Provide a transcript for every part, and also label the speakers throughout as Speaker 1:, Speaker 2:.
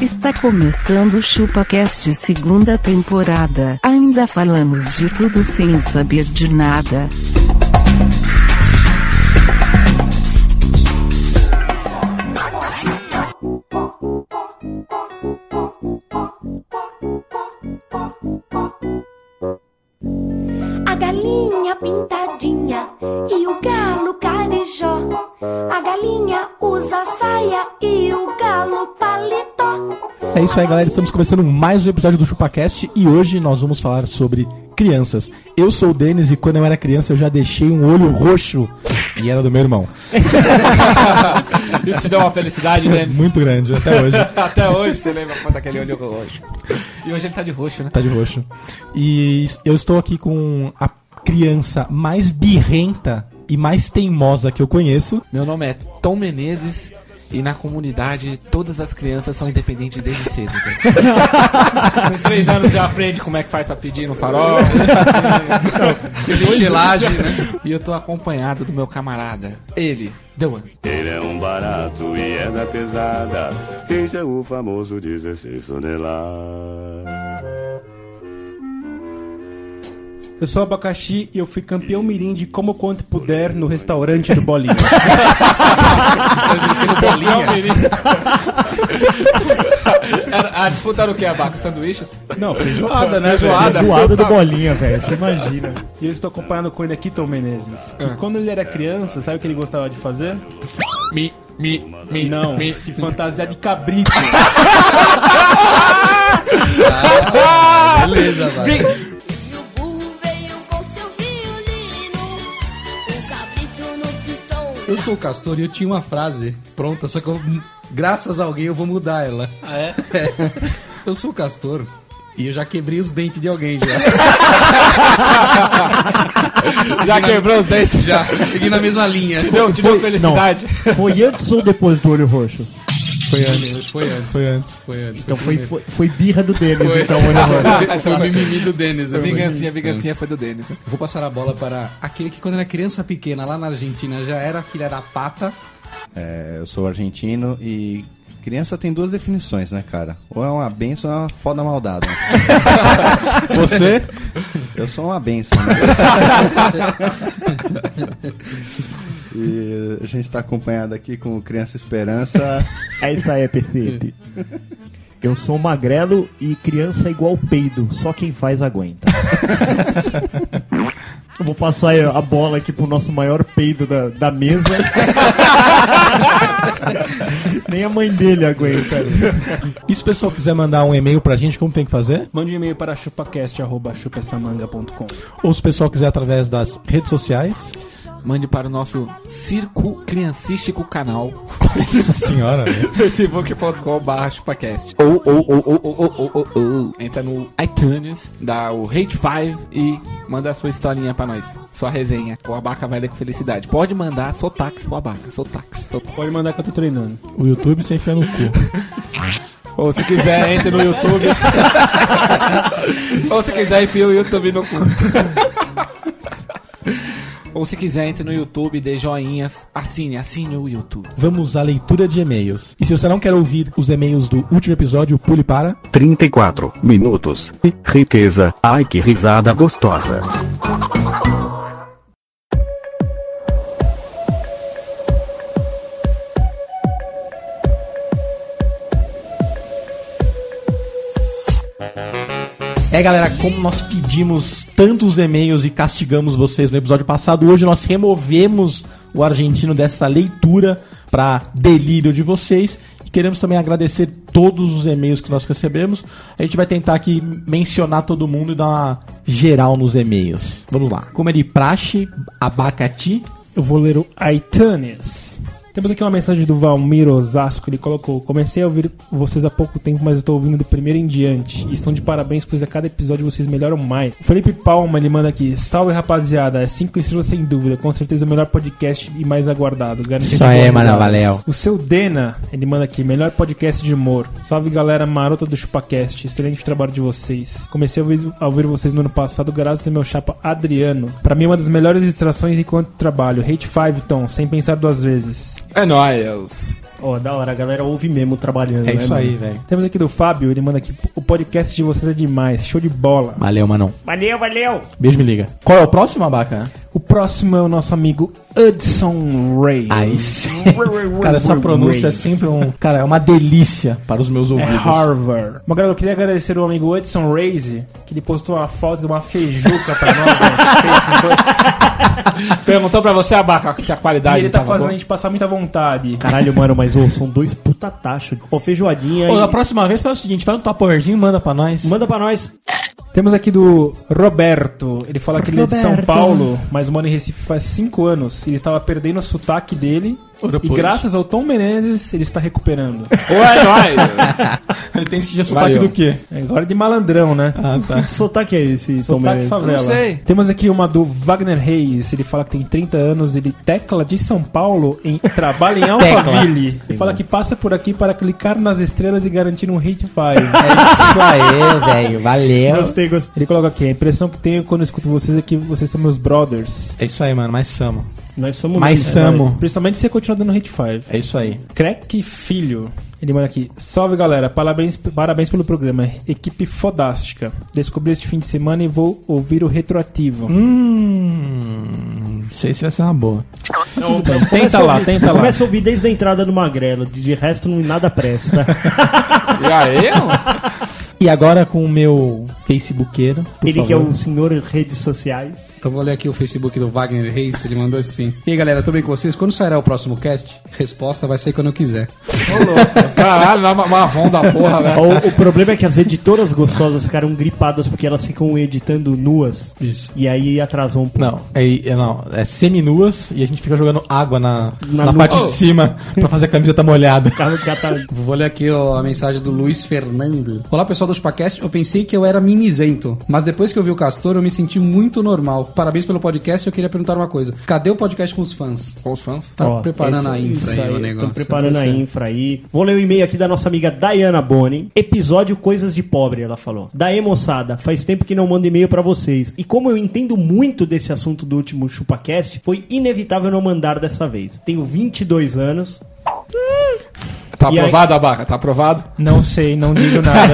Speaker 1: Está começando o ChupaCast segunda temporada. Ainda falamos de tudo sem saber de nada.
Speaker 2: A galinha pintadinha e o galo carijó. A galinha usa saia e o galo paletó.
Speaker 3: É isso aí, galera. Estamos começando mais um episódio do ChupaCast e hoje nós vamos falar sobre crianças. Eu sou o Denis e quando eu era criança eu já deixei um olho roxo e era do meu irmão.
Speaker 4: Isso te deu uma felicidade, Denis.
Speaker 3: Muito grande, até hoje.
Speaker 4: Até hoje você lembra.
Speaker 5: Quanto aquele olho roxo.
Speaker 4: E hoje ele tá de roxo, né?
Speaker 3: Tá de roxo. E eu estou aqui com a criança mais birrenta e mais teimosa que eu conheço.
Speaker 4: Meu nome é Tom Menezes e na comunidade todas as crianças são independentes desde cedo. cara. Com três anos já aprende como é que faz pra pedir no farol.
Speaker 5: Que Lixilagem, né?
Speaker 4: E eu tô acompanhado do meu camarada, ele, Dewan.
Speaker 6: Ele é um barato e é da pesada. Esse é o famoso 16 toneladas.
Speaker 7: Eu sou abacaxi e eu fui campeão mirim de como quanto puder no restaurante do Bolinha.
Speaker 4: Era, a disputa era o que, Abaca? Sanduíches?
Speaker 7: Não, feijoada, né?
Speaker 4: Feijoada.
Speaker 8: Zoada do bolinha, velho. Você imagina.
Speaker 7: E eu estou acompanhando com ele aqui, Tom Menezes.
Speaker 9: Ah.
Speaker 7: Que quando ele era criança, sabe o que ele gostava de fazer?
Speaker 4: Mi, mi, mi,
Speaker 7: Não,
Speaker 4: mi.
Speaker 7: se fantasiar de cabrito.
Speaker 5: Beleza, vai.
Speaker 10: E o burro veio com seu violino, o cabrito no pistão.
Speaker 9: Eu sou o Castor e eu tinha uma frase pronta, só que eu, graças a alguém eu vou mudar ela. Ah, é? Eu sou o Castor e eu já quebrei os dentes de alguém já.
Speaker 4: Já quebrou os dentes.
Speaker 5: Já, seguindo a mesma linha.
Speaker 4: Te deu, te deu felicidade.
Speaker 8: Foi antes ou depois do olho roxo?
Speaker 9: Foi antes, foi antes.
Speaker 3: Foi antes.
Speaker 9: Foi antes.
Speaker 8: Então foi,
Speaker 9: primeiro.
Speaker 8: foi, foi birra do Denis,
Speaker 9: Foi.
Speaker 8: então, olho roxo.
Speaker 4: Ah, é
Speaker 9: Foi o mimimi do Denis, né?
Speaker 4: Vingancinha, vingancinha foi do Denis.
Speaker 9: Vou passar a bola para aquele que quando era criança pequena lá na Argentina já era filha da pata.
Speaker 11: É, eu sou argentino e criança tem duas definições, né, cara? Ou é uma benção ou é uma foda maldada.
Speaker 3: Você?
Speaker 11: eu sou uma benção, né? e a gente tá acompanhado aqui com o Criança Esperança.
Speaker 8: É isso aí, perfeito. Eu sou magrelo e criança é igual peido, só quem faz aguenta. Eu vou passar a bola aqui pro nosso maior peido da, da mesa. Nem a mãe dele aguenta.
Speaker 3: E se o pessoal quiser mandar um e-mail pra gente, como tem que fazer?
Speaker 7: Mande um e-mail para chupacast.chupessamanga.com.
Speaker 3: Ou se o pessoal quiser através das redes sociais?
Speaker 4: Mande para o nosso Circo Criancístico canal
Speaker 3: Nossa senhora, né? velho.
Speaker 4: facebook.com.br chupacast ou, ou, ou, ou, ou, ou, ou, ou, ou. entra no iTunes, dá o Hate 5 e manda a sua historinha pra nós, sua resenha. O Abaca vai ler com felicidade. Pode mandar sotaques pro Abaca, sotaques,
Speaker 7: Pode
Speaker 4: sotaques.
Speaker 7: mandar que eu tô treinando.
Speaker 3: O YouTube sem enfiar no cu.
Speaker 4: Ou se quiser, entre no YouTube. ou se quiser, enfia o YouTube no cu. ou se quiser, entre no YouTube, dê joinhas, assine, assine o YouTube.
Speaker 3: Vamos à leitura de e-mails. E se você não quer ouvir os e-mails do último episódio, pule para
Speaker 6: 34 minutos. E riqueza. Ai que risada gostosa.
Speaker 3: É, galera, como nós pedimos tantos e-mails e castigamos vocês no episódio passado, hoje nós removemos o argentino dessa leitura para delírio de vocês. E queremos também agradecer todos os e-mails que nós recebemos. A gente vai tentar aqui mencionar todo mundo e dar uma geral nos e-mails. Vamos lá. Como é de praxe, abacati.
Speaker 7: Eu vou ler o iTunes. Temos aqui uma mensagem do Valmir Osasco. Ele colocou: Comecei a ouvir vocês há pouco tempo, mas eu tô ouvindo do primeiro em diante. E estão de parabéns, pois a cada episódio vocês melhoram mais. O Felipe Palma, ele manda aqui: Salve rapaziada, é 5 estrelas sem dúvida. Com certeza o melhor podcast e mais aguardado. Garantido
Speaker 3: Isso aí,
Speaker 7: boas
Speaker 3: mano,
Speaker 7: risadas."
Speaker 3: valeu.
Speaker 7: O seu Dena, ele manda aqui: Melhor podcast de humor. Salve galera marota do ChupaCast. Excelente trabalho de vocês. Comecei a ouvir, a ouvir vocês no ano passado, graças ao meu chapa Adriano. Pra mim, é uma das melhores distrações enquanto trabalho. Hate 5, Tom, sem pensar duas vezes.
Speaker 4: É nóis.
Speaker 8: Ó, da hora, a galera ouve mesmo trabalhando.
Speaker 3: É
Speaker 8: né,
Speaker 3: isso
Speaker 8: mano?
Speaker 3: aí, velho.
Speaker 7: Temos aqui do Fábio, ele manda aqui. O podcast de vocês é demais, show de bola.
Speaker 3: Valeu, Manon.
Speaker 8: Valeu, valeu!
Speaker 3: Beijo, me liga. Qual é o próximo, Abaca?
Speaker 7: O próximo é o nosso amigo Hudson Ray.
Speaker 3: Aí sim. Cara, essa pronúncia é sempre um. Cara, é uma delícia para os meus
Speaker 7: É
Speaker 3: ouvidos.
Speaker 7: Harvard. Mas, galera, eu queria agradecer o amigo Hudson Raze, que ele postou uma foto de uma feijuca pra nós né? no Facebook.
Speaker 4: Perguntou pra você, Abaca, se a
Speaker 7: E
Speaker 4: qualidade
Speaker 7: ele tá
Speaker 4: tava
Speaker 7: fazendo
Speaker 4: boa.
Speaker 7: a gente passar muita vontade.
Speaker 8: Caralho, mano, mas ô, são dois puta tacho. Ó, feijoadinha
Speaker 3: Pô,
Speaker 8: e-
Speaker 3: da próxima vez faz o seguinte: faz um tupperwarezinho e manda pra nós.
Speaker 8: Manda pra nós.
Speaker 7: Temos aqui do Roberto. Ele fala que ele é de São
Speaker 3: Roberto.
Speaker 7: Paulo, mas mora em Recife faz 5 anos. Ele estava perdendo o sotaque dele.
Speaker 3: Ora,
Speaker 7: E
Speaker 3: pois.
Speaker 7: graças ao Tom Menezes, ele está recuperando.
Speaker 4: Ué, é nóis.
Speaker 3: Ele tem esse dia sotaque
Speaker 4: Valeu.
Speaker 3: do quê?
Speaker 7: É, Agora de malandrão, né?
Speaker 3: Ah, tá.
Speaker 8: Que sotaque é esse, Tom
Speaker 7: Sotaque
Speaker 8: Menezes?
Speaker 7: favela.
Speaker 4: Não sei.
Speaker 7: Temos aqui uma do Wagner Reis. Ele fala que tem 30 anos, ele tecla de São Paulo em trabalha em Alphaville. Ele fala que passa por aqui para clicar nas estrelas e garantir um hit five.
Speaker 3: isso aí, velho. Valeu.
Speaker 8: Gostei, gostei.
Speaker 7: Ele coloca aqui, a impressão que tenho quando escuto vocês é que vocês são meus brothers. É,
Speaker 3: É isso aí, mano. Mais samo.
Speaker 8: Nós somos
Speaker 3: Mais
Speaker 8: mesmo,
Speaker 3: samo.
Speaker 8: caralho.
Speaker 7: Principalmente se você continuar dando hit five.
Speaker 3: É isso aí.
Speaker 7: Crack Filho. Ele manda aqui. Salve galera, parabéns, parabéns pelo programa. Equipe fodástica. Descobri este fim de semana e vou ouvir o retroativo.
Speaker 3: Hum. Não sei se vai ser uma boa.
Speaker 7: tenta
Speaker 8: Começa a
Speaker 7: lá,
Speaker 8: ouvir-
Speaker 7: tenta lá.
Speaker 8: Começa a ouvir desde a entrada do Magrelo. De, de resto, não, nada presta.
Speaker 4: E aí, mano?
Speaker 3: E agora com o meu Facebookeiro. por
Speaker 8: Ele que é
Speaker 3: favor.
Speaker 8: o senhor em redes sociais.
Speaker 9: Então vou ler aqui o Facebook do Wagner Reis, ele mandou assim. E aí galera, tudo bem com vocês? Quando sairá o próximo cast? Resposta vai sair quando eu quiser.
Speaker 4: Caralho, na marrom da porra, né? velho.
Speaker 8: O, o problema é que as editoras gostosas ficaram gripadas porque elas ficam editando nuas.
Speaker 9: Isso.
Speaker 8: E aí atrasou um pouco.
Speaker 3: Não, é, é, não, é semi-nuas e a gente fica jogando água na,
Speaker 8: Na
Speaker 3: na,
Speaker 8: nu-
Speaker 3: parte
Speaker 8: Oh.
Speaker 3: de cima pra fazer a camiseta molhada.
Speaker 8: O carro já tá
Speaker 9: Vou ler aqui ó, a mensagem do Luiz Fernando. Olá pessoal do Chupacast, eu pensei que eu era mimizento, mas depois que eu vi o Castor eu me senti muito normal. Parabéns pelo podcast, eu queria perguntar uma coisa. Cadê o podcast com os fãs?
Speaker 4: Com os fãs.
Speaker 9: Tá
Speaker 8: Ó,
Speaker 9: preparando
Speaker 8: isso-
Speaker 9: a infra
Speaker 8: isso
Speaker 9: aí, o negócio.
Speaker 8: Tô preparando
Speaker 9: Tá
Speaker 8: a
Speaker 9: certo.
Speaker 8: infra aí. Vou ler o e-mail aqui da nossa amiga Diana Boni. Episódio Coisas de Pobre, ela falou. Daí, moçada, faz tempo que não mando e-mail pra vocês. E como eu entendo muito desse assunto do último ChupaCast, foi inevitável não mandar dessa vez. Tenho 22 anos.
Speaker 4: Tá
Speaker 8: E aí-
Speaker 4: aprovado, Abaca? Tá aprovado?
Speaker 7: Não sei, não digo nada.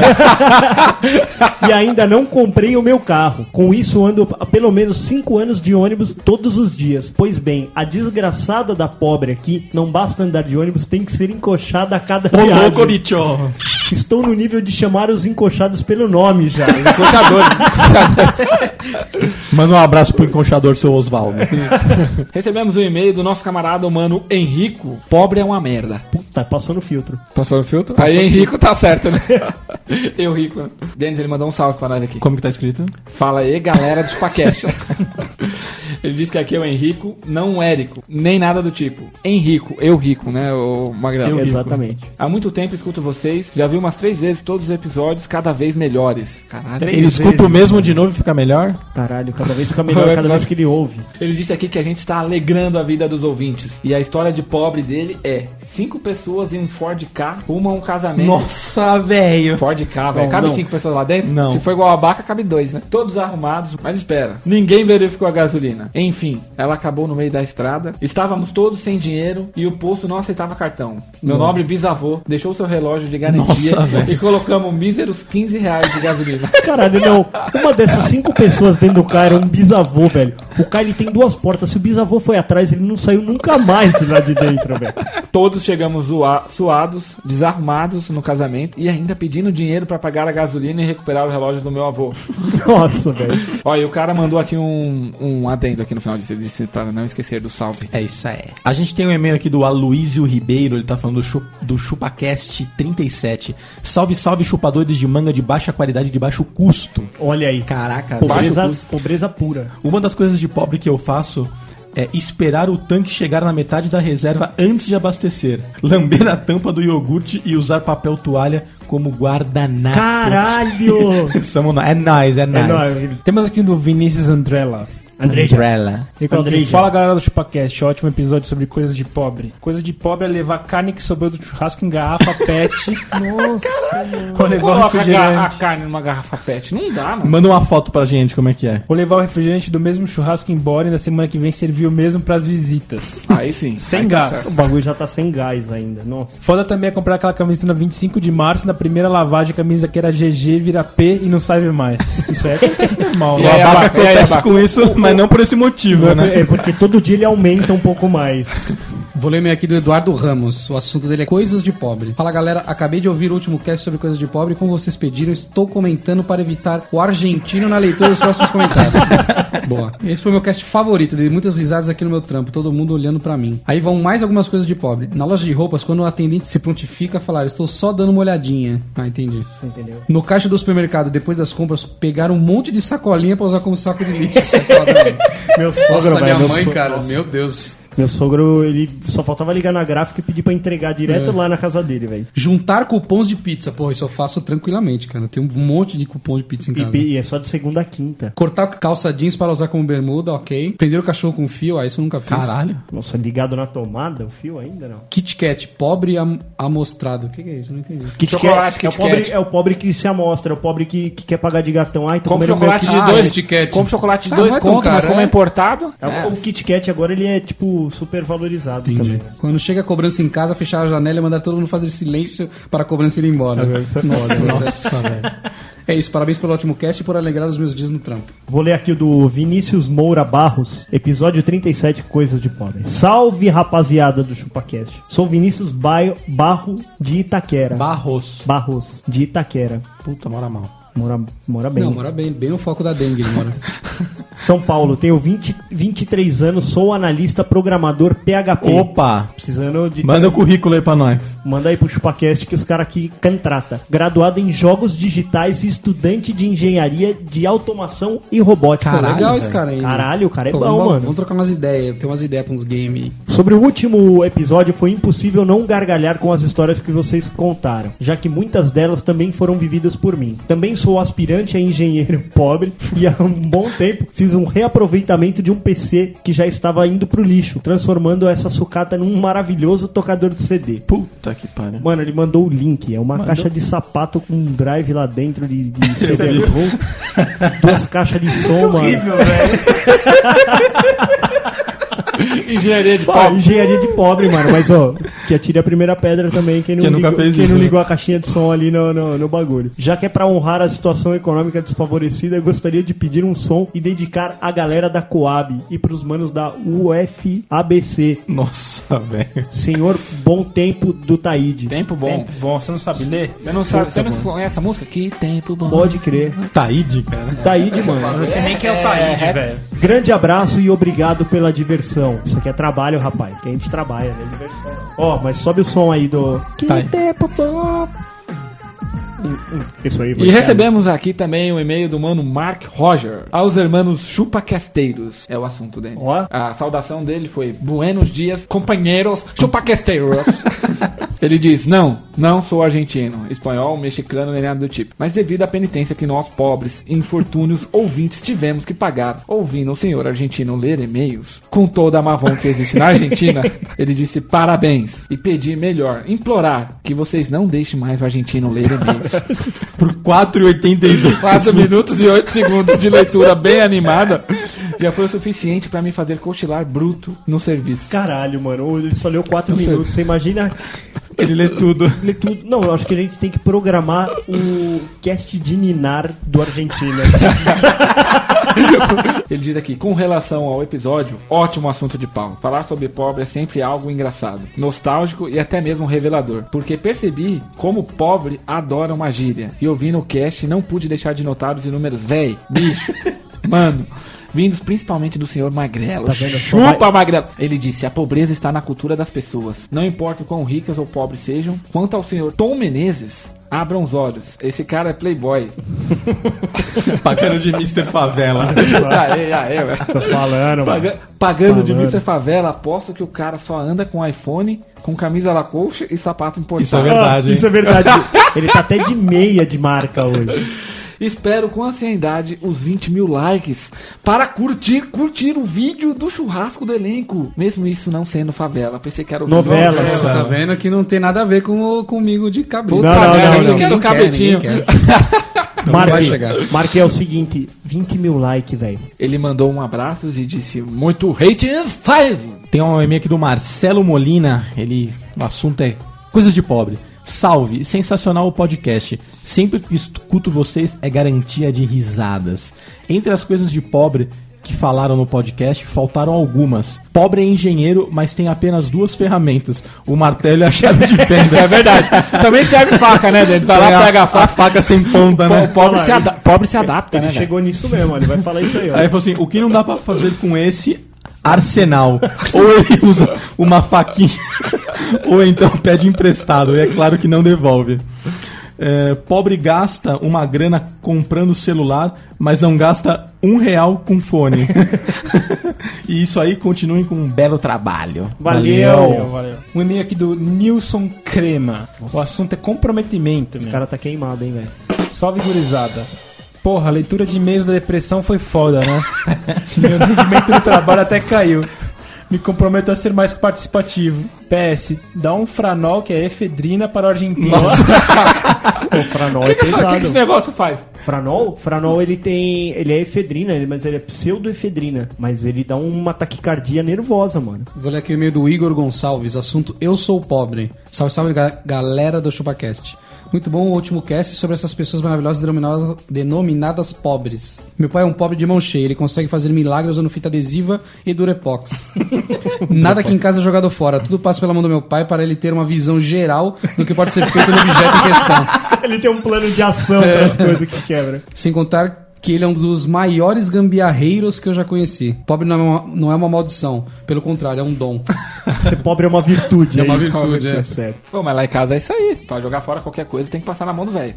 Speaker 8: e ainda não comprei o meu carro. Com isso, ando há pelo menos 5 anos de ônibus todos os dias. Pois bem, a desgraçada da pobre aqui, não basta andar de ônibus, tem que ser encoxada a cada viagem.
Speaker 3: bicho!
Speaker 8: Estou no nível de chamar os encoxados pelo nome já.
Speaker 4: Puxador.
Speaker 3: Manda um abraço pro enconchador, seu Oswaldo.
Speaker 4: Recebemos um e-mail do nosso camarada humano Henrico. Pobre é uma merda.
Speaker 8: Tá, passou no filtro.
Speaker 4: Passou no um filtro? Aí Henrico tá certo, né? Eu rico. né? Denis, ele mandou um salve pra nós aqui.
Speaker 3: Como que tá escrito?
Speaker 4: Fala aí, galera dos paquete. Ele disse que aqui é o Henrico, não o Érico, nem nada do tipo. Henrico, eu rico, né, o Magrelo?
Speaker 8: Exatamente.
Speaker 4: Há muito tempo escuto vocês, já vi umas três vezes todos os episódios, cada vez melhores. Caralho.
Speaker 3: Ele escuta o mesmo de novo e fica melhor?
Speaker 8: Caralho, cada vez fica melhor, cada vez que ele ouve.
Speaker 4: Ele disse aqui que a gente está alegrando a vida dos ouvintes. E a história de pobre dele é: cinco pessoas em um Ford K rumam a um casamento.
Speaker 3: Nossa, velho!
Speaker 4: Ford K, velho.
Speaker 3: Não,
Speaker 4: Cabe
Speaker 3: não.
Speaker 4: cinco pessoas lá dentro?
Speaker 3: Não.
Speaker 4: Se for igual a Baca, cabe dois, né? Todos arrumados, mas espera. Ninguém verificou a gasolina. Enfim, ela acabou no meio da estrada. Estávamos todos sem dinheiro e o posto não aceitava cartão. Meu nobre bisavô deixou seu relógio de garantia
Speaker 3: Nossa, velho.
Speaker 4: e colocamos míseros 15 reais de gasolina.
Speaker 8: Caralho, não. Uma dessas cinco pessoas dentro do carro era um bisavô, velho. O cara ele tem duas portas. Se o bisavô foi atrás, ele não saiu nunca mais de lá de dentro, velho.
Speaker 4: Todos chegamos zoa- suados, desarmados no casamento e ainda pedindo dinheiro pra pagar a gasolina e recuperar o relógio do meu avô.
Speaker 8: Nossa, velho.
Speaker 4: Ó, e o cara mandou aqui um, um adendo aqui no final disso. Ele disse pra não esquecer do salve.
Speaker 3: É isso aí. A gente tem um e-mail aqui do Aloysio Ribeiro, ele tá falando do, chu- do ChupaCast 37. Salve, salve, chupadores de manga de baixa qualidade e de baixo custo.
Speaker 8: Olha aí.
Speaker 3: Caraca,
Speaker 8: Pobreza,
Speaker 4: custo.
Speaker 8: pobreza pura.
Speaker 3: Uma das coisas de pobre que eu faço é esperar o tanque chegar na metade da reserva antes de abastecer. Lamber a tampa do iogurte e usar papel toalha como guardanapo.
Speaker 8: Caralho!
Speaker 3: Somos nó- É nóis, é
Speaker 8: É
Speaker 3: nóis.
Speaker 8: nóis.
Speaker 7: Temos aqui do Vinícius Andrella.
Speaker 8: Andreja.
Speaker 3: Umbrella.
Speaker 7: Ele colocou aqui,
Speaker 8: Andreja.
Speaker 7: Fala galera do ChupaCast, ótimo episódio sobre coisas de pobre. Coisa de pobre é levar carne que sobrou do churrasco em garrafa pet. Nossa, Ou levar um
Speaker 4: Coloca a, ga- a
Speaker 7: refrigerante.
Speaker 4: carne numa garrafa pet. Não dá, mano.
Speaker 3: Manda uma foto pra gente como é que é.
Speaker 7: Ou levar o refrigerante do mesmo churrasco embora e na semana que vem servir o mesmo pras visitas.
Speaker 4: Aí sim.
Speaker 7: Sem
Speaker 4: Aí tá
Speaker 7: gás.
Speaker 4: certo.
Speaker 8: O bagulho já tá sem gás ainda, nossa.
Speaker 7: Foda também é comprar aquela camisa na 25 de março, na primeira lavagem, a camisa que era GG vira P e não serve mais. Isso
Speaker 8: é
Speaker 7: aí acontece normal.
Speaker 4: E aí,
Speaker 7: Lavagem-
Speaker 4: Abaca, e aí,
Speaker 3: Acontece
Speaker 4: Abaca?
Speaker 3: com isso, mas não por esse motivo, né?
Speaker 8: É porque todo dia ele aumenta um pouco mais.
Speaker 9: Vou ler o e-mail aqui do Eduardo Ramos. O assunto dele é coisas de pobre. Fala galera, acabei de ouvir o último cast sobre coisas de pobre. Como vocês pediram, estou comentando para evitar o argentino na leitura dos próximos comentários. Boa. Esse foi meu cast favorito. Dei muitas risadas aqui no meu trampo, todo mundo olhando pra mim. Aí vão mais algumas coisas de pobre. Na loja de roupas, quando o atendente se prontifica a falar, estou só dando uma olhadinha. Ah, entendi. Você entendeu? No caixa do supermercado, depois das compras, pegaram um monte de sacolinha pra usar como saco de lixo. Isso é foda, né?
Speaker 8: Meu sogro,
Speaker 9: Nossa,
Speaker 8: velho.
Speaker 9: minha
Speaker 8: meu
Speaker 9: mãe,
Speaker 8: so-
Speaker 9: cara.
Speaker 8: nossa.
Speaker 9: Meu Deus.
Speaker 8: Meu sogro, ele só faltava ligar na gráfica e pedir pra entregar direto
Speaker 9: É.
Speaker 8: lá na casa dele, velho.
Speaker 9: Juntar cupons de pizza. Porra, isso eu faço tranquilamente, cara. Eu tenho um monte de cupom de pizza em
Speaker 8: E,
Speaker 9: casa.
Speaker 8: pe- e é só de segunda a quinta.
Speaker 9: Cortar calça jeans para usar como bermuda, ok. Prender o cachorro com fio, ah, isso eu nunca fiz.
Speaker 3: Caralho.
Speaker 8: Nossa, ligado na tomada, o fio ainda não.
Speaker 9: Kit Kat, pobre am amostrado. O que, que é isso? Não entendi.
Speaker 8: Kit
Speaker 4: Chocolate,
Speaker 8: Kat é, o
Speaker 4: Kit
Speaker 8: pobre,
Speaker 4: Kat.
Speaker 8: é o pobre que se amostra, é o pobre que, que quer pagar de gatão. Ai, tô
Speaker 4: Compre
Speaker 8: comendo
Speaker 4: chocolate
Speaker 8: meu
Speaker 4: de
Speaker 9: Ah,
Speaker 4: dois.
Speaker 9: Kit Kat.
Speaker 4: Compre chocolate de
Speaker 9: Ah,
Speaker 4: dois
Speaker 9: não é tão
Speaker 4: contos, mas
Speaker 9: caro,
Speaker 4: como é
Speaker 9: é?
Speaker 4: importado.
Speaker 8: Kit- É, O Kit Kat agora ele é, tipo, super valorizado
Speaker 9: Entendi.
Speaker 8: também.
Speaker 9: Quando chega a cobrança em casa, fechar a janela e mandar todo mundo fazer silêncio para a cobrança ir embora.
Speaker 8: É,
Speaker 9: nossa, nossa, velho. É isso, parabéns pelo ótimo cast e por alegrar os meus dias no trampo.
Speaker 8: Vou ler aqui o do Vinícius Moura Barros, episódio 37, Coisas de Pobre. Salve, rapaziada do ChupaCast. Sou Vinícius Baio, Barro de Itaquera.
Speaker 3: Barros.
Speaker 8: Barros, de Itaquera.
Speaker 3: Puta, mora mal.
Speaker 8: Mora, mora bem.
Speaker 9: Não, mora bem, bem no foco da dengue, ele mora.
Speaker 8: São Paulo, tenho 20, 23 anos, sou analista programador PHP.
Speaker 3: Opa!
Speaker 8: Precisando de.
Speaker 3: Manda o currículo aí pra nós.
Speaker 8: Manda aí pro ChupaCast que os caras aqui contrata. Graduado em jogos digitais e estudante de engenharia de automação e robótica.
Speaker 9: Pô, legal
Speaker 8: velho.
Speaker 9: esse cara aí. né?
Speaker 8: Caralho, o cara é
Speaker 9: Pô,
Speaker 8: bom,
Speaker 9: vamos,
Speaker 8: mano.
Speaker 9: Vamos trocar umas ideias, eu tenho umas ideias pra uns games.
Speaker 8: Sobre o último episódio, foi impossível não gargalhar com as histórias que vocês contaram, já que muitas delas também foram vividas por mim. Também sou aspirante a engenheiro pobre e há um bom tempo fiz um reaproveitamento de um PC que já estava indo pro lixo, transformando essa sucata num maravilhoso tocador de CD.
Speaker 3: Puta que pariu.
Speaker 8: Mano, ele mandou o link. É uma caixa de sapato com um drive lá dentro de, de CD-ROM. Duas caixas
Speaker 3: É
Speaker 8: de som, mano.
Speaker 4: Engenharia de
Speaker 8: Pô, engenharia de pobre, mano. Mas, ó, que atire a primeira pedra também, quem não,
Speaker 3: Quem nunca
Speaker 8: ligou,
Speaker 3: fez
Speaker 8: quem
Speaker 3: isso,
Speaker 8: não
Speaker 3: né?
Speaker 8: ligou a caixinha de som ali no, no, no bagulho. Já que é pra honrar a situação econômica desfavorecida, eu gostaria de pedir um som e dedicar à galera da Coab e pros manos da UFABC.
Speaker 3: Nossa, velho.
Speaker 8: Senhor Bom Tempo do Taíde.
Speaker 4: Tempo bom.
Speaker 7: Tempo bom, você não sabe ler?
Speaker 4: Você não sabe, você não conhece essa música? Que tempo bom.
Speaker 8: Pode crer.
Speaker 4: Tá
Speaker 3: Taíde,
Speaker 4: né?
Speaker 3: cara.
Speaker 8: Taíde, mano.
Speaker 7: Você nem quer o Taíde, velho.
Speaker 8: Grande abraço e obrigado pela diversão. Isso aqui é trabalho, rapaz. Que a gente trabalha, né? Diversão. Ó, mas sobe o som aí do. Que
Speaker 3: Tá.
Speaker 8: tempo bom. hum. Isso aí,
Speaker 4: E recebemos aqui também o e-mail do mano Mark Roger. Aos hermanos chupacasteiros. É o assunto dele.
Speaker 8: Ó.
Speaker 4: A saudação dele foi Buenos dias, companheiros chupacasteiros. Ele diz, não, não sou argentino, espanhol, mexicano, nem nada do tipo. Mas devido à penitência que nós, pobres, infortúnios, ouvintes, tivemos que pagar, ouvindo o senhor argentino ler e-mails, com toda a mavão que existe na Argentina, ele disse parabéns e pedir melhor, implorar que vocês não deixem mais o argentino ler e-mails.
Speaker 3: Por 4,82.
Speaker 4: 4 minutos e 8 segundos de leitura bem animada já foi o suficiente pra me fazer cochilar bruto no serviço.
Speaker 8: Caralho, mano. Ele só leu 4
Speaker 4: Não sei.
Speaker 8: minutos. Você imagina
Speaker 3: Ele lê tudo.
Speaker 8: ler tudo. Não, eu acho que a gente tem que programar o cast de Ninar do Argentina.
Speaker 4: Ele diz aqui, com relação ao episódio, ótimo assunto de pau. Falar sobre pobre é sempre algo engraçado, nostálgico e até mesmo revelador. Porque percebi como pobre adora uma gíria. E ouvindo o cast, não pude deixar de notar os inúmeros véi, bicho, mano. Vindos principalmente do senhor Magrelo.
Speaker 8: Tá vendo? Só vai-
Speaker 4: Chupa, Opa, Magrelo. Ele disse: a pobreza está na cultura das pessoas. Não importa o quão ricas ou pobres sejam, quanto ao senhor Tom Menezes, abram os olhos. Esse cara é playboy.
Speaker 3: Pagando de Mr. Favela.
Speaker 4: ah, é, ah, é, velho.
Speaker 8: Tô falando, mano.
Speaker 4: Paga- pagando de
Speaker 8: Falando.
Speaker 4: Mr. Favela, aposto que o cara só anda com iPhone, com camisa Lacoste e sapato importado.
Speaker 3: Isso é
Speaker 8: Ah,
Speaker 3: verdade, hein?
Speaker 8: isso é verdade. Ele tá até de meia de marca hoje.
Speaker 4: Espero com ansiedade os 20 mil likes para curtir, curtir o vídeo do churrasco do elenco. Mesmo isso não sendo favela, pensei que era o
Speaker 9: Novela, Tá vendo que não tem nada a ver com o- comigo de cabrito.
Speaker 4: Puta Não, não, merda, não, eu não. quero
Speaker 9: Ninguém
Speaker 4: cabritinho.
Speaker 9: ninguém Não vai
Speaker 8: Marque,
Speaker 9: chegar.
Speaker 8: Marque é o seguinte: 20 mil likes, velho.
Speaker 4: Ele mandou um abraço e disse muito hate and five.
Speaker 3: Tem um e-mail aqui do Marcelo Molina, ele. O assunto é Coisas de Pobre. Salve, sensacional o podcast. Sempre que escuto vocês é garantia de risadas. Entre as coisas de pobre que falaram no podcast, faltaram algumas. Pobre é engenheiro, mas tem apenas duas ferramentas: o martelo e a chave de fenda.
Speaker 4: É verdade. Também serve faca, né, Dani? Vai lá,
Speaker 3: É a-
Speaker 4: pega a faca.
Speaker 3: sem ponta,
Speaker 4: Po-
Speaker 3: né?
Speaker 4: pobre, se ada- pobre se adapta,
Speaker 8: Ele
Speaker 4: né? velho?
Speaker 8: chegou nisso mesmo, ele vai falar isso Tá, aí, ó.
Speaker 3: Aí ele falou assim: o que não dá pra fazer com esse arsenal? Ou ele usa uma faquinha, ou então pede emprestado. E é claro que não devolve. É, pobre gasta uma grana comprando celular, mas não gasta um real com fone. e isso aí, continuem com um belo trabalho.
Speaker 7: Valeu, valeu. Um e-mail aqui do Nilson Crema. O assunto é comprometimento,
Speaker 8: Esse
Speaker 7: meu.
Speaker 8: cara tá queimado, hein, velho.
Speaker 7: Salve, gurizada. Porra, a leitura de e-mails da depressão foi foda, né? Meu rendimento do trabalho até caiu. Me comprometo a ser mais participativo. PS, dá um franol que é efedrina para o argentino.
Speaker 8: Pô, Franol
Speaker 4: O que,
Speaker 8: é
Speaker 4: que, essa- o que que
Speaker 8: pesado.
Speaker 4: esse negócio faz?
Speaker 8: Franol? Franol ele tem. Ele é efedrina, ele- mas ele é pseudoefedrina. Mas ele dá uma taquicardia nervosa, mano.
Speaker 9: Vou ler aqui o e-mail do Igor Gonçalves, assunto Eu Sou Pobre. Salve, salve, ga- galera do ChupaCast. Muito bom o último cast sobre essas pessoas maravilhosas denominadas, denominadas pobres. Meu pai é um pobre de mão cheia, ele consegue fazer milagres usando fita adesiva e durepox. Nada aqui em casa é jogado fora, tudo passa pela mão do meu pai para ele ter uma visão geral do que pode ser feito no objeto em questão.
Speaker 8: Ele tem um plano de ação para as coisas que quebra.
Speaker 9: Sem contar que ele é um dos maiores gambiarreiros que eu já conheci. Pobre não é uma, não é uma maldição, pelo contrário, é um dom.
Speaker 8: Ser pobre é uma virtude.
Speaker 4: É uma
Speaker 8: isso.
Speaker 4: virtude, é.
Speaker 8: certo.
Speaker 4: Pô, mas lá em casa é isso aí. Pra jogar fora qualquer coisa tem que passar na mão do velho.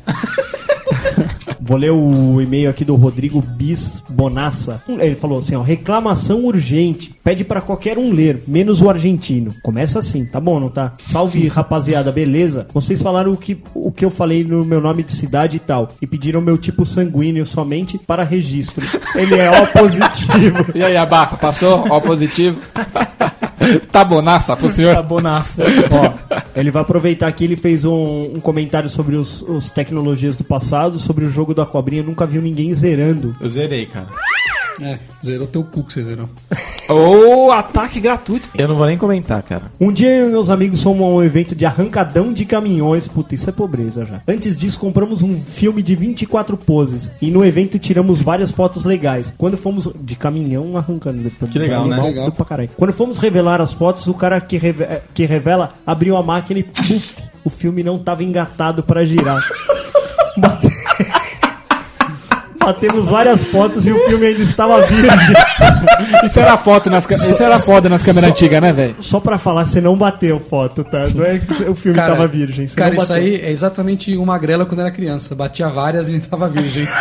Speaker 8: Vou ler o e-mail aqui do Rodrigo Bis Bonassa. Ele falou assim, ó, reclamação urgente. Pede pra qualquer um ler, menos o argentino. Começa assim, tá bom, não tá? Salve, rapaziada, beleza? Vocês falaram o que, o que eu falei no meu nome de cidade e tal. E pediram meu tipo sanguíneo somente para registro. Ele é O positivo.
Speaker 4: E aí, Abaca, passou? Ó positivo. tá bonaça pro
Speaker 7: Tá
Speaker 4: senhor?
Speaker 7: bonaça.
Speaker 8: Ó, ele vai aproveitar aqui, ele fez um, um comentário sobre os, os tecnologias do passado, sobre o jogo da cobrinha, nunca viu ninguém zerando.
Speaker 3: Eu zerei, cara.
Speaker 9: É, zerou teu cu que você zerou.
Speaker 4: Ou ataque gratuito.
Speaker 3: Eu não vou nem comentar, cara.
Speaker 8: Um dia eu e meus amigos fomos a um evento de arrancadão de caminhões. Puta, isso é pobreza já. Antes disso, compramos um filme de 24 poses. E no evento tiramos várias fotos legais. Quando fomos. De caminhão arrancando depois.
Speaker 3: Que legal, né?
Speaker 8: Animal,
Speaker 9: Legal.
Speaker 8: tudo pra caralho. Quando fomos revelar as fotos, o cara que, reve- eh, que revela abriu a máquina e puf, o filme não tava engatado pra girar. Bate- Batemos várias fotos e o filme ainda estava virgem.
Speaker 4: Isso era foto nas, ca- isso era foda nas câmeras antigas, né, velho?
Speaker 8: Só pra falar, você não bateu foto, tá? Não é que o filme tava virgem. Você
Speaker 9: Cara,
Speaker 8: não
Speaker 9: isso
Speaker 8: bateu.
Speaker 9: aí é exatamente o Magrela quando era criança. Batia várias e ele tava virgem.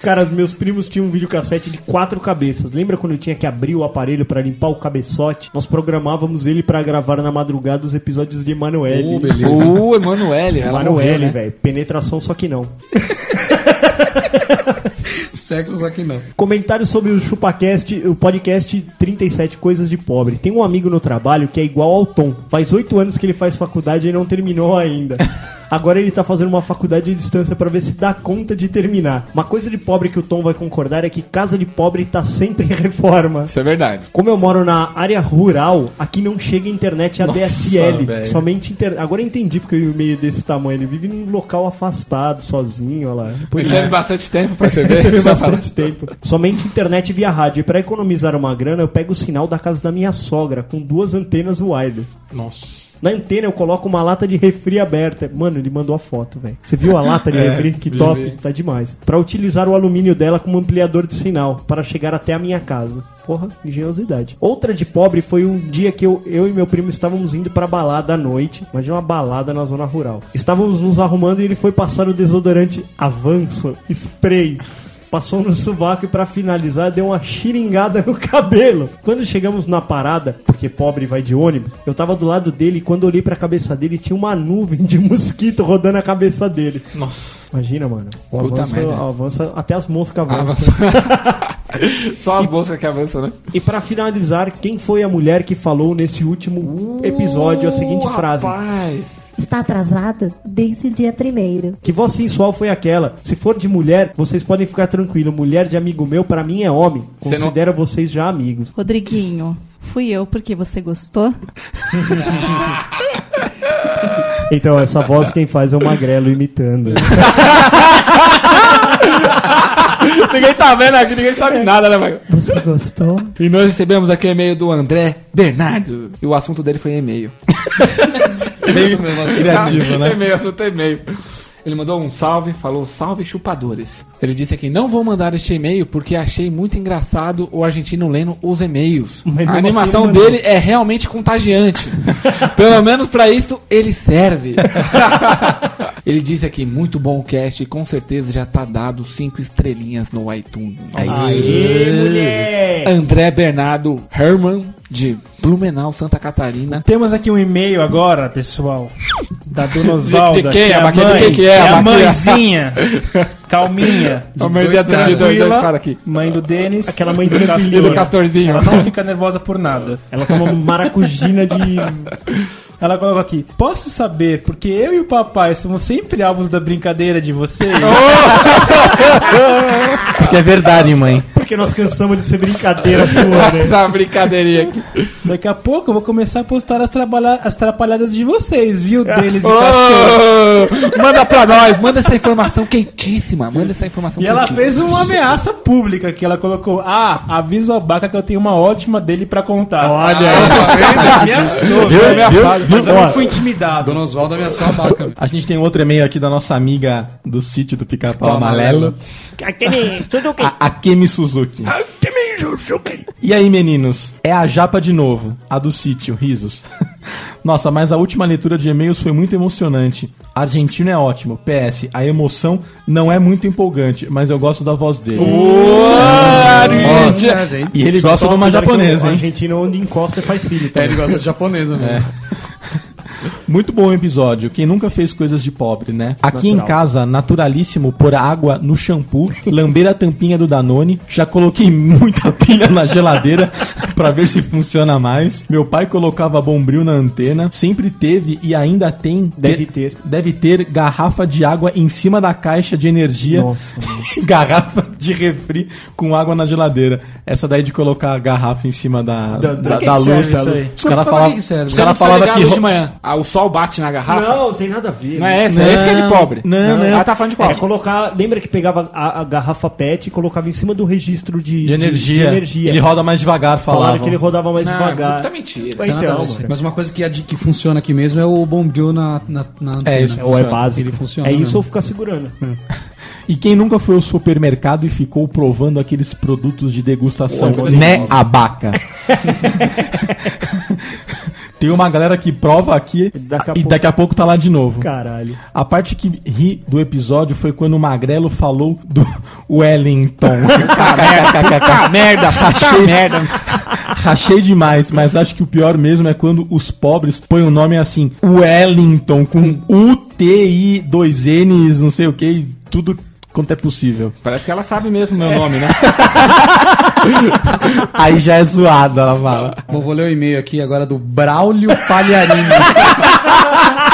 Speaker 8: Cara, os meus primos tinham um videocassete de quatro cabeças. Lembra quando eu tinha que abrir o aparelho pra limpar o cabeçote? Nós programávamos ele pra gravar na madrugada os episódios de Emanuele.
Speaker 9: Ô, beleza.
Speaker 4: O Emanuele, ela morreu,
Speaker 8: Emanuele,
Speaker 4: né?
Speaker 8: velho. Penetração, só que não.
Speaker 9: Sexo só que não.
Speaker 8: Comentário sobre o ChupaCast, o podcast 37 Coisas de Pobre. Tem um amigo no trabalho que é igual ao Tom. Faz oito anos que ele faz faculdade e não terminou
Speaker 3: né?
Speaker 8: ainda. Agora ele tá fazendo uma faculdade de distância pra ver se dá conta de terminar. Uma coisa de pobre que o Tom vai concordar é que casa de pobre tá sempre em reforma.
Speaker 4: Isso é verdade.
Speaker 8: Como eu moro na área rural, aqui não chega internet ADSL.
Speaker 3: velho.
Speaker 8: somente inter... Agora eu entendi porque o e-mail desse tamanho. Ele vive num local afastado, sozinho, olha lá.
Speaker 4: Precisa de bastante tempo pra você ver.
Speaker 8: Teve
Speaker 4: isso tá falando.
Speaker 8: bastante tempo. Somente internet via rádio. E pra economizar uma grana, eu pego o sinal da casa da minha sogra, com duas antenas wireless.
Speaker 3: Nossa.
Speaker 8: Na antena eu coloco uma lata de refri aberta. Mano, ele mandou a foto, velho. Você viu a lata de
Speaker 3: É,
Speaker 8: refri? Que
Speaker 4: vi,
Speaker 8: top,
Speaker 4: vi.
Speaker 8: tá demais. Pra utilizar o alumínio dela como ampliador de sinal, para chegar até a minha casa. Porra, engenhosidade. Outra de pobre foi um dia que eu, eu e meu primo estávamos indo pra balada à noite. Imagina uma balada na zona rural. Estávamos nos arrumando e ele foi passar o desodorante Avanço Spray. passou no sovaco e pra finalizar deu uma xiringada no cabelo. Quando chegamos na parada, porque pobre vai de ônibus, eu tava do lado dele e quando olhei pra cabeça dele tinha uma nuvem de mosquito rodando a cabeça dele.
Speaker 3: Nossa.
Speaker 8: Imagina, mano. O
Speaker 4: Puta
Speaker 8: avanço,
Speaker 4: merda.
Speaker 8: avança- até as moscas avançam.
Speaker 4: Só as bolsas que avançam, né?
Speaker 8: E pra finalizar, quem foi a mulher que falou nesse último
Speaker 4: Uh,
Speaker 8: episódio a seguinte
Speaker 4: um-
Speaker 8: frase?
Speaker 12: Está atrasado desde o dia primeiro.
Speaker 8: Que voz sensual foi aquela? Se for de mulher, vocês podem ficar tranquilo. Mulher de amigo meu, pra mim é homem.
Speaker 12: Você não-
Speaker 8: Considero vocês já amigos.
Speaker 12: Rodriguinho, fui eu porque você gostou?
Speaker 8: Então, essa voz quem faz é o Magrelo imitando.
Speaker 4: ninguém tá vendo aqui, ninguém sabe nada, né, Magrelo?
Speaker 8: Você gostou?
Speaker 4: E nós recebemos aqui o e-mail do André Bernardo. E o assunto dele foi e-mail.
Speaker 3: Isso mesmo, assunto criativo, né?
Speaker 4: E-mail, assunto é e-mail. Ele mandou um salve, falou salve chupadores. Ele disse aqui: não vou mandar este e-mail porque achei muito engraçado o argentino lendo os e-mails.
Speaker 5: mesmo
Speaker 4: A
Speaker 5: assim
Speaker 4: animação
Speaker 5: ele mandou.
Speaker 4: dele é realmente contagiante. Pelo menos pra isso ele serve. Ele disse aqui, muito bom o cast, e com certeza já tá dado cinco estrelinhas no iTunes.
Speaker 5: Aê, mulher!
Speaker 4: André Bernardo Herman, de Blumenau, Santa Catarina.
Speaker 7: Temos aqui um e-mail agora, pessoal. Da Dona
Speaker 4: De
Speaker 7: Osvalda.
Speaker 4: quem é,
Speaker 7: a
Speaker 4: Baqueta? De
Speaker 7: mãe,
Speaker 4: quem que é,
Speaker 7: é a
Speaker 4: Baqueta?
Speaker 7: mãezinha. Calminha.
Speaker 4: A mãe de dois- de dois- dois cara aqui.
Speaker 7: Mãe do Denis.
Speaker 8: Aquela mãe
Speaker 7: do
Speaker 8: tranquila.
Speaker 7: Castor.
Speaker 8: Do Castorzinho.
Speaker 7: Ela não fica nervosa por nada.
Speaker 8: Ela toma maracujina de...
Speaker 7: Ela coloca aqui, posso saber, porque eu e o papai somos sempre alvos da brincadeira de vocês?
Speaker 3: Porque é verdade, mãe.
Speaker 8: Porque nós cansamos de ser brincadeira sua, né?
Speaker 4: Essa brincadeirinha aqui.
Speaker 7: Daqui a pouco eu vou começar a postar as, trabalha- as trapalhadas de vocês, viu, Denis e
Speaker 3: Oh!
Speaker 7: Castor?
Speaker 4: Oh, manda pra nós, manda essa informação quentíssima. Manda essa informação
Speaker 7: E ela
Speaker 4: quentíssima.
Speaker 7: fez uma ameaça pública que ela colocou: Ah, avisa o Baca que eu tenho uma ótima dele pra contar.
Speaker 8: Olha,
Speaker 7: ah, ameaçou,
Speaker 3: Viu?
Speaker 7: foi ameaçado,
Speaker 3: Viu?
Speaker 7: mas
Speaker 3: Viu?
Speaker 7: eu
Speaker 3: Ó.
Speaker 7: não fui intimidado.
Speaker 9: Dona Oswaldo ameaçou a barca. né?
Speaker 3: A gente tem um outro e-mail aqui da nossa amiga do sítio do Pica-Pau Amarelo, a Akemi Suzuki. E aí, meninos? É a japa de novo, a do sítio, risos. Nossa, mas a última leitura de e-mails foi muito emocionante. Argentino é ótimo. PS, a emoção não é muito empolgante, mas eu gosto da voz dele. Ó, e ele
Speaker 8: Só
Speaker 3: gosta de uma
Speaker 8: toma cuidado que
Speaker 3: japonesa,
Speaker 8: o
Speaker 3: hein?
Speaker 8: argentino onde encosta faz filho.
Speaker 9: É, ele gosta de japonesa mesmo.
Speaker 3: É. Muito bom o episódio. Quem nunca fez coisas de pobre, né? Aqui em
Speaker 11: Natural.
Speaker 3: casa, naturalíssimo pôr água no shampoo, lamber a tampinha do Danone. Já coloquei muita pilha na geladeira pra ver se funciona mais. Meu pai colocava bombril na antena. Sempre teve e ainda tem.
Speaker 8: Deve
Speaker 3: ter. Deve ter garrafa de água em cima da caixa de energia.
Speaker 8: Nossa,
Speaker 3: garrafa de refri com água na geladeira. Essa daí de colocar a garrafa em cima da, da,
Speaker 8: Da- da-
Speaker 3: da
Speaker 8: que que
Speaker 3: luz.
Speaker 8: serve isso aí?
Speaker 3: Os caras
Speaker 9: é
Speaker 8: Pra
Speaker 3: falavam
Speaker 8: que que serve?
Speaker 3: os
Speaker 4: Você não
Speaker 3: caras
Speaker 4: precisa
Speaker 3: falavam
Speaker 4: ligar a
Speaker 3: que.
Speaker 4: luz de manhã. Ah, o sol bate na garrafa.
Speaker 8: Não, tem nada a ver.
Speaker 4: Ah. Não
Speaker 8: né?
Speaker 4: é essa, é esse que é de pobre.
Speaker 3: Não, não.
Speaker 4: Ela tá falando de pobre.
Speaker 8: É colocar. Lembra que pegava a, a garrafa PET e colocava em cima do registro de,
Speaker 3: De energia.
Speaker 8: de energia.
Speaker 3: Ele roda mais devagar,
Speaker 8: Falaram
Speaker 3: falavam.
Speaker 8: que ele rodava mais devagar.
Speaker 4: puta é mentira.
Speaker 8: Mas Então,
Speaker 9: Exatamente.
Speaker 8: mano.
Speaker 9: mas uma coisa que, é de- que funciona aqui mesmo é o bombril na, na, na antena.
Speaker 3: É isso,
Speaker 8: ou é básico.
Speaker 9: Ele funciona.
Speaker 8: é isso
Speaker 9: mesmo.
Speaker 8: ou ficar segurando.
Speaker 3: E quem nunca foi ao supermercado e ficou provando aqueles produtos de degustação?
Speaker 8: Olha,
Speaker 3: né,
Speaker 8: nossa.
Speaker 3: abaca? Tem uma galera que prova aqui
Speaker 8: Daqui a
Speaker 3: e
Speaker 8: pouco-
Speaker 3: daqui a pouco tá lá de novo.
Speaker 8: Caralho.
Speaker 3: A parte que ri do episódio foi quando o Magrelo falou do Wellington.
Speaker 4: Puta merda, puta
Speaker 3: Achei-
Speaker 4: merda.
Speaker 3: Rachei demais, mas acho que o pior mesmo é quando os pobres põem o nome assim, Wellington, com UTI, dois N's, não sei o que, tudo quanto é possível.
Speaker 4: Parece que ela sabe mesmo meu nome, né?
Speaker 3: Aí já é zoado, ela fala.
Speaker 9: Bom, vou ler o e-mail aqui agora do Braulio Palharini.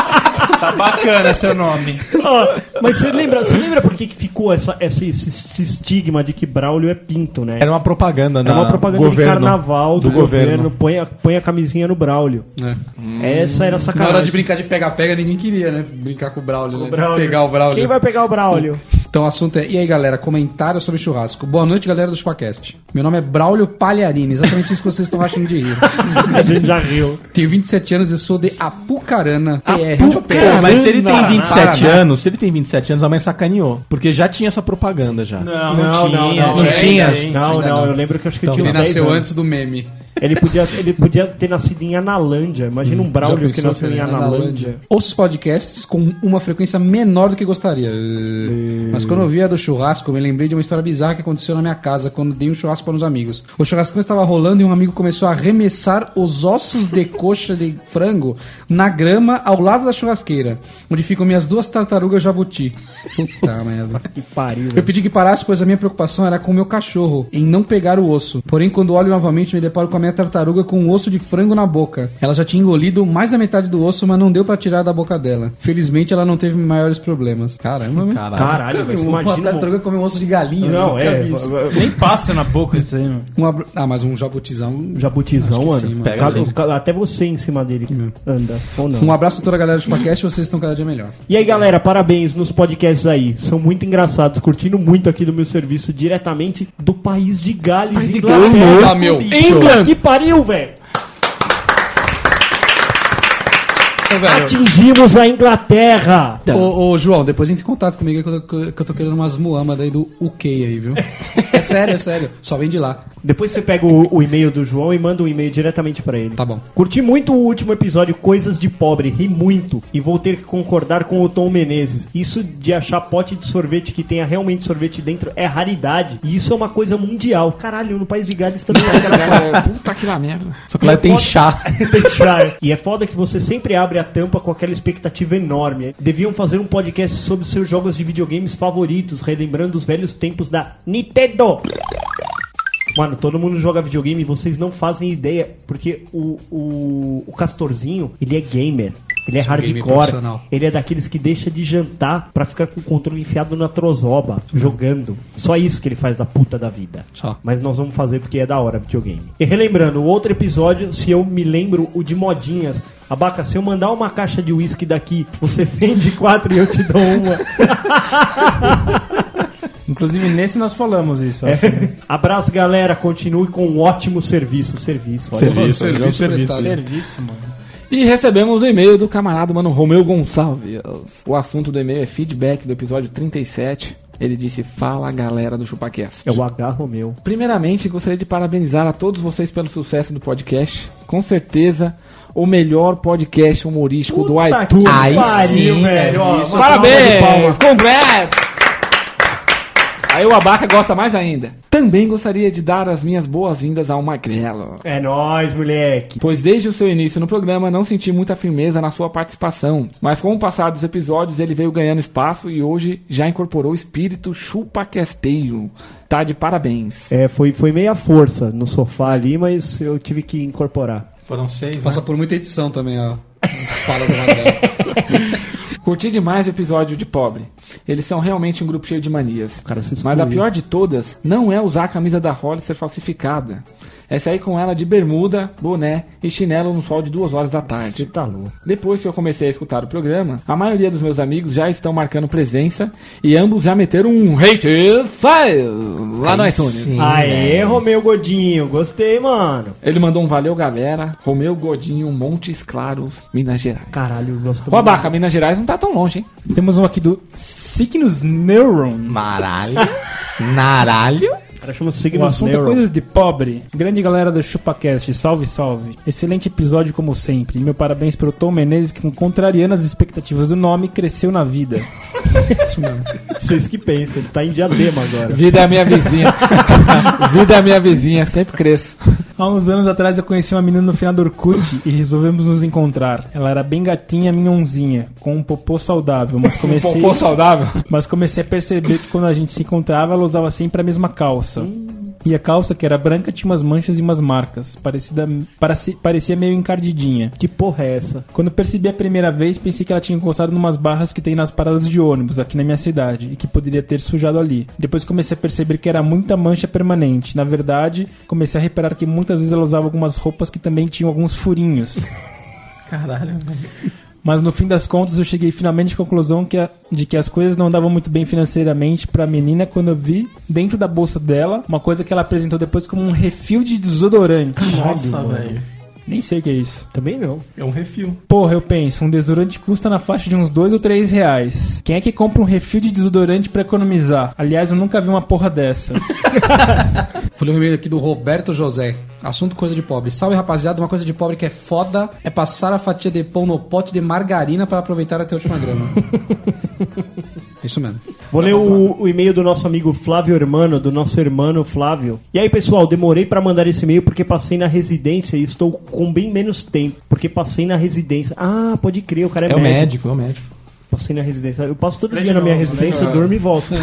Speaker 7: Tá bacana seu nome.
Speaker 8: Ó, mas você lembra, você lembra por que, que ficou essa, essa- esse, esse estigma de que Braulio é pinto, né?
Speaker 3: Era uma propaganda, né?
Speaker 8: Era uma propaganda
Speaker 3: governo,
Speaker 8: de carnaval
Speaker 3: do, governo.
Speaker 8: Põe, a, põe a camisinha no Braulio. Essa
Speaker 9: né? Hum.
Speaker 8: era a
Speaker 9: Na
Speaker 8: sacanagem.
Speaker 9: hora de brincar de pega-pega, ninguém queria, né? Brincar com o Braulio, né?
Speaker 8: Braulio.
Speaker 9: Pegar o Braulio.
Speaker 8: Quem vai pegar o Braulio?
Speaker 9: Então o assunto é. E aí, galera, comentário sobre churrasco. Boa noite, galera do Chupacast. Meu nome é Braulio Palharini, exatamente isso que vocês estão achando de rir.
Speaker 8: a gente já riu.
Speaker 9: Tenho 27 anos e sou de Apucarana, PR.
Speaker 3: Pô, mas se ele tem
Speaker 9: Paraná.
Speaker 3: 27
Speaker 9: Paraná.
Speaker 3: anos, se ele tem 27 anos, a mãe sacaneou. Porque já tinha essa propaganda já.
Speaker 7: Não, não, tinha.
Speaker 3: não tinha?
Speaker 8: Não,
Speaker 9: Ainda
Speaker 8: não,
Speaker 9: não.
Speaker 8: eu lembro que eu acho que eu
Speaker 3: Então,
Speaker 8: tinha
Speaker 9: Ele
Speaker 8: uns 10
Speaker 9: nasceu
Speaker 8: anos.
Speaker 9: antes do meme.
Speaker 8: Ele podia, ele podia ter nascido em Analândia. Imagina
Speaker 9: Hum,
Speaker 8: um Braulio que nasceu em Analândia.
Speaker 9: Ouça os podcasts com uma frequência menor do que gostaria. Eh, Mas quando eu vi a do churrasco, me lembrei de uma história bizarra que aconteceu na minha casa quando dei um churrasco para uns amigos. O churrascão estava rolando e um amigo começou a arremessar os ossos de coxa de frango na grama ao lado da churrasqueira, onde ficam minhas duas tartarugas jabuti. Puta merda.
Speaker 8: Que pariu.
Speaker 9: Eu pedi que parasse, pois a minha preocupação era com o meu cachorro, em não pegar o osso. Porém, quando olho novamente, me deparo com a minha tartaruga com um osso de frango na boca. Ela já tinha engolido mais da metade do osso, mas não deu pra tirar da boca dela. Felizmente, ela não teve maiores problemas. Caramba, meu.
Speaker 7: Caralho. Caralho, velho, você
Speaker 9: Uma
Speaker 7: imagina,
Speaker 9: tartaruga comer um osso de galinha.
Speaker 7: Não,
Speaker 9: nunca
Speaker 7: é,
Speaker 9: vi isso.
Speaker 7: Nem passa na boca isso aí, mano.
Speaker 9: Um abra- Ah, mas um jabutizão.
Speaker 8: Jabutizão,
Speaker 9: Acho que
Speaker 8: mano.
Speaker 9: sim, mano. Hum.
Speaker 8: Pega
Speaker 9: Cada-
Speaker 8: ele. Ca- Até você em cima dele anda, ou não.
Speaker 9: Um abraço a toda a galera do Chupacast, vocês estão cada dia melhor.
Speaker 8: E aí, galera, parabéns nos podcasts aí. São muito engraçados, curtindo muito aqui do meu serviço diretamente do país de Gales,
Speaker 9: País de
Speaker 8: Inglaterra.
Speaker 9: Gales, ah, meu.
Speaker 8: England, que pariu, velho. Atingimos a Inglaterra.
Speaker 9: Ô, ô, João, depois entre em contato comigo que eu, tô- que eu tô querendo umas muamas daí do UK aí, viu? É sério, é sério. Só vem de lá.
Speaker 8: Depois você pega o, o e-mail do João e manda um e-mail diretamente pra ele.
Speaker 9: Tá bom.
Speaker 8: Curti muito o último episódio Coisas de Pobre, ri muito. E vou ter que concordar com o Tom Menezes. Isso de achar pote de sorvete que tenha realmente sorvete dentro é raridade. E isso é uma coisa mundial. Caralho, no País de Gales também é.
Speaker 4: Cara, Puta que lá merda.
Speaker 3: Só que lá
Speaker 8: E é
Speaker 3: tem
Speaker 8: foda-
Speaker 3: chá.
Speaker 8: tem chá. é. E é foda que você sempre abre a tampa com aquela expectativa enorme. Deviam fazer um podcast sobre seus jogos de videogames favoritos, relembrando os velhos tempos da Nintendo. Mano, todo mundo joga videogame e vocês não fazem ideia, porque o, o, o Castorzinho, ele é gamer. Ele é
Speaker 9: Sou um gamer
Speaker 8: hardcore.
Speaker 9: profissional.
Speaker 8: Ele é daqueles que deixa de jantar pra ficar com o controle enfiado na trozoba, jogando. Só isso que ele faz da puta da vida.
Speaker 9: Só.
Speaker 8: Mas nós vamos fazer porque é da hora videogame. E relembrando, o outro episódio, se eu me lembro, o de modinhas. Abaca, se eu mandar uma caixa de uísque daqui, você vende quatro e eu te dou uma.
Speaker 7: Inclusive, nesse nós falamos isso.
Speaker 3: É.
Speaker 7: ó.
Speaker 8: É. Abraço, galera. Continue com um ótimo serviço. Serviço, olha.
Speaker 7: Serviço,
Speaker 4: serviço,
Speaker 9: é
Speaker 7: serviço.
Speaker 4: prestado.
Speaker 7: Serviço, mano.
Speaker 4: E recebemos o e-mail do camarada, mano, Romeu Gonçalves. O assunto do e-mail é feedback do episódio 37. Ele disse: Fala galera do ChupaCast.
Speaker 8: É o H Romeu.
Speaker 4: Primeiramente, gostaria de parabenizar a todos vocês pelo sucesso do podcast. Com certeza, o melhor podcast humorístico do
Speaker 8: Puta
Speaker 4: iTunes.
Speaker 8: que pariu, velho. Ó, uma salva de palmas.
Speaker 4: Parabéns! Congrats! Aí o Abaca gosta mais ainda. Também gostaria de dar as minhas boas-vindas ao Magrelo.
Speaker 8: É nóis, moleque.
Speaker 4: Pois desde o seu início no programa não senti muita firmeza na sua participação, mas com o passar dos episódios ele veio ganhando espaço e hoje já incorporou o espírito chupa-questeiro. Tá de parabéns.
Speaker 8: É, foi, foi meia força no sofá ali, mas eu tive que incorporar.
Speaker 3: Foram seis, né?
Speaker 9: Passa por muita edição também, ó. As Falas da Magrela.
Speaker 4: Curti demais o episódio de pobre. Eles são realmente um grupo cheio de manias.
Speaker 8: Cara, se
Speaker 4: Mas a
Speaker 8: excluiu.
Speaker 4: pior de todas não é usar a camisa da Holly ser falsificada. É sair com ela de bermuda, boné e chinelo no sol de duas horas da tarde.
Speaker 8: Você tá louco.
Speaker 4: Depois que eu comecei a escutar o programa, a maioria dos meus amigos já estão marcando presença e ambos já meteram um hate file lá no iTunes.
Speaker 7: é. né?
Speaker 8: Aê, Romeu Godinho. Gostei, mano.
Speaker 4: Ele mandou um valeu galera, Romeu Godinho, Montes Claros, Minas Gerais.
Speaker 8: Caralho, eu gosto
Speaker 4: Ó, Barca, Minas Gerais não tá tão longe, hein?
Speaker 7: Temos um aqui do Signos Neuron.
Speaker 5: Maralho. Naralho.
Speaker 8: O cara chama
Speaker 7: O
Speaker 8: Signos
Speaker 7: assunto é
Speaker 8: Neuron.
Speaker 7: coisas de pobre. Grande galera do ChupaCast, salve, salve. Excelente episódio como sempre. E meu parabéns pro Tom Menezes que, contrariando as expectativas do nome, cresceu na vida.
Speaker 8: Vocês que pensam, ele tá em diadema agora.
Speaker 4: Vida é a minha vizinha. Vida é a minha vizinha, sempre cresço.
Speaker 7: Há uns anos atrás eu conheci uma menina no final do Orkut e resolvemos nos encontrar. Ela era bem gatinha, minhonzinha, com um popô saudável,
Speaker 8: Um
Speaker 7: mas comecei,
Speaker 4: Popô Um saudável.
Speaker 7: mas comecei a perceber que quando a gente se encontrava, ela usava sempre a mesma calça. E a calça, que era branca, tinha umas manchas e umas marcas. Parecida, pareci- parecia meio encardidinha.
Speaker 8: Que porra é essa?
Speaker 7: Quando percebi a primeira vez, pensei que ela tinha encostado numas barras que tem nas paradas de ônibus aqui na minha cidade e que poderia ter sujado ali. Depois comecei a perceber que era muita mancha permanente. Na verdade, comecei a reparar que muitas vezes ela usava algumas roupas que também tinham alguns furinhos.
Speaker 3: Caralho.
Speaker 7: Mas no fim das contas, eu cheguei finalmente à conclusão que a- de que as coisas não davam muito bem financeiramente pra menina quando eu vi dentro da bolsa dela uma coisa que ela apresentou depois como um refil de desodorante.
Speaker 3: Nossa, velho.
Speaker 7: Nem sei o que é isso.
Speaker 8: Também não.
Speaker 3: É um refil.
Speaker 7: Porra, eu penso, um desodorante custa na faixa de uns 2 ou 3 reais. Quem é que compra um refil de desodorante pra economizar? Aliás, eu nunca vi uma porra dessa.
Speaker 9: Falei um e-mail aqui do Roberto José. Assunto coisa de pobre. Salve rapaziada, uma coisa de pobre que é foda é passar a fatia de pão no pote de margarina para aproveitar até a última grama. Isso mesmo.
Speaker 8: Vou ler o, o e-mail do nosso amigo Flávio Hermano, do nosso irmão Flávio. E aí, pessoal, demorei pra mandar esse e-mail porque passei na residência e estou com bem menos tempo. Porque passei na residência. Ah, pode crer, o cara é,
Speaker 3: É o médico, é o médico.
Speaker 8: Passei na residência. Eu passo todo
Speaker 3: Lê
Speaker 8: dia
Speaker 3: de
Speaker 8: na minha
Speaker 3: novo,
Speaker 8: residência,
Speaker 3: lê de novo.
Speaker 8: durmo e volto.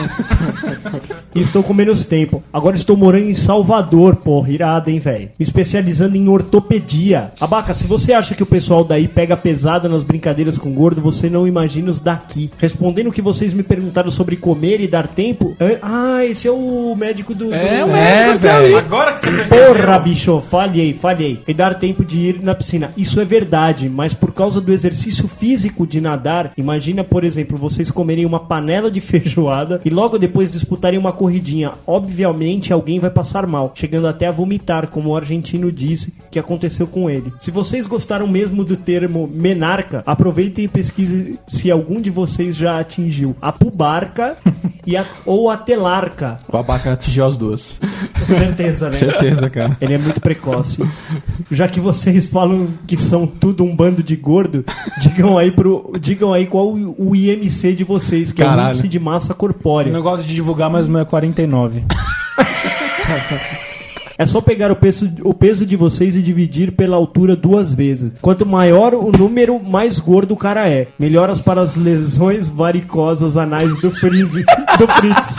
Speaker 8: e estou com menos tempo. Agora estou morando em Salvador, porra, irado, hein, velho. Me especializando em ortopedia. Abaca, se você acha que o pessoal daí pega pesado nas brincadeiras com gordo, você não imagina os daqui. Respondendo o que vocês me perguntaram sobre comer e dar tempo. é- Ah, esse é o médico do.
Speaker 4: É,
Speaker 8: do...
Speaker 4: o médico, velho.
Speaker 3: Agora que você
Speaker 8: Porra, bicho, falhei, falhei. E dar tempo de ir na piscina. Isso é verdade, mas por causa do exercício físico de nadar, imagina, por exemplo, vocês comerem uma panela de feijoada e logo depois disputarem uma corridinha. Obviamente, alguém vai passar mal, chegando até a vomitar, como o argentino disse que aconteceu com ele. Se vocês gostaram mesmo do termo menarca, aproveitem e pesquise se algum de vocês já atingiu a pubarca e a- ou a telarca.
Speaker 3: O abaca atingiu as duas.
Speaker 8: Certeza, né?
Speaker 3: Certeza, cara.
Speaker 8: Ele é muito precoce. Já que vocês falam que são tudo um bando de gordo, digam aí pro, digam aí qual o IMC de vocês, que é o
Speaker 7: Caralho.
Speaker 8: índice de massa corpórea.
Speaker 7: Eu não gosto de divulgar, mas o meu é 49.
Speaker 8: É só pegar o peso, o peso de vocês e dividir pela altura duas vezes. Quanto maior o número, mais gordo o cara é. Melhoras para as lesões varicosas anais do Freeze. Do Freeze.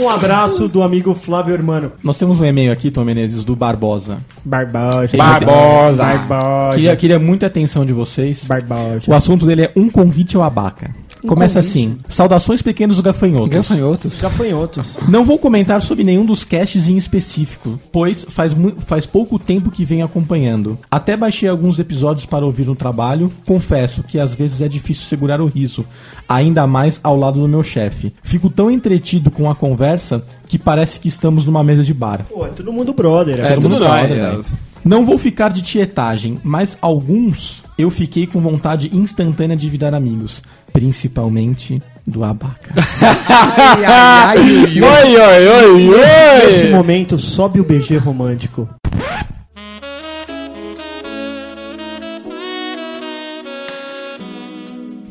Speaker 8: Um abraço do amigo Flávio Hermano.
Speaker 3: Nós temos um e-mail aqui, Tom Menezes, do Barbosa.
Speaker 8: Barbosa.
Speaker 3: Barbosa.
Speaker 8: Barbosa.
Speaker 3: Queria, queria muita atenção de vocês.
Speaker 8: Barbosa.
Speaker 3: O assunto dele é um convite ao abaca.
Speaker 8: Um
Speaker 3: Começa
Speaker 8: convite?
Speaker 3: assim: Saudações pequenos gafanhotos.
Speaker 4: Gafanhotos?
Speaker 8: Gafanhotos.
Speaker 3: Não vou comentar sobre nenhum dos casts em específico, pois faz, mu- faz pouco tempo que venho acompanhando. Até baixei alguns episódios para ouvir no trabalho. Confesso que às vezes é difícil segurar o riso, ainda mais ao lado do meu chefe. Fico tão entretido com a conversa que parece que estamos numa mesa de bar.
Speaker 8: Pô, é todo mundo brother.
Speaker 3: É, tudo
Speaker 8: brother,
Speaker 3: nóis,
Speaker 4: né?
Speaker 8: velho.
Speaker 3: é. Não vou ficar de tietagem, mas alguns eu fiquei com vontade instantânea de virar amigos. Principalmente do abaca.
Speaker 9: Ai, ai, ai, ui, ui. É.
Speaker 8: Nesse- Nesse momento, sobe o BG romântico.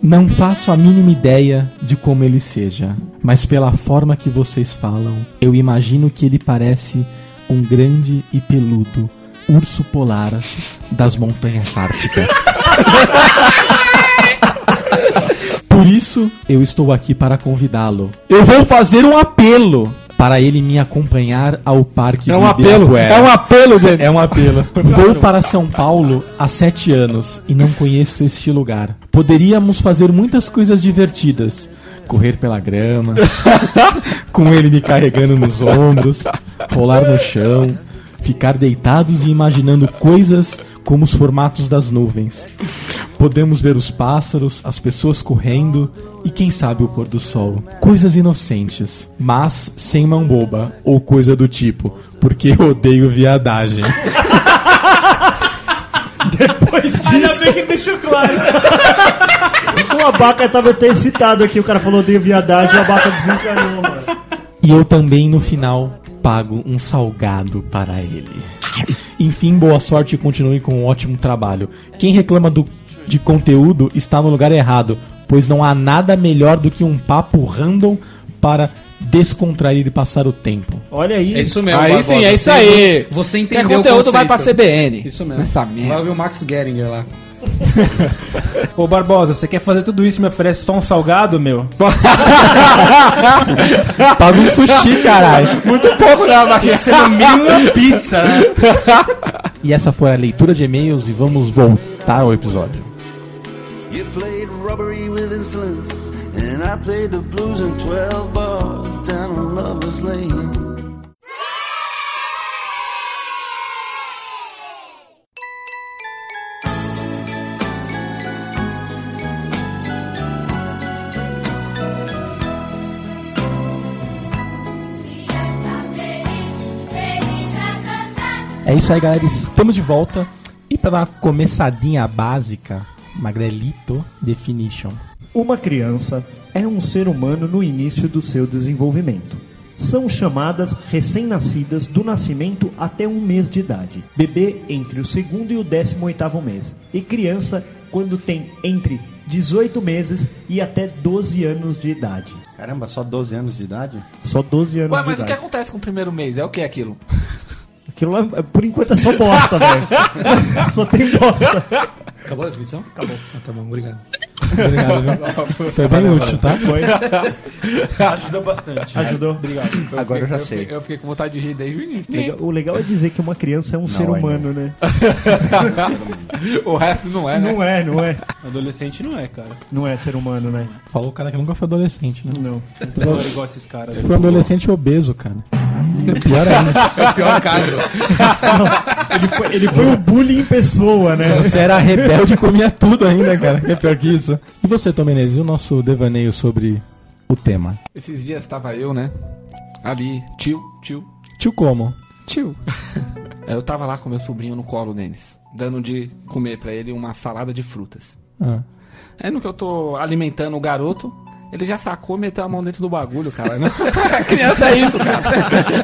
Speaker 3: Não faço a mínima ideia de como ele seja, mas pela forma que vocês falam, eu imagino que ele parece um grande e peludo urso polar das montanhas árticas. Por isso, eu estou aqui para convidá-lo. Eu vou fazer um apelo para ele me acompanhar ao parque
Speaker 4: É um
Speaker 3: do
Speaker 4: apelo,
Speaker 3: Ibirapuera.
Speaker 4: é um apelo, Zé.
Speaker 3: É um apelo. Vou para São Paulo há sete anos e não conheço este lugar. Poderíamos fazer muitas coisas divertidas. Correr pela grama, com ele me carregando nos ombros, rolar no chão, ficar deitados e imaginando coisas como os formatos das nuvens. Podemos ver os pássaros, as pessoas correndo e quem sabe o pôr do sol. Coisas inocentes, mas sem mão boba ou coisa do tipo, porque eu odeio viadagem.
Speaker 8: Depois disso. Ainda bem que deixou claro. o abaca tava até excitado aqui. O cara falou de viadagem. O abaca desencanou, mano.
Speaker 3: E eu também, no final, pago um salgado para ele. Enfim, boa sorte e continue com um ótimo trabalho. Quem reclama do, de conteúdo está no lugar errado, pois não há nada melhor do que um papo random para descontrair e passar o tempo.
Speaker 8: Olha aí.
Speaker 9: É isso mesmo,
Speaker 4: Aí
Speaker 9: Barbosa.
Speaker 4: sim, é isso
Speaker 9: Você
Speaker 4: aí.
Speaker 9: entendeu- Você
Speaker 4: Quer
Speaker 9: entendeu
Speaker 4: conteúdo,
Speaker 9: o conceito.
Speaker 4: vai pra CBN.
Speaker 9: Isso mesmo.
Speaker 4: Essa merda.
Speaker 9: Vai ver o Max Geringer lá.
Speaker 7: Ô Barbosa, você quer fazer tudo isso e me oferece só um salgado, meu?
Speaker 3: Paga um sushi, caralho.
Speaker 4: Muito pouco, né, Maquinha?
Speaker 7: Tinha que ser no mínimo uma pizza, né?
Speaker 3: E essa foi a leitura de e-mails e vamos voltar ao episódio.
Speaker 13: You played robbery with insolence, and I played the blues in 12 bars down on Lover's Lane.
Speaker 10: Criança feliz, feliz a cantar.
Speaker 3: É isso aí, galera. Estamos de volta. E para dar uma começadinha básica, Magrelito Definition.
Speaker 8: Uma criança é um ser humano no início do seu desenvolvimento. São chamadas recém-nascidas do nascimento até um mês de idade, bebê entre o segundo e o décimo oitavo mês, e criança quando tem entre 18 meses e até 12 anos de idade.
Speaker 11: Caramba, só 12 anos de idade?
Speaker 8: Só 12 anos
Speaker 4: Ué,
Speaker 8: de
Speaker 4: mas o
Speaker 8: idade.
Speaker 4: que acontece com o primeiro mês? É o que aquilo?
Speaker 8: Aquilo lá, por enquanto, é só bosta, velho. só tem bosta.
Speaker 9: Acabou a definição? Acabou. Ah, tá bom, obrigado.
Speaker 3: Obrigado, viu? Foi bem útil, tá?
Speaker 11: Ajudou
Speaker 4: né?
Speaker 11: bastante.
Speaker 8: Ajudou. Obrigado.
Speaker 11: Agora eu já
Speaker 4: fiquei-
Speaker 11: sei.
Speaker 4: Eu fiquei com vontade de rir desde o início.
Speaker 8: Legal- O legal é dizer que uma criança é um ser humano, né?
Speaker 4: o resto não é, né?
Speaker 8: Não é, não é.
Speaker 7: Adolescente não é, cara.
Speaker 8: Não é ser humano, né?
Speaker 3: Falou o cara que nunca foi adolescente, né?
Speaker 8: Não.
Speaker 7: Não é igual esses caras.
Speaker 3: Foi um adolescente obeso, cara. É pior ainda.
Speaker 9: É o pior caso.
Speaker 8: Ele foi, ele foi o bullying em pessoa, né?
Speaker 3: Você era rebelde e comia tudo ainda, cara. É pior que isso. E você, Tom Menezes, e o nosso devaneio sobre o tema?
Speaker 4: Esses dias estava eu, né? Ali, tio, tio,
Speaker 3: Tio como?
Speaker 4: Tio. É, eu tava lá com meu sobrinho no colo deles, dando de comer pra ele uma salada de frutas.
Speaker 3: Ah.
Speaker 4: Aí no que eu tô alimentando o garoto, ele já sacou e meteu a mão dentro do bagulho, cara. né? Não- criança é isso, cara.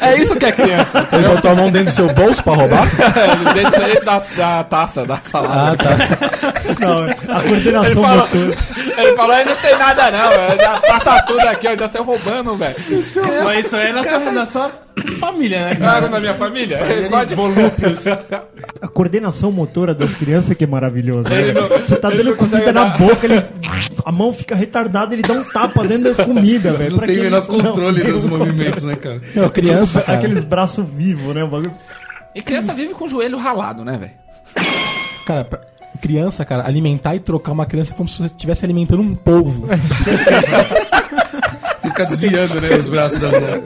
Speaker 4: É isso que é criança.
Speaker 3: Ele botou a mão dentro do seu bolso pra roubar?
Speaker 4: Ele dentro dentro da, da taça, da salada.
Speaker 8: Não, é. a
Speaker 4: Ele
Speaker 8: coordenação
Speaker 4: falou,
Speaker 8: motor.
Speaker 4: ele falou, aí não tem nada não, velho. Já passa tudo aqui, ó, já saiu roubando, velho. Criança-
Speaker 5: Mas isso aí é na sua, na sua família, né?
Speaker 4: Trago na minha família. Ele pode...
Speaker 8: A coordenação motora das crianças que é maravilhosa. né?
Speaker 4: Ele não-
Speaker 8: Você tá
Speaker 4: ele
Speaker 8: dando
Speaker 4: não
Speaker 8: comida
Speaker 4: consegue
Speaker 8: na
Speaker 4: dar.
Speaker 8: boca, ele, a mão fica retardada, ele dá um tapa dentro da comida, velho.
Speaker 9: Não
Speaker 8: Pra
Speaker 9: tem
Speaker 8: que
Speaker 9: o menor
Speaker 8: isso? Não,
Speaker 9: controle
Speaker 8: tem
Speaker 9: dos
Speaker 8: um
Speaker 9: movimentos, né, cara?
Speaker 3: Não, criança,
Speaker 8: controle.
Speaker 3: cara.
Speaker 8: Aqueles braços vivos, né? O bagulho.
Speaker 4: E criança vive com o joelho ralado, né, velho?
Speaker 3: Cara, pra- criança, cara, alimentar e trocar uma criança é como se você estivesse alimentando um polvo.
Speaker 4: É
Speaker 9: Tem que ficar desviando, né, os braços das mãos.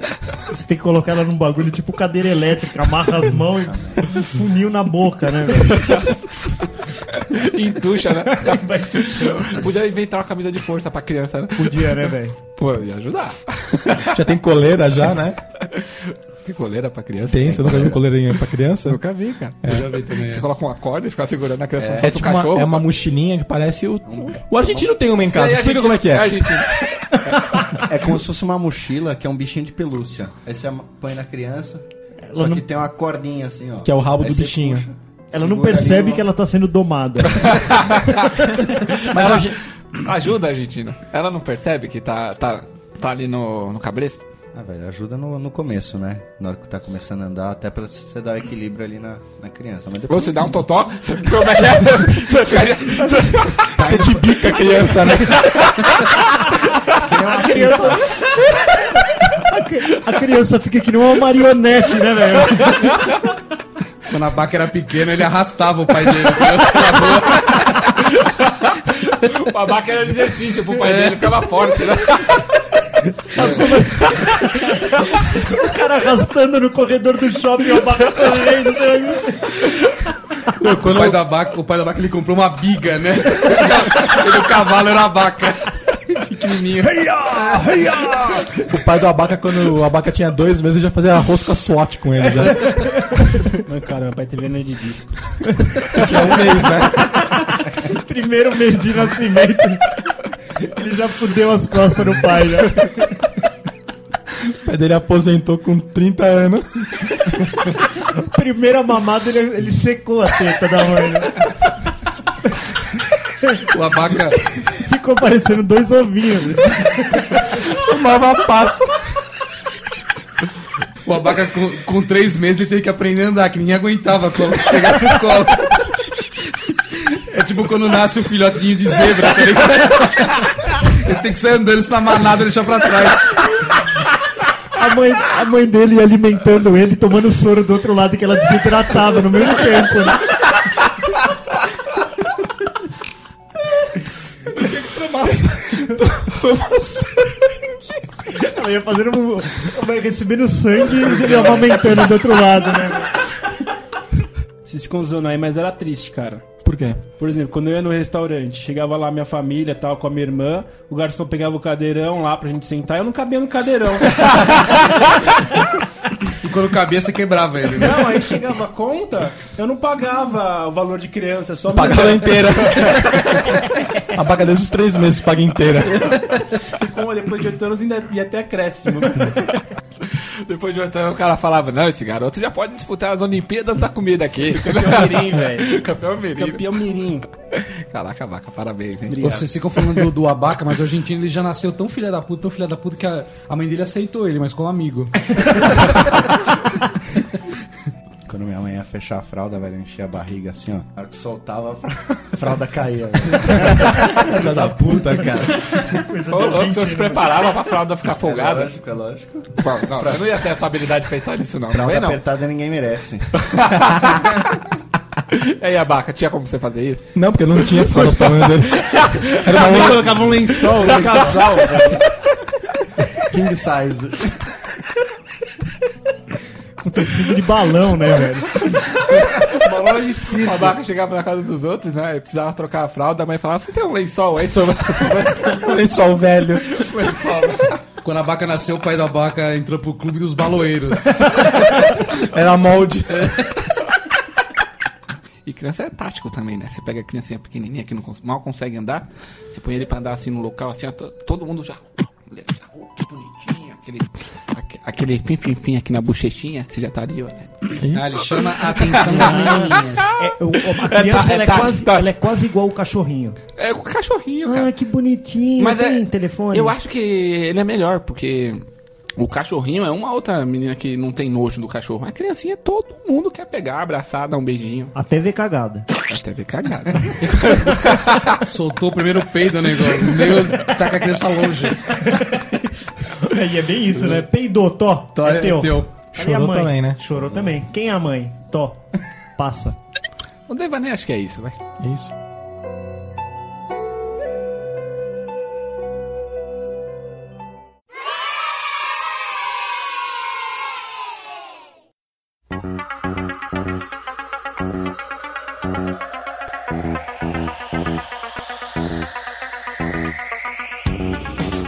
Speaker 8: Você tem que colocar ela num bagulho tipo cadeira elétrica, amarra as mãos e um funil na boca, né, velho?
Speaker 4: E ducha, né? Podia inventar uma camisa de força pra criança, né?
Speaker 8: Podia, né, velho?
Speaker 4: Pô, ia ajudar.
Speaker 3: já tem coleira já, né?
Speaker 4: Tem coleira pra criança?
Speaker 3: Tem, você nunca viu coleirinha pra criança?
Speaker 4: Nunca vi, cara.
Speaker 9: Eu já vi também.
Speaker 4: Você
Speaker 9: é.
Speaker 4: coloca uma corda e fica segurando a criança como se
Speaker 3: É
Speaker 4: fosse um
Speaker 3: tipo uma,
Speaker 4: cachorro.
Speaker 3: é uma mochilinha que parece o... O argentino tem uma em casa,
Speaker 4: E aí a
Speaker 3: explica
Speaker 4: gente-
Speaker 3: como é que
Speaker 4: a
Speaker 3: é.
Speaker 4: gente-
Speaker 11: É como se fosse uma mochila que é um bichinho de pelúcia. Aí você põe na criança, só
Speaker 8: não-
Speaker 11: que tem uma cordinha assim, ó.
Speaker 3: Que é o rabo
Speaker 11: Aí
Speaker 3: do
Speaker 11: você
Speaker 3: bichinho.
Speaker 11: puxa,
Speaker 8: Ela não
Speaker 11: segura ali
Speaker 8: percebe
Speaker 11: uma-
Speaker 8: que ela tá sendo domada.
Speaker 4: Ela Ajuda a Argentina. Ela não percebe que tá, tá, tá ali no, no cabresto?
Speaker 11: Ah, velho, ajuda no, no começo, né? Na hora que tá começando a andar, até pra você dar equilíbrio ali na, na criança. Mas
Speaker 4: Ou
Speaker 11: depois
Speaker 4: você dá um totó, você como é que é? Você fica-
Speaker 3: Você te bica a criança, né?
Speaker 8: A criança... A cri- A criança fica que nem uma marionete, né, velho?
Speaker 9: Quando a Baca era pequena, ele arrastava o pai dele. pela rua.
Speaker 4: O babaca era exercício pro pai dele, ficava forte, né?
Speaker 8: O cara arrastando no corredor do shopping, o abaca correndo. né?
Speaker 9: o, pai da Baca, o pai da Baca, ele comprou uma biga, né? Ele, o cavalo era a Baca. Pequenininho.
Speaker 3: O pai do Abaca, quando o Abaca tinha dois meses, já fazia rosca SWAT com ele. Já.
Speaker 7: Não, cara, meu pai teve hernia de disco.
Speaker 3: Tinha um mês, né?
Speaker 8: Primeiro mês de nascimento. Ele já fudeu as costas do pai, né? já.
Speaker 3: O pai dele aposentou com 30 anos.
Speaker 8: Primeira mamada, ele, ele secou a teta da mãe. né?
Speaker 9: O Abaca...
Speaker 8: Ficou parecendo dois ovinhos. né?
Speaker 3: Tomava passo.
Speaker 9: O abaca com, com três meses ele teve que aprender a andar, que ninguém aguentava colo, pegar no colo. É tipo quando nasce o filhotinho de zebra, tá ligado? Ele tem que sair andando, isso na manada deixar pra trás.
Speaker 8: A mãe, a mãe dele ia alimentando ele, tomando soro do outro lado que ela desidratava no mesmo tempo, né? Ela ia fazendo. um- Ela ia recebendo sangue e ele amamentando do outro lado, né?
Speaker 7: Vocês ficam zoando aí, mas era triste, cara.
Speaker 3: Por quê?
Speaker 7: Por exemplo, quando eu ia no restaurante, chegava lá minha família, tal, com a minha irmã, o garçom pegava o cadeirão lá pra gente sentar, eu não cabia no cadeirão.
Speaker 9: E quando cabia, você quebrava ele. né?
Speaker 14: Não, aí chegava a conta, eu não pagava o valor de criança, só
Speaker 3: Pagava inteira. A paga desde os três meses paga inteira.
Speaker 14: E como depois de 8 anos ainda ia até acréscimo.
Speaker 4: Depois de oito anos, o cara falava: Não, esse garoto já pode disputar as Olimpíadas da comida aqui.
Speaker 14: Campeão mirim, velho.
Speaker 4: Campeão mirim.
Speaker 14: Campeão mirim.
Speaker 4: Caraca, vaca, parabéns, hein?
Speaker 9: Pô, Então, Vocês ficam falando do, do abaca, mas o argentino ele já nasceu tão filha da puta, tão filha da puta, que a, a mãe dele aceitou ele, mas como amigo.
Speaker 11: Quando minha mãe ia fechar a fralda, velho, eu enchia a barriga assim, ó. A hora que soltava, a fra- a fralda caía. velho. Filha da puta, cara.
Speaker 4: Ô, louco, você se preparava pra fralda ficar folgada?
Speaker 11: É lógico, é lógico.
Speaker 4: Bom, não, você não ia ter essa habilidade de pensar nisso, não.
Speaker 11: Fralda
Speaker 4: Também não.
Speaker 11: apertada ninguém merece.
Speaker 4: E aí, abaca, tinha como você fazer isso?
Speaker 3: Não, porque não tinha fralda pra mãe dele. Era uma
Speaker 4: Também
Speaker 3: louca-
Speaker 4: colocava um lençol, um
Speaker 3: casal,
Speaker 11: velho. King size.
Speaker 8: Com Um tecido de balão, né, velho?
Speaker 4: Uma loja de circo. O abaca chegava na casa dos outros, né? E precisava trocar a fralda, a mãe falava: Você tem um lençol aí? Sobre...
Speaker 3: Um lençol velho.
Speaker 4: um lençol.
Speaker 9: Quando a Abaca nasceu, o pai do Abaca entrou pro clube dos baloeiros.
Speaker 3: Era molde.
Speaker 4: E criança é tático também, né? Você pega a criancinha pequenininha que não cons- mal consegue andar, você põe ele pra andar assim no local, assim, ó, to- todo mundo já. já- oh, que bonitinho, aquele. aque- Aquele fim-fim-fim aqui na bochechinha, você já tá ali, ó. né?
Speaker 9: Ah, ele chama a atenção né? das menininhas.
Speaker 8: É, o- a criança
Speaker 4: É
Speaker 8: ela é,
Speaker 4: tático,
Speaker 8: quase, ela é quase igual o cachorrinho.
Speaker 4: É o cachorrinho, cara.
Speaker 8: Ah, que bonitinho.
Speaker 4: Mas
Speaker 8: tem
Speaker 4: é-
Speaker 8: telefone?
Speaker 4: Eu acho que ele é melhor, porque o cachorrinho é uma outra menina que não tem nojo do cachorro. A criancinha, todo mundo quer pegar, abraçar, dar um beijinho.
Speaker 8: Até ver cagada.
Speaker 4: Até ver cagada.
Speaker 9: Soltou o primeiro peido, né, negócio. Meio tá com a criança longe.
Speaker 8: E é bem isso, né? Peidou, Tó.
Speaker 9: Tó, é teu.
Speaker 8: Cadê a
Speaker 9: Chorou
Speaker 8: mãe?
Speaker 9: também, né?
Speaker 8: Chorou também. Quem é a mãe? Tó. Passa.
Speaker 4: O Devaneio acho que é isso, vai.
Speaker 3: É isso.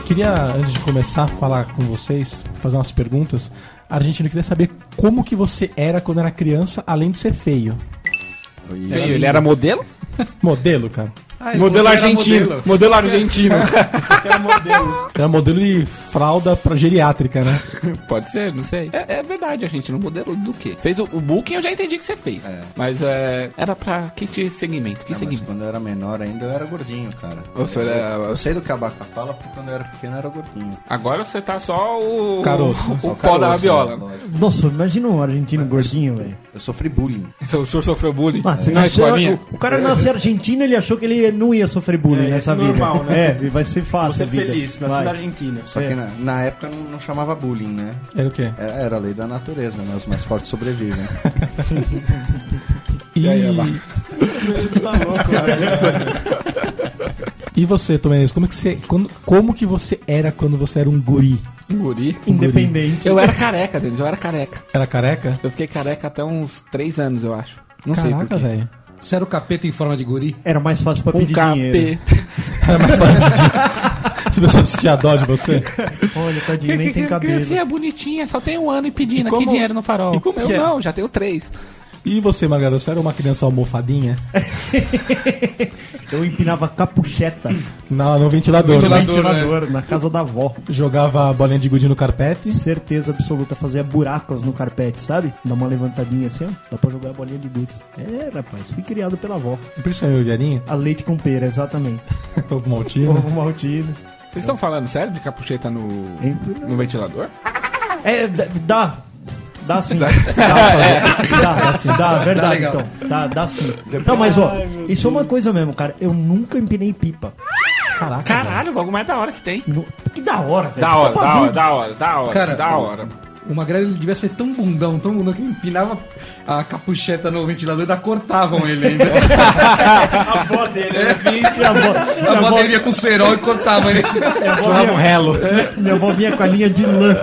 Speaker 3: Queria, antes de começar a falar com vocês, fazer umas perguntas. Argentino, eu queria saber como que você era quando era criança, além de ser feio.
Speaker 4: Feio, ele era modelo?
Speaker 3: Modelo, cara.
Speaker 4: Ah, ele Modelo falou que era argentino. modelo. Modelo argentino.
Speaker 3: Era modelo de fralda pra geriátrica, né?
Speaker 4: Pode ser, não sei. É, é verdade, a gente, no modelo do quê? Você Fez o, o booking, eu já entendi que você fez. Mas é, era pra que te segmento? Que
Speaker 11: Não, mas
Speaker 4: segmento?
Speaker 11: quando eu era menor ainda, eu era gordinho, cara.
Speaker 4: Ô, senhor,
Speaker 11: eu,
Speaker 4: é-
Speaker 11: eu sei do que a Baca fala, porque quando eu era pequeno eu era gordinho.
Speaker 4: Agora você tá só o.
Speaker 11: Caroço.
Speaker 4: O,
Speaker 11: Só
Speaker 4: o pó
Speaker 11: caroço,
Speaker 4: da
Speaker 11: né?
Speaker 4: viola.
Speaker 8: Nossa, imagina um argentino gordinho, velho.
Speaker 11: Eu sofri bullying.
Speaker 4: O senhor sofreu bullying?
Speaker 8: Ah, você
Speaker 4: Não é
Speaker 8: nasceu-
Speaker 4: escolinha?
Speaker 8: o, o cara nasceu argentino, ele achou que ele não ia sofrer bullying
Speaker 11: É,
Speaker 8: nessa
Speaker 11: esse é
Speaker 8: vida.
Speaker 11: normal, né?
Speaker 8: É, vai ser fácil.
Speaker 11: Você
Speaker 8: a vida. Vai.
Speaker 11: Só que na, na época não, não chamava bullying, né?
Speaker 3: Era o quê?
Speaker 11: Era, era a lei da natureza, né? Os mais fortes sobrevivem.
Speaker 3: E,
Speaker 8: Você tá louco,
Speaker 3: e você, Tomenez, como é que você. Quando, como que você era quando você era um guri?
Speaker 4: Um guri?
Speaker 8: Independente.
Speaker 4: Eu era careca, Denis, eu era careca.
Speaker 3: Era careca?
Speaker 4: Eu fiquei careca até uns 3 anos, eu acho. Não sei
Speaker 3: Caraca,
Speaker 4: por quê.
Speaker 3: velho.
Speaker 9: Você era o capeta em forma de guri?
Speaker 8: Era mais fácil pra
Speaker 4: Um
Speaker 8: pedir dinheiro.
Speaker 4: capeta.
Speaker 3: Era mais fácil de- As pessoas tinham dó de você.
Speaker 8: Olha,
Speaker 4: Que-
Speaker 8: tadinho, nem
Speaker 4: que-
Speaker 8: tem
Speaker 4: que-
Speaker 8: cabelo.
Speaker 4: Criancinha é bonitinha, só tem um ano e pedindo
Speaker 3: E como-
Speaker 4: aqui dinheiro no farol.
Speaker 3: e como
Speaker 4: eu
Speaker 3: que é?
Speaker 4: não, já tenho três.
Speaker 3: E você, Margarida, você era uma criança almofadinha?
Speaker 8: Então Eu empinava capucheta.
Speaker 3: Não, no ventilador.
Speaker 8: No
Speaker 3: né?
Speaker 8: ventilador, na casa da avó.
Speaker 3: Jogava a bolinha de gude no carpete.
Speaker 8: Certeza absoluta, fazia buracos no carpete, sabe? Dá uma levantadinha assim, ó. Dá pra jogar a bolinha de gude. É, rapaz, fui criado pela avó.
Speaker 3: Impressionou o Guerinha?
Speaker 8: A leite com pera, exatamente.
Speaker 3: Os maltinos.
Speaker 8: Ovo maltino.
Speaker 4: Vocês estão falando sério de capucheta no,
Speaker 8: Entra.
Speaker 4: no ventilador?
Speaker 8: É, d- dá. Dá sim. Dá, dá, dá sim. Dá,
Speaker 4: Dá
Speaker 8: verdade,
Speaker 4: legal.
Speaker 8: então. Dá, dá sim. Não, mas ó, isso é uma coisa mesmo, cara. Eu nunca empinei pipa.
Speaker 3: Caraca.
Speaker 4: Caralho, o bagulho mais da hora que tem.
Speaker 8: No- Que da hora, velho.
Speaker 4: Da hora,
Speaker 8: Tô
Speaker 4: da hora,
Speaker 8: bagulho.
Speaker 4: da hora, da hora,
Speaker 9: Cara,
Speaker 4: da hora.
Speaker 9: O Magrelo ele devia ser tão bundão, tão bundão, que empinava a capucheta no ventilador e ainda cortavam ele ainda.
Speaker 14: A avó dele, né?
Speaker 8: E a avó- e
Speaker 9: A avó dele ia com cerol e cortava ele.
Speaker 11: É,
Speaker 8: minha avó
Speaker 3: Jogava um
Speaker 8: vinha-
Speaker 3: relo.
Speaker 8: Minha avó vinha com a linha de lã.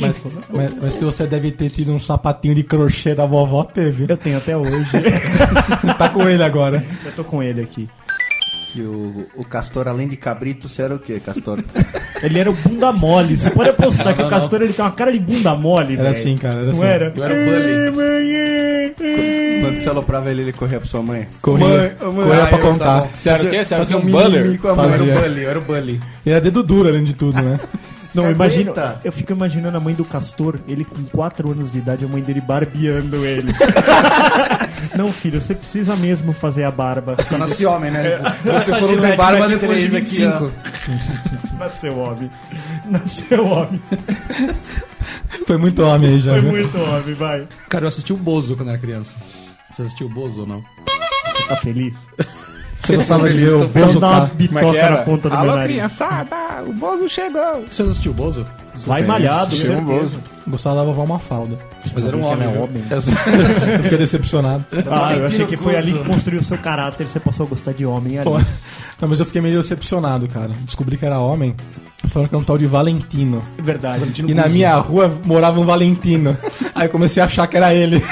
Speaker 3: Mas, mas- mas que você deve ter tido um sapatinho de crochê da vovó, teve.
Speaker 8: Eu tenho até hoje.
Speaker 3: tá com ele agora.
Speaker 8: Eu tô com ele aqui.
Speaker 11: Que o, o Castor, além de cabrito, você era o quê, Castor?
Speaker 8: Ele era o bunda mole. Você pode apostar que o Castor ele tem uma cara de bunda mole,
Speaker 11: Era
Speaker 8: velho.
Speaker 11: assim, cara, era
Speaker 8: Não
Speaker 11: assim.
Speaker 8: era?
Speaker 11: Eu era o Quando você aloprava ele, ele corria pra sua mãe. Mãe, ô,
Speaker 3: é
Speaker 11: mãe. Ah, eu tava-
Speaker 4: Você era o quê? Você era o quê?
Speaker 11: Fazia
Speaker 4: Um
Speaker 11: mimimi
Speaker 4: buller?
Speaker 11: com a mãe.
Speaker 4: Era o
Speaker 11: Fazia.
Speaker 4: bully, era o bully.
Speaker 3: Ele é dedo duro, além de tudo, né?
Speaker 8: Não, imagina.
Speaker 11: Aguenta.
Speaker 8: Eu fico imaginando a mãe do Castor, ele com 4 anos de idade, a mãe dele barbeando ele. Não, filho, você precisa mesmo fazer a barba.
Speaker 9: Eu nasci homem, né?
Speaker 8: Então
Speaker 9: Você for ter barba depois de 25.
Speaker 8: Nasceu homem. Nasceu homem.
Speaker 3: Foi muito homem aí já.
Speaker 8: Foi
Speaker 3: viu?
Speaker 8: muito homem, vai.
Speaker 9: Cara, eu assisti o Bozo quando era criança. Você assistiu o Bozo ou não?
Speaker 8: Você tá feliz?
Speaker 9: Você gostava de ver
Speaker 8: Eu
Speaker 9: o Bozo
Speaker 8: vou dar Então uma
Speaker 9: cara?
Speaker 8: bitoca na ponta do meu
Speaker 4: é Alô,
Speaker 8: nariz.
Speaker 4: criançada, o Bozo chegou.
Speaker 9: Você assistiu o Bozo?
Speaker 8: Vai malhado,
Speaker 4: Chegou um
Speaker 8: certeza.
Speaker 4: Bozo.
Speaker 3: Gostava da vovó Mafalda.
Speaker 9: Mas era um homem,
Speaker 3: Ela é
Speaker 9: viu?
Speaker 3: Eu fiquei decepcionado.
Speaker 8: Ah, eu achei que foi ali que construiu o seu caráter, você passou a gostar de homem ali.
Speaker 3: Pô, Não, mas eu fiquei meio decepcionado, cara. Descobri que era homem. Falando que era um tal de Valentino.
Speaker 8: Verdade.
Speaker 3: E na minha rua morava um Valentino. Aí eu comecei a achar que era ele.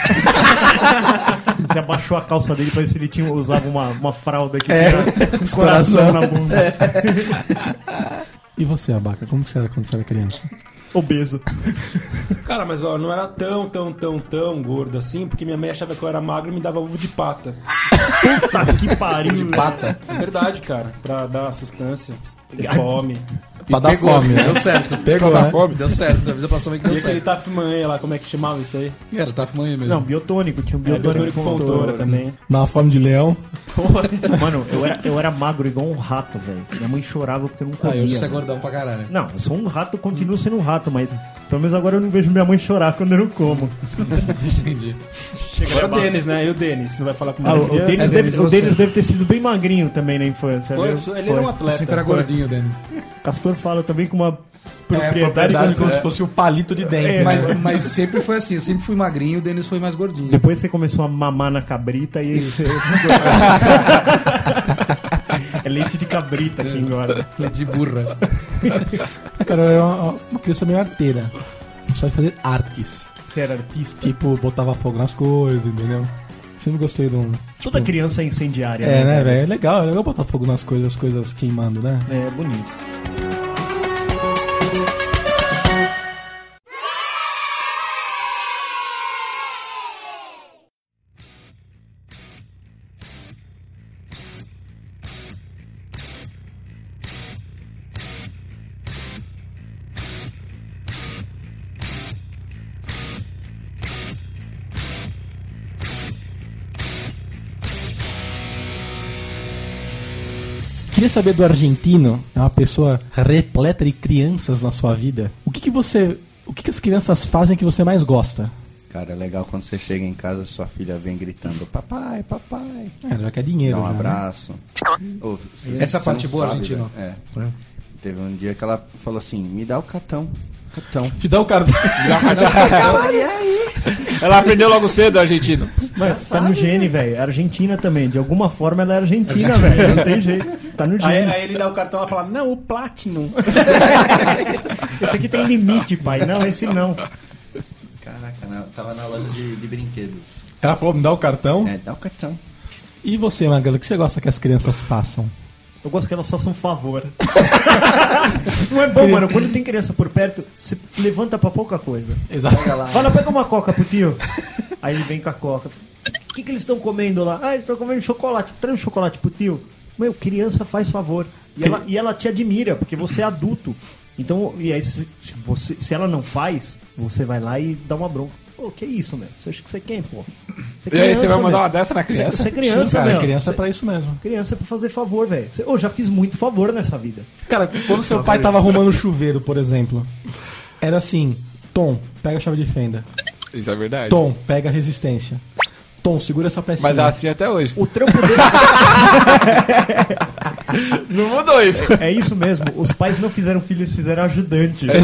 Speaker 8: Você abaixou a calça dele pra ver se ele tinha, usava uma, uma fralda que
Speaker 3: É.
Speaker 8: tinha um coração na bunda.
Speaker 3: E você, Abaca, como que você era quando você era criança?
Speaker 8: Obeso.
Speaker 5: Cara, mas ó, não era tão, tão, tão, tão gordo assim, porque minha mãe achava que eu era magro e me dava ovo de pata.
Speaker 8: Puta Tá, que pariu, de
Speaker 9: pata.
Speaker 5: É verdade, cara, pra dar sustância, ter fome.
Speaker 3: Pra dar
Speaker 9: Pegou,
Speaker 3: fome, né?
Speaker 9: Deu certo.
Speaker 3: Pegou,
Speaker 9: Pra dar
Speaker 3: né?
Speaker 9: fome, deu certo. Avisa pra sua mãe que deu
Speaker 5: E aquele
Speaker 9: certo.
Speaker 5: tafumanha lá, como é que chamava isso aí?
Speaker 9: Era, tá fumando mesmo.
Speaker 8: Não, biotônico, tinha um
Speaker 5: É,
Speaker 8: biotônico,
Speaker 5: Doutor com Fontoura
Speaker 3: né?
Speaker 5: também.
Speaker 3: Dava fome de leão.
Speaker 8: Mano, eu era, eu era magro igual um rato, velho. Minha mãe chorava porque eu não
Speaker 9: Ah,
Speaker 8: comia.
Speaker 9: e hoje você é
Speaker 8: velho.
Speaker 9: gordão pra caralho.
Speaker 8: Não, eu sou um rato, continuo sendo um rato, mas pelo menos agora eu não vejo minha mãe chorar quando eu não como.
Speaker 9: Entendi.
Speaker 5: Agora o Denis, né? E o Denis? Não vai falar com
Speaker 8: Ah, o, o Denis deve, o
Speaker 5: você.
Speaker 8: Denis deve ter sido bem magrinho também na infância.
Speaker 5: Foi,
Speaker 8: viu?
Speaker 5: ele era um atleta.
Speaker 9: Sempre era
Speaker 5: Foi.
Speaker 9: gordinho, Denis.
Speaker 8: Castor fala também com uma
Speaker 5: É,
Speaker 8: propriedade,
Speaker 3: propriedade
Speaker 8: como
Speaker 3: como
Speaker 8: se
Speaker 5: né?
Speaker 3: se fosse o palito de dente. né?
Speaker 9: Mas, mas sempre foi assim. Eu sempre fui magrinho o Denis foi mais gordinho.
Speaker 8: Depois você começou a mamar na cabrita e aí você. é leite de cabrita aqui agora.
Speaker 9: De burra.
Speaker 3: Cara, eu era uma, uma criança meio arteira. Só de fazer artes.
Speaker 8: Você era artista.
Speaker 3: Tipo, botava fogo nas coisas, entendeu? Sempre gostei de um.
Speaker 5: Tipo-
Speaker 8: Toda criança é incendiária.
Speaker 3: É, né, velho? É legal, é legal botar fogo nas coisas, as coisas queimando, né?
Speaker 8: velho? É bonito.
Speaker 3: Queria saber do argentino, é uma pessoa repleta de crianças na sua vida. O que, que você. O que, que as crianças fazem que você mais gosta?
Speaker 11: Cara, é legal quando você chega em casa sua filha vem gritando, papai, papai.
Speaker 3: É, já quer dinheiro.
Speaker 11: Dá um
Speaker 3: já, né?
Speaker 11: abraço. Ô, cê-
Speaker 9: Essa
Speaker 11: cê
Speaker 9: parte
Speaker 11: não
Speaker 9: boa,
Speaker 11: sabe,
Speaker 9: Argentina.
Speaker 11: velho. É. Teve um dia que ela falou assim, me dá o catão. Catão.
Speaker 3: Te dá o cartão.
Speaker 4: Ela aprendeu logo cedo, argentino.
Speaker 8: Mas tá
Speaker 5: né?
Speaker 8: no gene, velho. É Argentina também. De alguma forma ela é argentina, velho. Não tem jeito. Tá no
Speaker 5: Aí,
Speaker 8: gene.
Speaker 5: aí ele dá o cartão e fala, não, o Platinum.
Speaker 8: Esse aqui tem limite, pai. Não, esse não.
Speaker 11: Caraca, na- tava na loja de, de brinquedos.
Speaker 3: Ela falou, me dá o cartão.
Speaker 11: É, dá o catão.
Speaker 3: E você, Magalo, o que você gosta que as crianças façam?
Speaker 8: Eu gosto que elas façam um favor. Não é bom, mano. Quando tem criança por perto, você levanta pra pouca coisa.
Speaker 3: Exato.
Speaker 8: Vai lá, pega uma coca pro tio. Aí ele vem com a coca. O que, que eles estão comendo lá? Ah, eles estão comendo chocolate. Traz um chocolate pro tio. Meu, criança faz favor. E ela, e ela te admira, porque você é adulto. Então, e aí, se, se você, se ela não faz, você vai lá e dá uma bronca. Pô, que isso, meu? Você acha que você é quem, pô? Você é
Speaker 4: E aí, você
Speaker 8: criança,
Speaker 4: vai mandar
Speaker 8: meu.
Speaker 4: uma dessa na
Speaker 8: Você-
Speaker 4: criança?
Speaker 8: Você é criança,
Speaker 3: Sim, cara,
Speaker 8: meu.
Speaker 3: criança é
Speaker 8: Você-
Speaker 3: pra isso mesmo.
Speaker 8: Criança é pra fazer favor, velho. Você- Eu já fiz muito favor nessa vida.
Speaker 3: Cara, quando seu pai tava arrumando o chuveiro, por exemplo, era assim: Tom, pega a chave de fenda.
Speaker 4: Isso é verdade.
Speaker 3: Tom, pega a resistência. Tom, segura essa pecinha.
Speaker 4: Mas dá assim até hoje.
Speaker 8: O trampo dele
Speaker 4: Não mudou isso.
Speaker 8: é isso mesmo. Os pais não fizeram filho, eles fizeram ajudante.
Speaker 9: É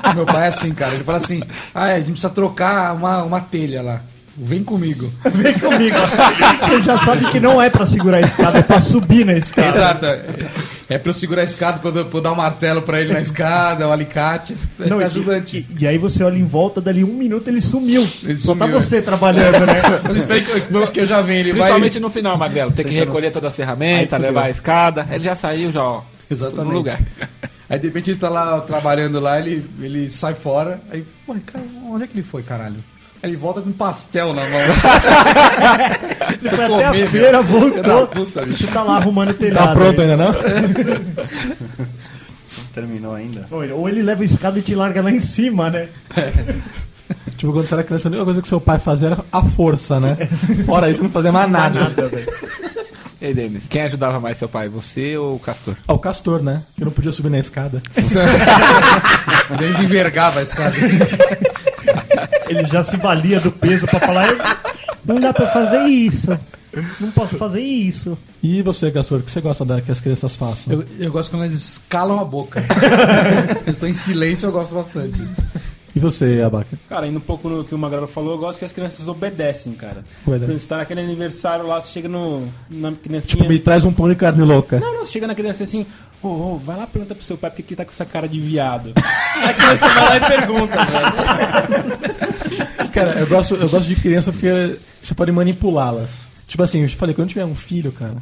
Speaker 4: Tá,
Speaker 9: Meu pai é assim, cara. Ele fala assim: ah, é, a gente precisa trocar uma, uma telha lá. Vem comigo.
Speaker 8: Vem comigo. Você já sabe que não é pra segurar a escada, é pra subir na escada.
Speaker 9: Exato. É pra eu segurar a escada, pra eu, pra eu dar um martelo pra ele na escada, o alicate. É
Speaker 8: Não, e-
Speaker 9: ajudante.
Speaker 8: E aí você olha em volta, dali um minuto ele sumiu.
Speaker 9: Ele
Speaker 8: Só tá
Speaker 9: sumiu,
Speaker 8: você
Speaker 9: é.
Speaker 8: trabalhando, né?
Speaker 9: Mas espera que eu, que eu já venho, ele vai...
Speaker 4: Principalmente no final, Magrelo. Tem que recolher todas as ferramentas,
Speaker 9: Aí fudeu.
Speaker 4: levar a escada. Ele já saiu, já, ó.
Speaker 9: Exatamente.
Speaker 4: No lugar.
Speaker 9: Aí de repente ele tá lá trabalhando lá, ele, ele sai fora, aí, pô, cara, onde é que ele foi, caralho? Aí ele volta com um pastel na mão. ele
Speaker 8: Foi até a feira, voltou. Bicho tá lá arrumando telhado.
Speaker 11: Tá pronto
Speaker 9: né?
Speaker 11: ainda, não?
Speaker 8: Terminou ainda. Ou ele, ou ele leva a escada e te larga lá em cima, né?
Speaker 3: Tipo, quando você era criança, a única coisa que seu pai fazia era a força, né? Fora isso, não fazia
Speaker 9: Tá
Speaker 3: mais
Speaker 8: Tá
Speaker 3: nada.
Speaker 4: Ei, Denis, quem ajudava mais seu pai? Você ou o Castor?
Speaker 3: Ah, o Castor, né? Que não podia subir na escada.
Speaker 8: é
Speaker 9: Ele envergava a escada.
Speaker 8: Ele já se valia do peso pra falar. "Eu- Não dá pra fazer isso. Não posso fazer isso.
Speaker 3: E você, Castor, o que você gosta da, que as crianças façam?
Speaker 9: Eu, eu gosto quando eles escalam a boca. eles estão em silêncio, eu gosto bastante.
Speaker 3: E você, Abaca?
Speaker 5: Cara, indo um pouco no que o Magrelo falou, eu gosto que as crianças obedecem, cara.
Speaker 3: Obedece.
Speaker 5: Quando você tá naquele aniversário lá, você chega no, na criancinha.
Speaker 3: Tipo, me traz um pão de carne louca.
Speaker 5: Não, não, você chega na criança assim, ô, ô, vai lá pergunta pro seu pai porque que ele tá com essa cara de viado. Aí a criança vai lá e pergunta, né?
Speaker 3: Cara, eu gosto, eu gosto de criança porque você pode manipulá-las. Tipo assim, eu te falei, quando eu tiver um filho, cara,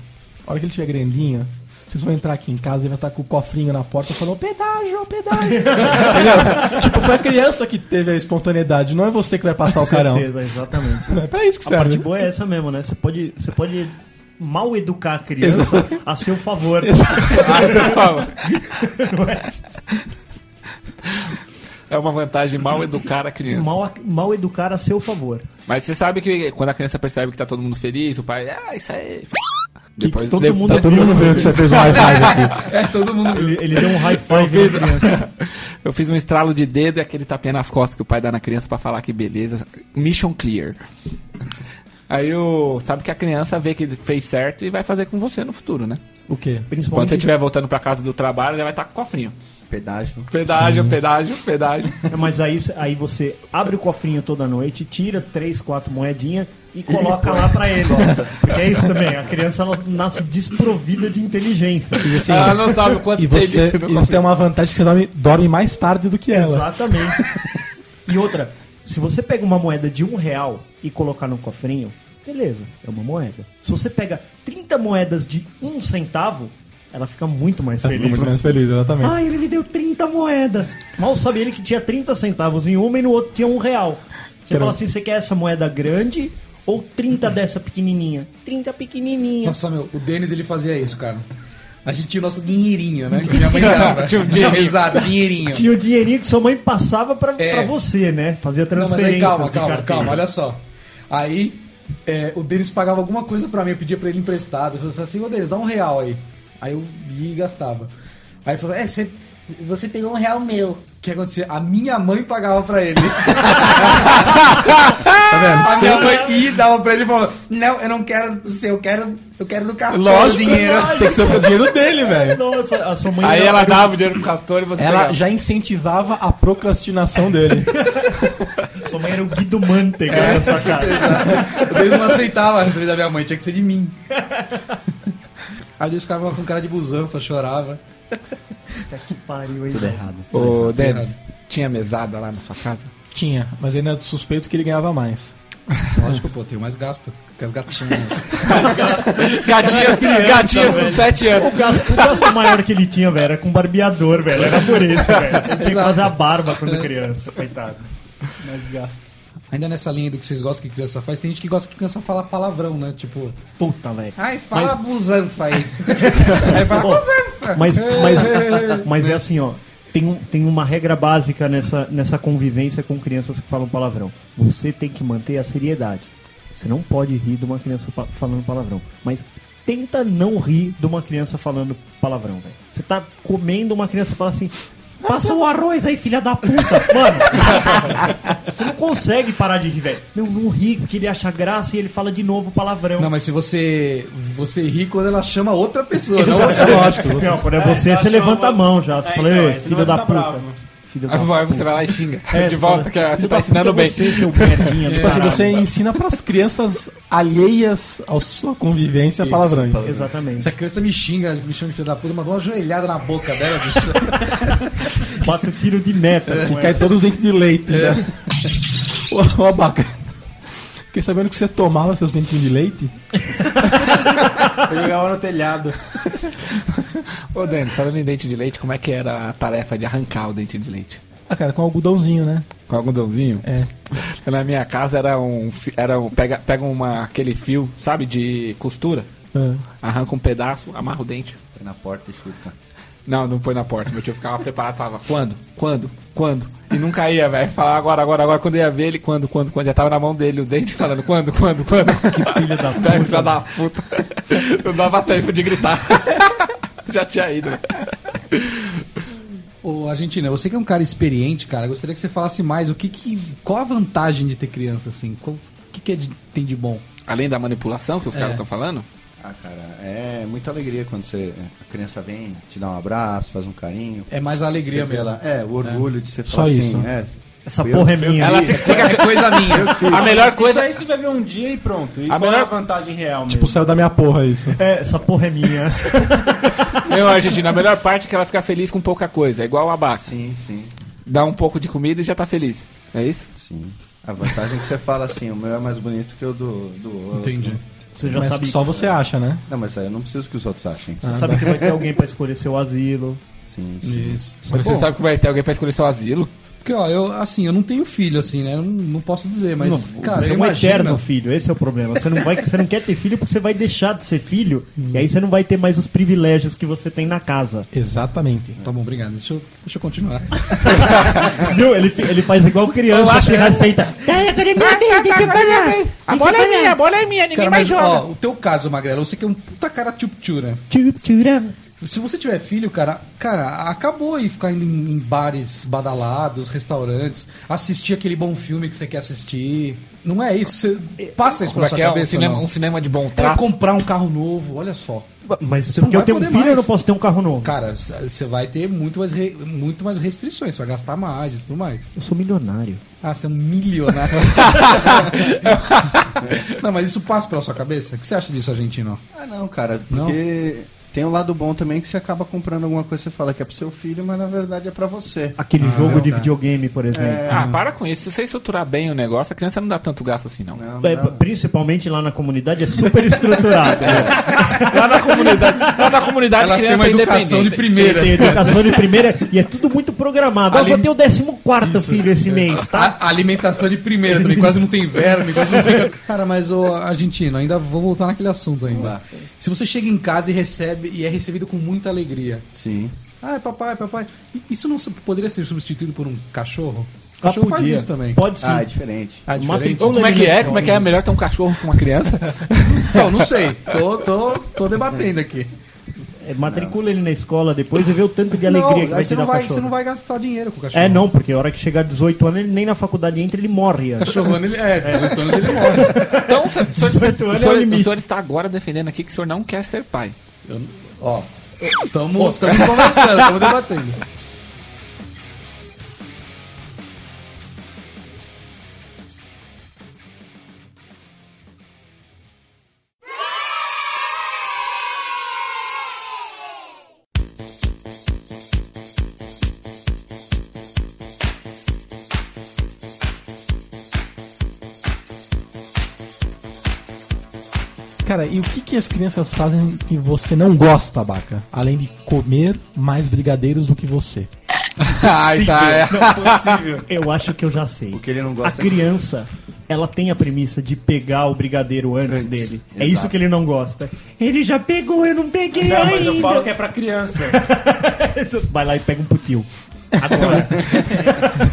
Speaker 3: a hora que ele tiver grandinho, vocês vão entrar aqui em casa e vai estar com o cofrinho na porta falando, pedágio, pedágio. Entendeu? tipo, foi a criança que teve a espontaneidade, não é você que vai passar o carão.
Speaker 8: certeza, exatamente.
Speaker 3: É pra isso que
Speaker 8: a
Speaker 3: serve.
Speaker 8: parte boa é essa mesmo, né? Você pode, você pode mal educar a criança
Speaker 3: Exato.
Speaker 8: a seu favor.
Speaker 4: A seu favor.
Speaker 8: Não é?
Speaker 4: É uma vantagem mal educar a criança.
Speaker 8: mal, mal educar a seu favor.
Speaker 4: Mas você sabe que quando a criança percebe que tá todo mundo feliz, o pai, ah, isso aí. f***". Depois,
Speaker 8: todo
Speaker 4: de-
Speaker 8: mundo é
Speaker 3: Tá todo mundo vendo que você fez um high five aqui.
Speaker 9: É, todo mundo viu.
Speaker 8: Ele, ele deu um high five
Speaker 4: Eu
Speaker 8: na criança.
Speaker 4: fiz, eu fiz um estralo de dedo e aquele tapinha nas costas que o pai dá na criança pra falar que beleza. Mission clear. Aí o. Sabe que a criança vê que fez certo e vai fazer com você no futuro, né?
Speaker 3: O quê?
Speaker 4: Quando você estiver voltando pra casa do trabalho, já vai estar com cofrinho.
Speaker 11: Pedágio.
Speaker 4: Pedágio, pedágio, pedágio.
Speaker 8: É, Mas aí, aí você abre o cofrinho toda noite, tira três, quatro moedinhas e coloca lá pra ele. Porque é isso também, a criança ela nasce desprovida de inteligência.
Speaker 5: Ah,
Speaker 3: E assim, e
Speaker 8: tem
Speaker 3: você,
Speaker 8: dentro do
Speaker 3: e você tem uma vantagem que você dorme, dorme mais tarde do que ela.
Speaker 8: Exatamente. E outra, se você pega uma moeda de um real e colocar no cofrinho, beleza, é uma moeda. Se você pega 30 moedas de um centavo, ela fica muito mais
Speaker 3: Ela fica
Speaker 8: feliz.
Speaker 3: Tá muito mais feliz, exatamente.
Speaker 8: Ah, ele me deu 30 moedas. Mal sabia ele que tinha 30 centavos em uma e no outro tinha um real. Você
Speaker 3: Quero-
Speaker 8: fala assim, você quer essa moeda grande ou 30 dessa pequenininha? 30 pequenininha.
Speaker 9: Nossa, meu, o Denis ele fazia isso, cara. A gente tinha o nosso dinheirinho, né? Que minha mãe dava.
Speaker 8: Tinha um
Speaker 9: Não,
Speaker 8: dinheirinho.
Speaker 9: exato, dinheirinho.
Speaker 8: Tinha o dinheirinho que sua mãe passava pra, pra você, né? Fazia
Speaker 9: É. Não, mas
Speaker 8: transferência.
Speaker 9: aí calma, calma, calma, olha só. Aí é, o Denis pagava alguma coisa pra mim, eu pedia pra ele emprestado. Eu falei assim, ô Denis, dá um real aí. Aí eu ia e gastava. Aí ele falou, é, você, você pegou um real meu. O que acontecia? A minha mãe pagava pra ele.
Speaker 3: Tá vendo?
Speaker 9: A minha
Speaker 3: Sempre-
Speaker 9: mãe ia e dava pra ele e falava, não, eu não quero do seu, eu quero, eu quero do Castor
Speaker 3: Lógico,
Speaker 9: o dinheiro.
Speaker 3: tem que ser o dinheiro dele, velho.
Speaker 8: Nossa, a sua
Speaker 4: Aí ela dava o dinheiro pro castor e você
Speaker 3: Ela
Speaker 4: pegava.
Speaker 3: já incentivava a procrastinação dele.
Speaker 8: Sua mãe era o Guido Mantega nessa casa.
Speaker 9: O Deus não aceitava receber da minha mãe, tinha que ser de mim. Aí o Deus ficava com cara de busanfa, chorava.
Speaker 8: que pariu, hein?
Speaker 9: Tudo errado.
Speaker 4: Ô, Denis, tinha mesada lá na sua casa?
Speaker 3: Tinha, mas ainda é suspeito que ele ganhava mais.
Speaker 9: Lógico, pô, tenho mais gasto que as gatinhas.
Speaker 4: Gatinhas, gatinhas com 7 anos.
Speaker 8: O gasto, o gasto maior que ele tinha, velho, era com barbeador, velho. Era por isso, velho. Ele tinha que fazer a barba quando criança, coitado. Mais gasto.
Speaker 9: Ainda nessa linha do que vocês gostam que criança faz, tem gente que gosta que criança fala palavrão, né? Tipo,
Speaker 8: Puta, velho.
Speaker 9: ai, fala
Speaker 8: Mas-
Speaker 9: busanfa aí. aí fala é
Speaker 8: Bom,
Speaker 9: busanfa.
Speaker 8: Mas, mas, mas é assim, ó. Tem, um- tem uma regra básica nessa, nessa convivência com crianças que falam palavrão. Você tem que manter a seriedade. Você não pode rir de uma criança pa- falando palavrão. Mas tenta não rir de uma criança falando palavrão, velho. Você tá comendo uma criança e fala assim. Passa o arroz aí, filha da puta, mano. Você não consegue parar de rir, velho. Não, não ri, porque ele acha graça e ele fala de novo palavrão.
Speaker 9: Não, mas se você você ri quando ela chama outra pessoa, não
Speaker 8: Exato.
Speaker 9: você.
Speaker 8: Não, quando é você, você levanta a mão já. Você
Speaker 9: É,
Speaker 8: fala,
Speaker 9: então, aí
Speaker 8: "Ei,
Speaker 9: você
Speaker 8: filho
Speaker 9: não vai
Speaker 8: da
Speaker 9: ficar
Speaker 8: puta.
Speaker 9: bravo.
Speaker 8: filho
Speaker 4: Ah,
Speaker 8: da
Speaker 4: vai,
Speaker 8: puta.
Speaker 4: você vai lá e xinga.
Speaker 8: É,
Speaker 4: de volta,
Speaker 8: fala,
Speaker 4: que ah, você
Speaker 8: filho
Speaker 4: tá
Speaker 8: da
Speaker 4: ensinando
Speaker 8: puta é
Speaker 4: bem.
Speaker 8: você, seu merdinha do
Speaker 3: Tipo assim,
Speaker 8: caralho.
Speaker 3: você ensina pras crianças alheias à sua convivência
Speaker 9: Isso,
Speaker 3: palavrões.
Speaker 8: é
Speaker 9: palavrões. Essa criança me xinga, me chama de filho da puta, mandou uma joelhada na boca dela, bicho.
Speaker 8: Bota o tiro de meta.
Speaker 3: Que cai todos os dentes de leite já. Ô, ô, Abaca, fiquei sabendo que você tomava seus dentinhos de leite.
Speaker 5: Eu jogava no telhado.
Speaker 4: Ô, Dani, falando em dente de leite, como é que era a tarefa de arrancar o dente de leite?
Speaker 3: Ah, cara, com algodãozinho, né?
Speaker 4: Com algodãozinho?
Speaker 3: É.
Speaker 4: Na minha casa era um. fi- Era um pega pega uma, aquele fio, sabe, de costura. Arranca um pedaço, amarra o dente.
Speaker 11: Põe na porta e chuta.
Speaker 4: Não, não foi na porta. Meu tio ficava preparado, tava quando? Quando? Quando? E não caía, velho. Falava agora, agora, agora. Quando eu ia ver ele, quando, quando, quando. Já tava na mão dele o dente falando quando, quando, quando. Que filho da puta. Filho da puta. Não dava tempo de gritar. Já tinha ido.
Speaker 9: Ô, Argentina, você que é um cara experiente, cara, gostaria que você falasse mais o que que... Qual a vantagem de ter criança, assim? Qual- o que que é de- tem de bom?
Speaker 4: Além da manipulação que os
Speaker 9: É.
Speaker 4: caras estão falando?
Speaker 11: Ah, cara, é muita alegria quando você, a criança vem, te dá um abraço, faz um carinho.
Speaker 9: É mais a alegria
Speaker 11: Você vê
Speaker 9: mesmo.
Speaker 11: ela- é, o orgulho
Speaker 9: É.
Speaker 11: de você
Speaker 9: Só
Speaker 11: falar
Speaker 9: isso.
Speaker 11: assim, é,
Speaker 9: Essa
Speaker 11: fui
Speaker 9: porra é
Speaker 11: fui
Speaker 9: minha.
Speaker 11: que
Speaker 9: Ela
Speaker 11: fiz.
Speaker 9: fica- fica coisa minha.
Speaker 11: Eu fiz.
Speaker 9: A melhor coisa-
Speaker 5: Isso aí você vai ver um dia e pronto. E
Speaker 4: A
Speaker 5: a melhor
Speaker 4: melhor-
Speaker 5: vantagem real
Speaker 3: Tipo, saiu da minha porra isso.
Speaker 8: É, essa porra é minha.
Speaker 4: Meu, Argentina, a melhor parte é que ela fica feliz com pouca coisa. É igual o abaca.
Speaker 11: Sim, sim.
Speaker 4: Dá um pouco de comida e já tá feliz. É isso?
Speaker 11: Sim. A vantagem é que você fala assim, o meu é mais bonito que o do, do outro.
Speaker 9: Entendi.
Speaker 8: Você já
Speaker 11: Mas
Speaker 8: sabe.
Speaker 11: só você
Speaker 3: acha, né?
Speaker 11: Não, mas aí eu não preciso que os outros achem.
Speaker 8: Você sabe que vai ter alguém pra escolher seu asilo.
Speaker 11: Sim,
Speaker 9: sim. Isso. é
Speaker 4: Mas você
Speaker 9: Bom.
Speaker 4: sabe que vai ter alguém pra escolher seu asilo?
Speaker 9: Porque, ó, eu, assim, eu não tenho filho, assim, né? Eu Não, não posso dizer, mas,
Speaker 8: não,
Speaker 9: cara,
Speaker 8: você
Speaker 9: você
Speaker 8: é um
Speaker 9: imagina...
Speaker 8: eterno filho, esse é o problema. Você não, vai, você não quer ter filho porque você vai deixar de ser filho e aí você não vai ter mais os privilégios que você tem na casa.
Speaker 3: Exatamente.
Speaker 9: Tá bom, obrigado. Deixa eu, deixa eu continuar.
Speaker 8: Viu? Ele, fi- ele faz igual
Speaker 9: Eu
Speaker 8: criança
Speaker 9: acho-
Speaker 8: que receita.
Speaker 4: A bola é minha, a bola é minha, ninguém
Speaker 9: Cara,
Speaker 4: mais
Speaker 9: mas,
Speaker 4: joga.
Speaker 9: ó, o teu caso, Magrela, você que é um puta cara tchuptura. Se você tiver filho, cara, cara, acabou aí ficar indo em, em bares badalados, restaurantes, assistir aquele bom filme que você quer assistir. Não é isso. Você passa isso
Speaker 4: Como
Speaker 9: pela
Speaker 4: é
Speaker 9: sua
Speaker 4: que é? Um
Speaker 9: cabeça.
Speaker 4: cinema,
Speaker 9: não.
Speaker 4: um cinema de bom
Speaker 9: É
Speaker 4: trato.
Speaker 9: comprar um carro novo, olha só.
Speaker 8: Mas
Speaker 9: Você não
Speaker 8: porque eu
Speaker 9: vai
Speaker 8: tenho um
Speaker 9: poder
Speaker 8: filho,
Speaker 9: mais.
Speaker 8: eu não posso ter um carro novo.
Speaker 9: Cara, você vai ter muito mais, re- muito mais restrições, você vai gastar mais e tudo mais.
Speaker 8: Eu sou milionário.
Speaker 9: Ah, você é um milionário. não, mas isso passa pela sua cabeça? O que você acha disso, argentino?
Speaker 11: Ah, não, cara, porque tem um lado bom também que você acaba comprando alguma coisa que você fala que é pro seu filho, mas na verdade é pra você.
Speaker 9: Ah,
Speaker 8: Aquele jogo de
Speaker 11: cara.
Speaker 8: videogame, por exemplo.
Speaker 11: É.
Speaker 4: Ah, para com isso. Se você estruturar bem o negócio, a criança não dá tanto gasto assim, não.
Speaker 8: É, principalmente lá na comunidade é super estruturado.
Speaker 4: Lá na comunidade, lá na comunidade
Speaker 9: Elas têm
Speaker 4: criança é
Speaker 9: uma educação
Speaker 4: independente.
Speaker 9: de primeira.
Speaker 8: Tem educação de primeira e é tudo muito programado. Ah,
Speaker 9: Ali- Ah,
Speaker 8: Eu vou ter o 14 quarto filho esse mês, tá?
Speaker 9: A- alimentação de primeira, também quase não tem verme, quase não fica. Cara, mas o argentino, ainda vou voltar naquele assunto ainda. Se você chega em casa e recebe e é recebido com muita alegria.
Speaker 11: Sim.
Speaker 9: Ah, papai, papai. I- Isso não se- poderia ser substituído por um cachorro? O
Speaker 8: Ah,
Speaker 9: cachorro faz
Speaker 8: podia.
Speaker 9: isso também.
Speaker 8: Pode sim.
Speaker 11: Ah, é diferente.
Speaker 9: Ah, é
Speaker 8: Mata
Speaker 9: diferente?
Speaker 8: igual
Speaker 4: Como é que é?
Speaker 8: legumes,
Speaker 4: Como é que é? Melhor ter um cachorro com uma criança?
Speaker 9: Então, não sei. Tô, tô, tô debatendo aqui.
Speaker 8: É, Matricula ele na escola depois e vê o tanto de alegria que
Speaker 9: Não,
Speaker 8: vai
Speaker 9: aí
Speaker 8: te
Speaker 9: você
Speaker 8: dar
Speaker 9: não
Speaker 8: o
Speaker 9: vai, você
Speaker 8: cachorro.
Speaker 9: não vai gastar dinheiro com o cachorro.
Speaker 8: É, não, porque a hora que chegar 18 anos, ele nem na faculdade entra, ele morre. antes.
Speaker 9: Cachorrão, ele é, 18 anos ele morre.
Speaker 4: Então, o senhor, o senhor-
Speaker 8: 18
Speaker 4: o
Speaker 8: anos
Speaker 4: senhor-
Speaker 8: é o limite.
Speaker 4: o senhor está agora defendendo aqui que o senhor não quer ser pai.
Speaker 9: Eu- ó, estamos conversando, estamos debatendo.
Speaker 3: Cara, e o que, que as crianças fazem que você não gosta, Abaca? Além de comer mais brigadeiros do que você.
Speaker 4: Ah, isso aí é.
Speaker 8: Eu acho que eu já sei.
Speaker 11: O que ele não
Speaker 8: A
Speaker 11: gosta
Speaker 8: criança, ela tem a premissa de pegar o brigadeiro antes,
Speaker 11: Antes,
Speaker 8: dele. É
Speaker 11: exato.
Speaker 8: isso que ele não gosta. Ele já pegou, eu não peguei
Speaker 5: Não,
Speaker 8: ainda.
Speaker 5: mas eu falo que é pra criança.
Speaker 8: Vai lá e pega um putil. Agora.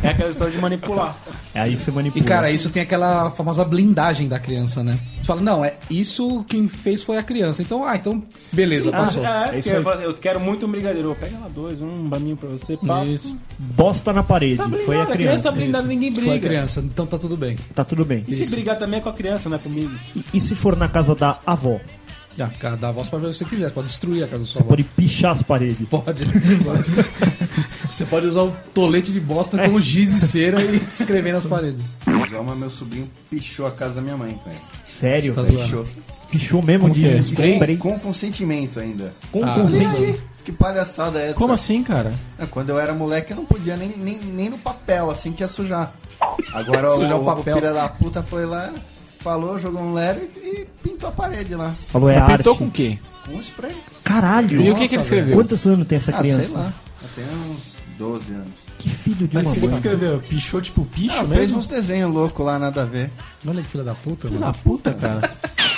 Speaker 5: É aquela história de manipular.
Speaker 8: é aí que você
Speaker 9: E
Speaker 8: manipula.
Speaker 9: cara, isso tem aquela famosa blindagem da criança, né? Você fala, não, é isso quem fez foi a criança. Então, ah, então, beleza, passou.
Speaker 5: Ah, é,
Speaker 8: É
Speaker 5: porque
Speaker 8: isso
Speaker 5: eu
Speaker 8: aí.
Speaker 5: falo assim, eu quero muito um brigadeiro. Eu, Pega lá dois, um pra mim, pra você.
Speaker 8: tá.
Speaker 5: Pá.
Speaker 9: É Isso. é
Speaker 8: Bosta na parede.
Speaker 5: Tá blindado,
Speaker 8: Foi a
Speaker 5: a criança
Speaker 8: criança.
Speaker 5: tá blindada, ninguém briga.
Speaker 9: Foi a criança, então tá tudo bem.
Speaker 8: Tá tudo bem.
Speaker 5: E se brigar também é com a criança, não é comigo?
Speaker 8: E se for na casa da avó?
Speaker 9: Ah, cara, dá a voz pra ver o que você quiser. Você pode destruir a casa da sua avó.
Speaker 8: Pode pichar as paredes.
Speaker 9: Pode. Você pode usar o tolete de bosta como giz e cera e escrever nas paredes.
Speaker 11: Mas é meu sobrinho pichou a casa da minha mãe, velho.
Speaker 8: Sério?
Speaker 11: Tá pichou.
Speaker 8: Pichou mesmo
Speaker 11: Como
Speaker 8: de
Speaker 11: que é?
Speaker 8: spray?
Speaker 11: Com, com consentimento ainda.
Speaker 8: Com
Speaker 11: Olha
Speaker 9: Ah,
Speaker 8: consentimento.
Speaker 11: aí, Que palhaçada é essa?
Speaker 3: Como assim, cara?
Speaker 11: É, Quando eu era moleque, eu não podia nem, nem, nem no papel, assim que ia sujar. Agora
Speaker 9: Sujar
Speaker 11: o,
Speaker 9: o papel.
Speaker 11: o filho da puta foi lá, falou, jogou um leve e pintou a parede lá.
Speaker 8: Falou, é
Speaker 4: Apertou
Speaker 8: arte.
Speaker 4: com o quê?
Speaker 11: Com um spray.
Speaker 8: Caralho.
Speaker 4: E o que que ele escreveu?
Speaker 8: Quantos anos tem essa
Speaker 11: ah,
Speaker 8: criança?
Speaker 11: sei lá. Eu tenho uns 12 anos.
Speaker 8: Que filho de
Speaker 3: Mas
Speaker 8: uma
Speaker 3: você
Speaker 8: mãe.
Speaker 3: escreveu? Pichou tipo picho
Speaker 11: Ah, fez
Speaker 3: mesmo?
Speaker 11: uns desenhos loucos lá, nada a ver.
Speaker 9: Olha que filha da puta,
Speaker 3: Filho da
Speaker 9: mano.
Speaker 3: puta, cara.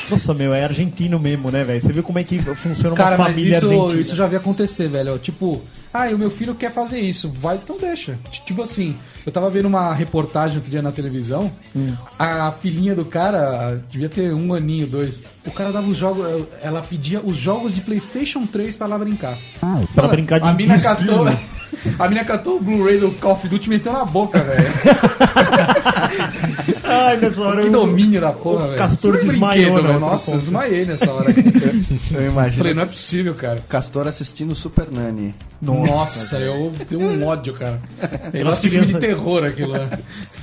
Speaker 8: Nossa, meu, é argentino mesmo, né, velho? Você viu como é que funciona uma
Speaker 9: Cara, mas
Speaker 8: família
Speaker 9: isso,
Speaker 8: argentina.
Speaker 9: isso já via acontecer, velho. Tipo, ah, o meu filho quer fazer isso. Vai, então deixa. Tipo assim, eu tava vendo uma reportagem outro dia na televisão.
Speaker 3: Hum.
Speaker 9: A filhinha do cara devia ter um aninho, dois. O cara dava os jogos. Ela pedia os jogos de PlayStation 3 pra ela brincar.
Speaker 8: Pra brincar de
Speaker 9: A mina
Speaker 8: disquinho.
Speaker 9: catou. A mina catou o Blu-ray do Call of Duty e meteu na boca, velho.
Speaker 8: Ai, nessa hora
Speaker 9: Que
Speaker 8: eu-
Speaker 9: domínio da porra,
Speaker 8: o
Speaker 9: velho.
Speaker 8: Castor
Speaker 9: Isso não é
Speaker 8: desmaiou
Speaker 9: brinquedo,
Speaker 8: na
Speaker 9: velho.
Speaker 8: outra
Speaker 9: Nossa, eu
Speaker 8: ponta.
Speaker 9: desmaiei nessa hora. né?
Speaker 11: Eu imagino.
Speaker 9: Falei, não é possível, cara.
Speaker 11: Castor assistindo Super Nani.
Speaker 9: Nossa, eu tenho um ódio, cara. Eu
Speaker 8: Aquelas
Speaker 9: gosto de filme de
Speaker 8: crianças-
Speaker 9: terror aquilo lá.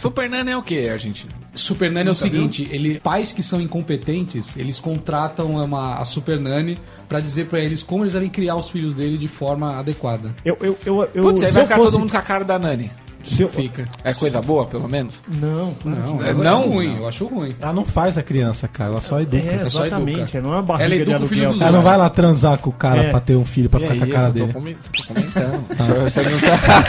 Speaker 4: Super Nana é o que, Argentina?
Speaker 9: Super Nani é o
Speaker 4: Nunca
Speaker 9: seguinte, ele, pais que são incompetentes, eles contratam uma, a Super Nani pra dizer pra eles como eles devem criar os filhos dele de forma adequada.
Speaker 8: Eu, eu, eu, eu,
Speaker 4: Putz, aí
Speaker 8: se
Speaker 4: vai
Speaker 8: eu
Speaker 4: ficar
Speaker 8: fosse-
Speaker 4: todo mundo com a cara da Nani.
Speaker 8: se eu-
Speaker 4: Fica. É coisa boa, pelo menos?
Speaker 8: Não, claro que
Speaker 9: É, não ruim, eu acho ruim.
Speaker 3: Ela não faz a criança, cara. Ela só educa.
Speaker 8: É,
Speaker 9: É só
Speaker 8: exatamente.
Speaker 9: educa.
Speaker 8: É, não é uma
Speaker 9: Ela
Speaker 8: barriga de
Speaker 9: educa o filho
Speaker 8: aluguel.
Speaker 9: dos
Speaker 3: Ela não
Speaker 9: outros.
Speaker 3: vai lá transar com o cara
Speaker 8: É.
Speaker 3: pra ter um filho, pra ficar com a cara
Speaker 4: eu só
Speaker 3: dele.
Speaker 4: tô comi- só tô comentando. Só- só não tá-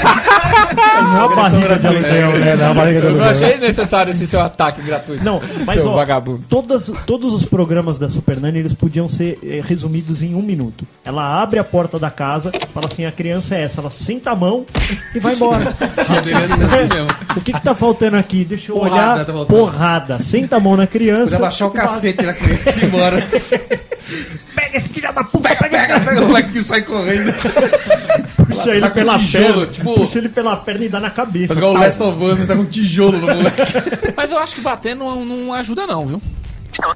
Speaker 8: Não é uma barriga de aluguel. né?
Speaker 3: É, na barriga do
Speaker 4: Eu não
Speaker 3: aluguel.
Speaker 4: achei necessário esse seu ataque gratuito.
Speaker 8: Não, mas
Speaker 4: seu
Speaker 8: ó,
Speaker 4: vagabundo.
Speaker 8: todas, todos os programas da Super Nani, eles podiam ser eh, resumidos em um minuto. Ela abre a porta da casa, fala assim, a criança é essa, ela senta a mão e vai embora.
Speaker 9: Poderia ser assim mesmo.
Speaker 8: o que que tá faltando aqui? Deixa eu
Speaker 9: Porrada,
Speaker 8: olhar.
Speaker 9: tá faltando.
Speaker 8: porrada. Senta a mão na criança.
Speaker 9: Podia baixar o
Speaker 8: vaza.
Speaker 9: cacete na criança e ir embora.
Speaker 8: Pega esse filho da puta, pega,
Speaker 9: Pega, pega o moleque que sai correndo.
Speaker 8: puxa ele
Speaker 9: tá com
Speaker 8: pela
Speaker 9: tijolo,
Speaker 8: perna.
Speaker 9: tipo-
Speaker 8: Puxa ele pela perna e dá na cabeça.
Speaker 9: Faz igual o Last of Us, tá com tijolo no moleque.
Speaker 4: Mas eu acho que bater não, não ajuda, não, viu?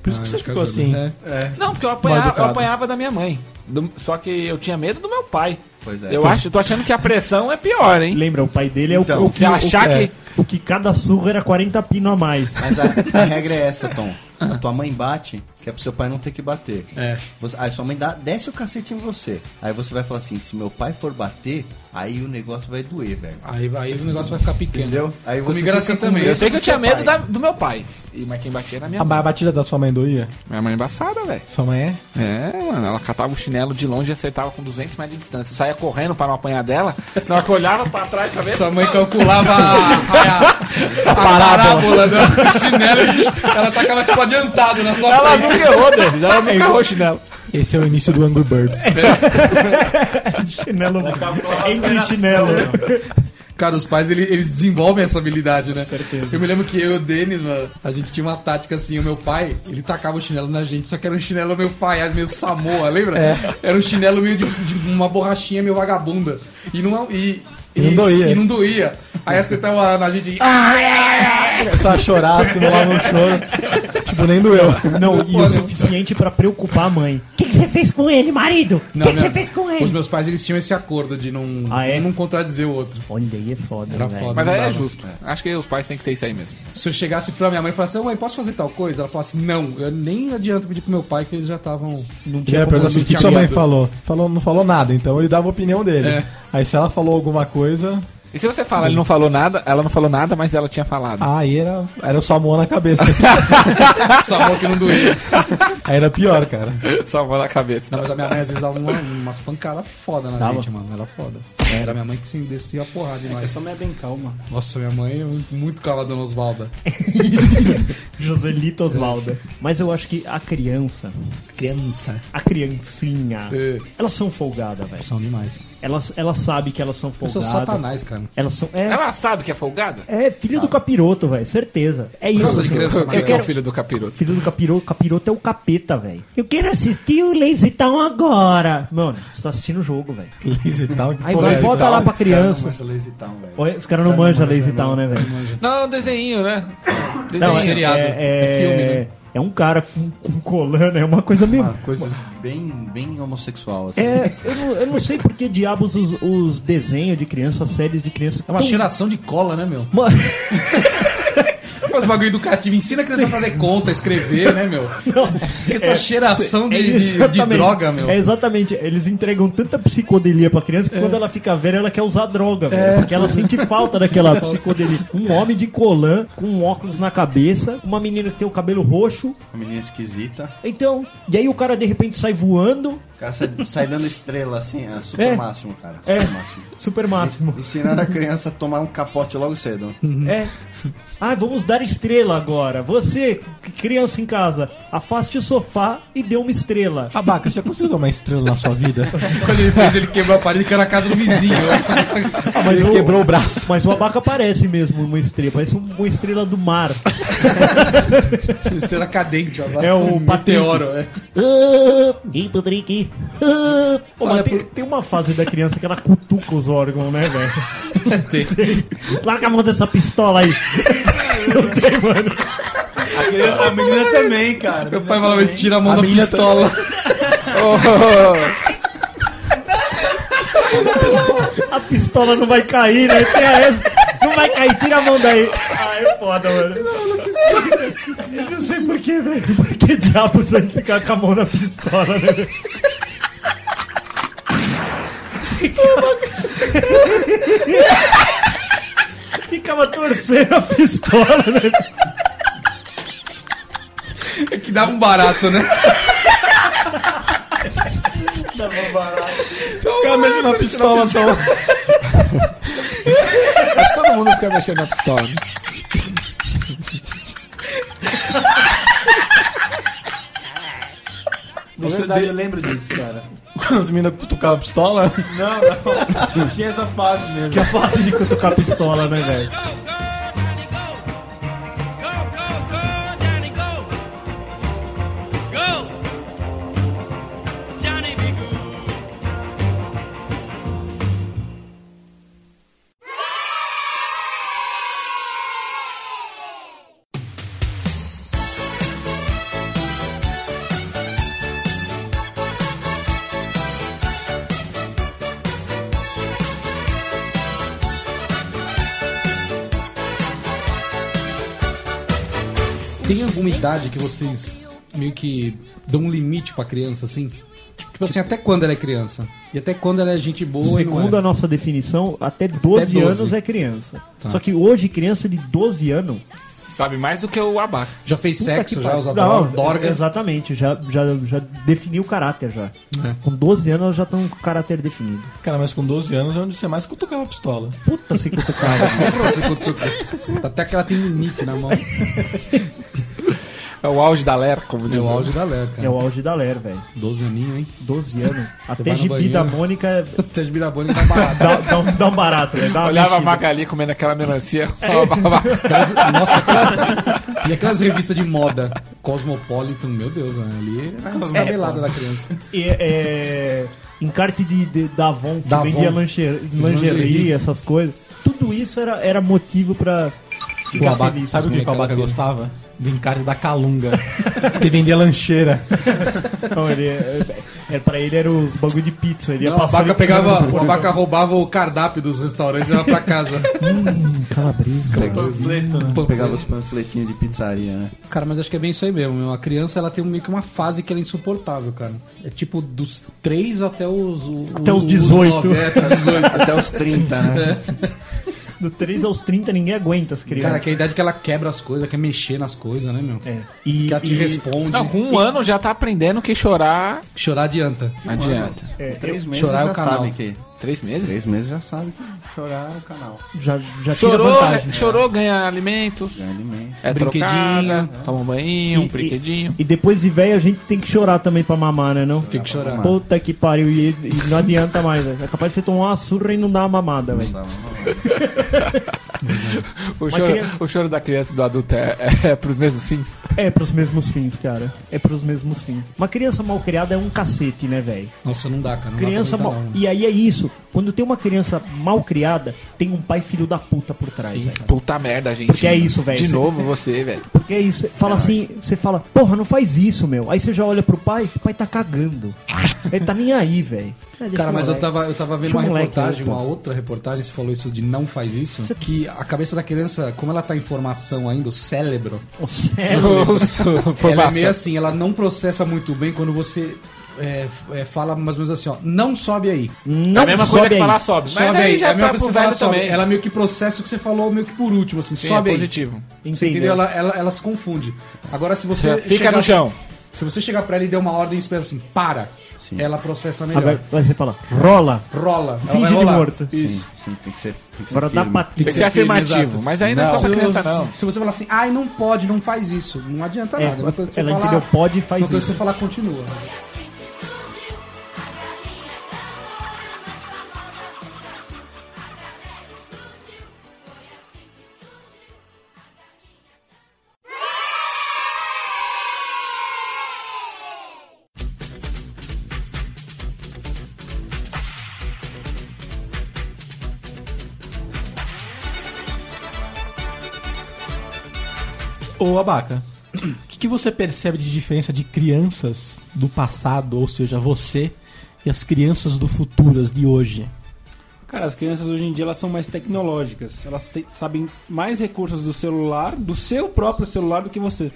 Speaker 3: Por isso que você ficou assim.
Speaker 9: É.
Speaker 4: Não, porque eu apanhava, eu
Speaker 3: educado.
Speaker 4: apanhava da minha mãe. Do- só que eu tinha medo do meu pai.
Speaker 11: Pois é.
Speaker 4: Eu acho, eu tô achando que a pressão é pior, hein?
Speaker 8: Lembra, o pai dele é o,
Speaker 11: Então,
Speaker 8: o que,
Speaker 4: Se achar
Speaker 8: o,
Speaker 4: que.
Speaker 8: o que é. cada surra era 40 pino a mais.
Speaker 11: Mas a, a regra é essa, Tom. A tua mãe bate, que é pro seu pai não ter que bater.
Speaker 9: É.
Speaker 11: Você- aí sua mãe dá, desce o cacete em você. Aí você vai falar assim, se meu pai for bater, aí o negócio vai doer, velho.
Speaker 9: Aí, aí o negócio vai ficar pequeno.
Speaker 11: Entendeu? Aí você
Speaker 9: Comigo era assim
Speaker 11: fica com
Speaker 9: também.
Speaker 11: medo
Speaker 4: Eu sei que eu
Speaker 11: do
Speaker 4: tinha
Speaker 11: seu
Speaker 4: medo
Speaker 11: pai.
Speaker 4: da- do meu pai. E, mas quem batia era minha
Speaker 3: A
Speaker 4: mãe.
Speaker 3: ba- a batida da sua mãe doía?
Speaker 4: Minha mãe é embaçada, velho.
Speaker 3: Sua mãe é?
Speaker 4: É, mano, ela catava o chinelo de longe e acertava com 200 metros de distância. Eu saía correndo pra não apanhar dela. Na hora que eu olhava pra trás pra ver.
Speaker 9: Sua mãe calculava a, a, a parábola do chinelo. Ela tacava tipo adiantado na sua
Speaker 4: Ela
Speaker 9: frente.
Speaker 4: nunca errou, David. Ela nunca errou o chinelo.
Speaker 3: Esse é o início do Angry Birds.
Speaker 8: Chinelo.
Speaker 9: Tá
Speaker 8: é Entre chinelo.
Speaker 9: né? Cara, os pais ele- eles desenvolvem essa habilidade, né? Certeza. Eu me lembro que eu e o Denis, mano, a gente tinha uma tática assim. O meu pai, ele tacava o chinelo na gente, só que era um chinelo meio falhado, meio Samoa, lembra?
Speaker 8: É.
Speaker 9: Era um chinelo meio de, de uma borrachinha meio vagabunda. E não. E,
Speaker 3: E não doía.
Speaker 9: E não doía. Aí acertava na gente. Ah,
Speaker 3: Começava a chorar, simulava um choro. Tipo, nem doeu.
Speaker 8: Não, e o suficiente pra preocupar a mãe. O que que você fez com ele, marido? O que
Speaker 9: Não,
Speaker 8: que você
Speaker 9: não.
Speaker 8: fez com
Speaker 9: Os
Speaker 8: ele?
Speaker 9: meus pais eles tinham esse acordo de não,
Speaker 8: Ah, é?
Speaker 9: um não contradizer o outro.
Speaker 8: Olha aí, é foda,
Speaker 9: Era
Speaker 8: velho.
Speaker 9: foda.
Speaker 4: Mas
Speaker 9: não
Speaker 4: aí é
Speaker 9: dava.
Speaker 4: justo. Acho que os pais têm que ter isso aí mesmo.
Speaker 9: Se eu chegasse pra minha mãe e falasse, "Ô, mãe, posso fazer tal coisa? Ela falasse, não, eu nem adianta pedir pro meu pai que eles já estavam.
Speaker 8: Não tinha
Speaker 3: Já
Speaker 8: como-
Speaker 3: perguntar assim, o que
Speaker 9: tinha
Speaker 3: sua mãe
Speaker 9: medo.
Speaker 3: falou? falou? Não falou nada, então ele dava a opinião dele.
Speaker 9: É.
Speaker 3: Aí se ela falou alguma coisa,
Speaker 4: E se você fala, ele não falou nada, ela não falou nada, mas ela tinha falado.
Speaker 3: ah, aí era, era o salmão na cabeça.
Speaker 9: Sabor que não doía.
Speaker 3: aí era pior, cara.
Speaker 4: Salvou na cabeça.
Speaker 9: Não, mas a minha mãe às vezes dava uma, umas pancadas foda na
Speaker 8: Dava?
Speaker 9: gente, mano. Era foda. Era minha mãe que se descia a porrada demais.
Speaker 14: Essa mãe é bem calma.
Speaker 9: Nossa, minha mãe é muito caladona Osvalda.
Speaker 8: Joselito Osvalda. Mas eu acho que a criança,
Speaker 9: Criança.
Speaker 8: a criancinha,
Speaker 9: É.
Speaker 8: elas são folgadas, velho.
Speaker 9: São demais.
Speaker 8: Elas, elas sabem que elas são
Speaker 9: Eu sou
Speaker 8: folgadas.
Speaker 9: satanás, cara.
Speaker 8: Elas são. É,
Speaker 4: Ela sabe que é folgada?
Speaker 8: é filho do capiroto, velho. Certeza. É isso.
Speaker 4: Nossa, criança,
Speaker 8: Eu
Speaker 4: mas é o
Speaker 8: quero-
Speaker 4: filho do capiroto.
Speaker 8: Filho do capiroto, capiroto é o capeta, velho. Eu quero assistir o Leisitão agora. Mano, você tá assistindo o jogo, velho.
Speaker 3: Lazy Town, que
Speaker 8: Aí
Speaker 3: porra
Speaker 8: vai,
Speaker 3: é essa?
Speaker 8: volta lá pra criança.
Speaker 11: Mas o Lazy Town, velho.
Speaker 8: Olha, Os caras não manjam Lazy Town, né, velho?
Speaker 4: Não, é um desenhinho, né?
Speaker 8: Não,
Speaker 4: Desenho.
Speaker 8: É, é,
Speaker 9: É filme, né?
Speaker 8: É um cara com, com colana, é uma coisa meio.
Speaker 11: Uma coisa bem, bem homossexual, assim.
Speaker 8: É, eu não, eu não sei por que diabos os, os desenhos de criança, as séries de criança.
Speaker 9: É uma
Speaker 8: tão-
Speaker 9: cheiração de cola, né, meu?
Speaker 8: Mano.
Speaker 9: Faz bagulho educativo, ensina a criança a fazer conta, escrever, né, meu? Essa
Speaker 8: É,
Speaker 9: cheiração de,
Speaker 8: é
Speaker 9: de- de
Speaker 8: exatamente.
Speaker 9: droga, meu.
Speaker 8: É exatamente. Eles entregam tanta psicodelia pra criança que quando ela fica velha, ela quer usar droga, velho.
Speaker 9: É.
Speaker 8: Porque ela sente falta daquela
Speaker 9: Sente falta.
Speaker 8: psicodelia. Um homem de colã, com um óculos na cabeça, uma menina que tem o cabelo roxo.
Speaker 11: Uma menina esquisita.
Speaker 8: Então, e aí o cara de repente sai voando.
Speaker 11: O cara sai, sai dando estrela, assim, é super
Speaker 8: É.
Speaker 11: máximo, cara.
Speaker 8: É.
Speaker 11: Super máximo.
Speaker 8: Super máximo.
Speaker 11: Ensinando a criança a tomar um capote logo cedo.
Speaker 8: É. Ah, vamos dar estrela agora. Você, criança em casa, afaste o sofá e dê uma estrela.
Speaker 3: Abaca, você conseguiu dar uma estrela na sua vida?
Speaker 9: Quando ele fez, ele quebrou a parede que era a casa do vizinho. né?
Speaker 8: Ah, mas
Speaker 3: Ele
Speaker 8: o-
Speaker 3: quebrou o braço.
Speaker 8: Mas o abaca parece mesmo uma estrela, parece um- uma estrela do mar.
Speaker 9: Tá Estrela cadente, ó.
Speaker 8: É o Patrick.
Speaker 9: meteoro, é.
Speaker 8: Ah, Ih, Patrick. Ah. Pô, mas tem, tem uma fase da criança que ela cutuca os órgãos, né, velho? Larga a mão dessa pistola aí. Não tem, mano.
Speaker 5: A, criança- a menina também, cara.
Speaker 9: Meu pai falava isso, tira a mão da
Speaker 5: menina
Speaker 9: pistola.
Speaker 8: A pistola não vai cair, né? Tem a essa. Não vai cair, tira a mão daí. Ah, é foda, mano. Eu não sei porquê, velho. Por que diabos vai ficar com a mão na pistola, né? velho? Ficava... Ficava torcendo a pistola, né?
Speaker 9: É que dava um barato, né?
Speaker 8: Tá
Speaker 3: Fica mexendo na pistola, então.
Speaker 4: Mas todo mundo fica mexendo na pistola. né?
Speaker 5: Você
Speaker 3: verdade,
Speaker 5: eu lembro disso, cara.
Speaker 3: Quando as meninas cutucavam a pistola.
Speaker 5: Não, não. Tinha essa fase mesmo.
Speaker 8: Que é fácil de cutucar a pistola, né, velho?
Speaker 10: Go! Johnny B. Good.
Speaker 9: Tem alguma idade que vocês meio que dão um limite pra criança, assim? Tipo tipo assim, até quando ela é criança? E até quando ela é gente boa e não
Speaker 8: Segundo
Speaker 9: é?
Speaker 8: a nossa definição, até 12,
Speaker 9: 12.
Speaker 8: anos é criança.
Speaker 9: Tá.
Speaker 8: Só que hoje, criança de 12 anos.
Speaker 4: Sabe mais do que o abaca.
Speaker 9: Já fez
Speaker 8: né? puta que
Speaker 9: sexo, já
Speaker 8: pariu.
Speaker 9: usa
Speaker 8: Não, é
Speaker 9: droga, dorga.
Speaker 8: Exatamente, já, já, já definiu o caráter já.
Speaker 9: É.
Speaker 8: Com 12 anos elas já estão com o caráter definido.
Speaker 3: Cara, mas com 12 anos é onde você mais cutucava a pistola.
Speaker 8: Puta se cutucava.
Speaker 9: Você cutuca. Assim, Até que ela tem limite na mão.
Speaker 4: É o auge da lera, como diz
Speaker 9: É o auge da Léo,
Speaker 8: é
Speaker 9: cara.
Speaker 8: o auge da Ler, velho.
Speaker 9: 12 aninhos, hein?
Speaker 8: 12 anos. Até
Speaker 9: vai no
Speaker 8: gibi da
Speaker 9: banheiro.
Speaker 8: Mônica
Speaker 9: Até de Mirabone tá barato.
Speaker 8: dá, dá um, dá um barato, velho. Dá uma
Speaker 4: Olhava a
Speaker 8: mexida.
Speaker 4: maca ali comendo aquela melancia. falava, "Abaca".
Speaker 9: Aquelas- Nossa, aquelas... e aquelas revistas de moda Cosmopolitan, meu Deus, mano, ali era a descabelada da criança.
Speaker 8: E, é, encarte de, de, da Avon, que
Speaker 9: Da
Speaker 8: vendia
Speaker 9: Avon.
Speaker 8: lanche-
Speaker 9: Lingerie.
Speaker 8: lingerie, essas coisas. Tudo isso era, era motivo pra
Speaker 3: O
Speaker 8: ficar
Speaker 3: Abaca-
Speaker 8: feliz. né,
Speaker 3: sabe o que,
Speaker 9: moleque
Speaker 3: que o Abaca
Speaker 9: era
Speaker 3: gostava? Do encarte da Calunga. que vendia lancheira.
Speaker 8: Não, ele, é, é, pra ele era os bagulho de pizza. Ele ia
Speaker 9: Não, a
Speaker 8: passar
Speaker 9: vaca
Speaker 8: e comia
Speaker 9: pegava,
Speaker 8: nos
Speaker 9: a
Speaker 8: bagulho.
Speaker 9: vaca roubava o cardápio dos restaurantes e levava pra casa.
Speaker 8: Hum, Calabresa.
Speaker 5: Panfleto, né?
Speaker 11: Pegava os panfletinhos de pizzaria, né?
Speaker 9: Cara, mas acho que é bem isso aí mesmo. Meu. A criança ela tem meio que uma fase que ela é insuportável, cara. É tipo dos 3 até os. o-
Speaker 8: Até os
Speaker 9: o-
Speaker 8: 18.
Speaker 9: nove, é, até os 18.
Speaker 11: Até os 30, né?
Speaker 8: Do 3 aos 30 ninguém aguenta as
Speaker 9: Cara,
Speaker 8: crianças.
Speaker 9: que é a idade que ela quebra as coisas, quer mexer nas coisas, né, meu?
Speaker 8: É. E,
Speaker 9: Que ela te
Speaker 8: e-
Speaker 9: responde.
Speaker 4: Não, com um ano já tá aprendendo que chorar
Speaker 9: Chorar adianta.
Speaker 4: adianta.
Speaker 8: é, eu
Speaker 11: Três meses
Speaker 9: Chorar é
Speaker 11: já
Speaker 9: o canal.
Speaker 11: sabe que.
Speaker 4: Três meses?
Speaker 11: Três meses já sabe que chorar é o canal.
Speaker 8: já, já tira
Speaker 4: Chorou,
Speaker 9: né?
Speaker 4: é,
Speaker 8: vantagem.
Speaker 4: chorou, ganha alimentos.
Speaker 11: Ganha alimento.
Speaker 4: É
Speaker 9: Brinquedinho.
Speaker 4: trocada, toma um banho,
Speaker 8: E-
Speaker 4: um brinquedinho.
Speaker 8: E depois de velho a gente tem que chorar também pra mamar, né não? Tem
Speaker 9: que chorar.
Speaker 8: Puta que pariu, e, né? e não adianta mais, velho. É capaz de você tomar uma surra e não dar uma mamada, velho.
Speaker 4: O
Speaker 8: Mas
Speaker 4: choro,
Speaker 8: queria-
Speaker 4: o choro da criança e do adulto é, é, pros mesmos sims?
Speaker 8: É pros mesmos fins, cara. É pros mesmos fins. Uma criança mal criada é um cacete, né, velho?
Speaker 9: Nossa, não dá, cara. Não
Speaker 8: Criança
Speaker 9: dá pra
Speaker 8: mal.
Speaker 9: aguentar, não.
Speaker 8: E aí é isso. Quando tem uma criança mal criada, tem um pai filho da puta por trás, velho.
Speaker 4: Puta merda, gente.
Speaker 8: Porque é isso, velho.
Speaker 4: De
Speaker 8: Você-
Speaker 4: novo você, velho.
Speaker 8: Porque é isso. Você Fala assim, você fala, porra, não faz isso, meu. Aí você já olha pro pai, o pai tá cagando. Ele tá nem aí, velho. É, deixa
Speaker 9: Cara,
Speaker 8: o
Speaker 9: mas eu
Speaker 8: moleque.
Speaker 9: tava, eu tava vendo
Speaker 8: Deixa o
Speaker 9: uma
Speaker 8: moleque,
Speaker 9: reportagem,
Speaker 8: pô.
Speaker 9: uma outra reportagem, você falou isso de não faz isso, que a cabeça da criança, como ela tá em formação ainda, o cérebro.
Speaker 8: O cérebro.
Speaker 9: ela é meio
Speaker 8: Formação.
Speaker 9: assim, ela não processa muito bem quando você. é, f- é, fala mais ou menos assim, ó. Não sobe aí.
Speaker 8: Não
Speaker 4: É a mesma coisa sobe que aí. falar sobe, mas
Speaker 9: Sobe
Speaker 4: aí
Speaker 9: aí.
Speaker 4: já
Speaker 9: é a mesma
Speaker 4: tá
Speaker 9: coisa
Speaker 4: pro
Speaker 9: que você fala
Speaker 4: velho
Speaker 9: sobe.
Speaker 4: também.
Speaker 9: Ela meio que processa o que você falou, meio que por último, assim.
Speaker 4: Sim,
Speaker 9: sobe
Speaker 4: é
Speaker 9: aí.
Speaker 4: positivo.
Speaker 9: Você entendeu?
Speaker 4: Entendeu.
Speaker 9: Ela, ela, ela se confunde. Agora, se você.
Speaker 4: Você fica no chão.
Speaker 9: Se você chegar pra ela e der uma ordem e espera assim, para. Ela processa melhor.
Speaker 8: Agora vai você falar, rola.
Speaker 9: Rola. Ela vai
Speaker 8: Finge de
Speaker 9: rolar.
Speaker 8: morto.
Speaker 9: Isso.
Speaker 11: Sim, tem que ser. Tem que ser
Speaker 8: Agora dá
Speaker 11: firme.
Speaker 8: pra- Tem que ser
Speaker 9: firme, exato.
Speaker 4: é
Speaker 11: Não.
Speaker 9: Se- Se você falar assim, ai, não pode, não faz isso, não adianta
Speaker 8: É,
Speaker 9: nada. Uma coisa que você
Speaker 8: ela
Speaker 9: falar-
Speaker 8: entendeu, pode e faz
Speaker 9: uma coisa
Speaker 8: isso.
Speaker 9: que você falar, continua.
Speaker 3: Ô, Abaca, o que, que você percebe de diferença de crianças do passado, ou seja, você, e as crianças do futuro, as de hoje?
Speaker 5: Cara, as crianças hoje em dia elas são mais tecnológicas. Elas te- sabem mais recursos do celular, do seu próprio celular, do que você.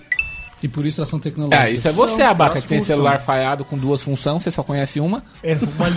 Speaker 9: E por isso elas são tecnológicas.
Speaker 4: Ah, isso é você, abaca, que tem celular falhado com duas funções, você só conhece uma.
Speaker 8: É, uma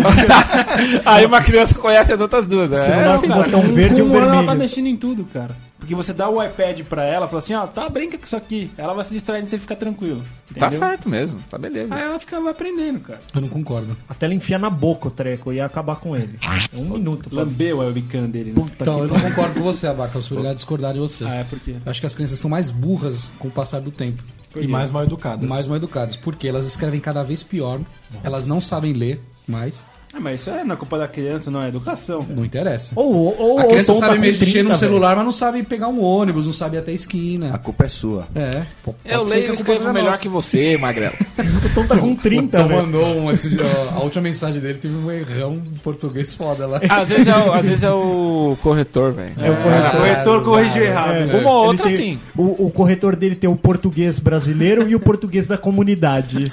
Speaker 4: Aí uma criança conhece as outras duas. né? É,
Speaker 5: Não,
Speaker 4: assim,
Speaker 5: cara,
Speaker 4: botão
Speaker 5: com
Speaker 4: verde e
Speaker 5: um
Speaker 4: um
Speaker 5: ano Ela tá
Speaker 4: vermelho.
Speaker 5: mexendo em tudo, cara. Porque você dá o iPad pra ela, fala assim, ó, tá, brinca com isso aqui. Ela vai se distraindo e você fica tranquilo.
Speaker 4: Tá
Speaker 5: entendeu?
Speaker 4: certo mesmo, tá beleza.
Speaker 5: Aí ela fica vai aprendendo, cara.
Speaker 9: Eu não concordo.
Speaker 8: Até ela enfiar na boca o treco e acabar com ele. É um minuto. pra-
Speaker 5: Lambeu a webcam dele. Né?
Speaker 8: Tá
Speaker 9: Então,
Speaker 5: que
Speaker 9: eu não
Speaker 5: pariu.
Speaker 9: concordo com você, Abaca. Eu sou obrigado a discordar de você.
Speaker 5: Ah, é por quê?
Speaker 9: Eu acho que as crianças estão mais burras com o passar do tempo.
Speaker 3: Por E quê? mais mal educadas.
Speaker 9: Mais mal educadas. Porque elas escrevem cada vez pior, elas não sabem ler mais.
Speaker 5: Ah, mas isso é na culpa da criança, não é educação.
Speaker 9: Não interessa.
Speaker 8: Ou, ou, tá
Speaker 9: a criança sabe
Speaker 5: mexer
Speaker 9: mexer num celular, mas não sabe pegar um ônibus, não sabe ir até a esquina. A
Speaker 11: culpa é sua.
Speaker 9: É.
Speaker 4: Eu
Speaker 9: Pode ser que
Speaker 4: leio
Speaker 9: a
Speaker 4: e
Speaker 9: culpa
Speaker 4: escrevo
Speaker 9: seja
Speaker 4: melhor
Speaker 9: nossa.
Speaker 4: que você, Magrelo.
Speaker 8: Então tá com 30,
Speaker 9: Então
Speaker 8: velho.
Speaker 9: mandou um, esses- ó, a última mensagem dele teve um errão em português foda lá.
Speaker 4: Às vezes é o, às vezes é o corretor, velho. Ah,
Speaker 8: É o corretor.
Speaker 4: corrigiu
Speaker 5: né?
Speaker 8: É,
Speaker 4: Uma ou outra, assim.
Speaker 8: ele tem-
Speaker 4: sim.
Speaker 8: O, o corretor dele tem o português brasileiro e o português da comunidade.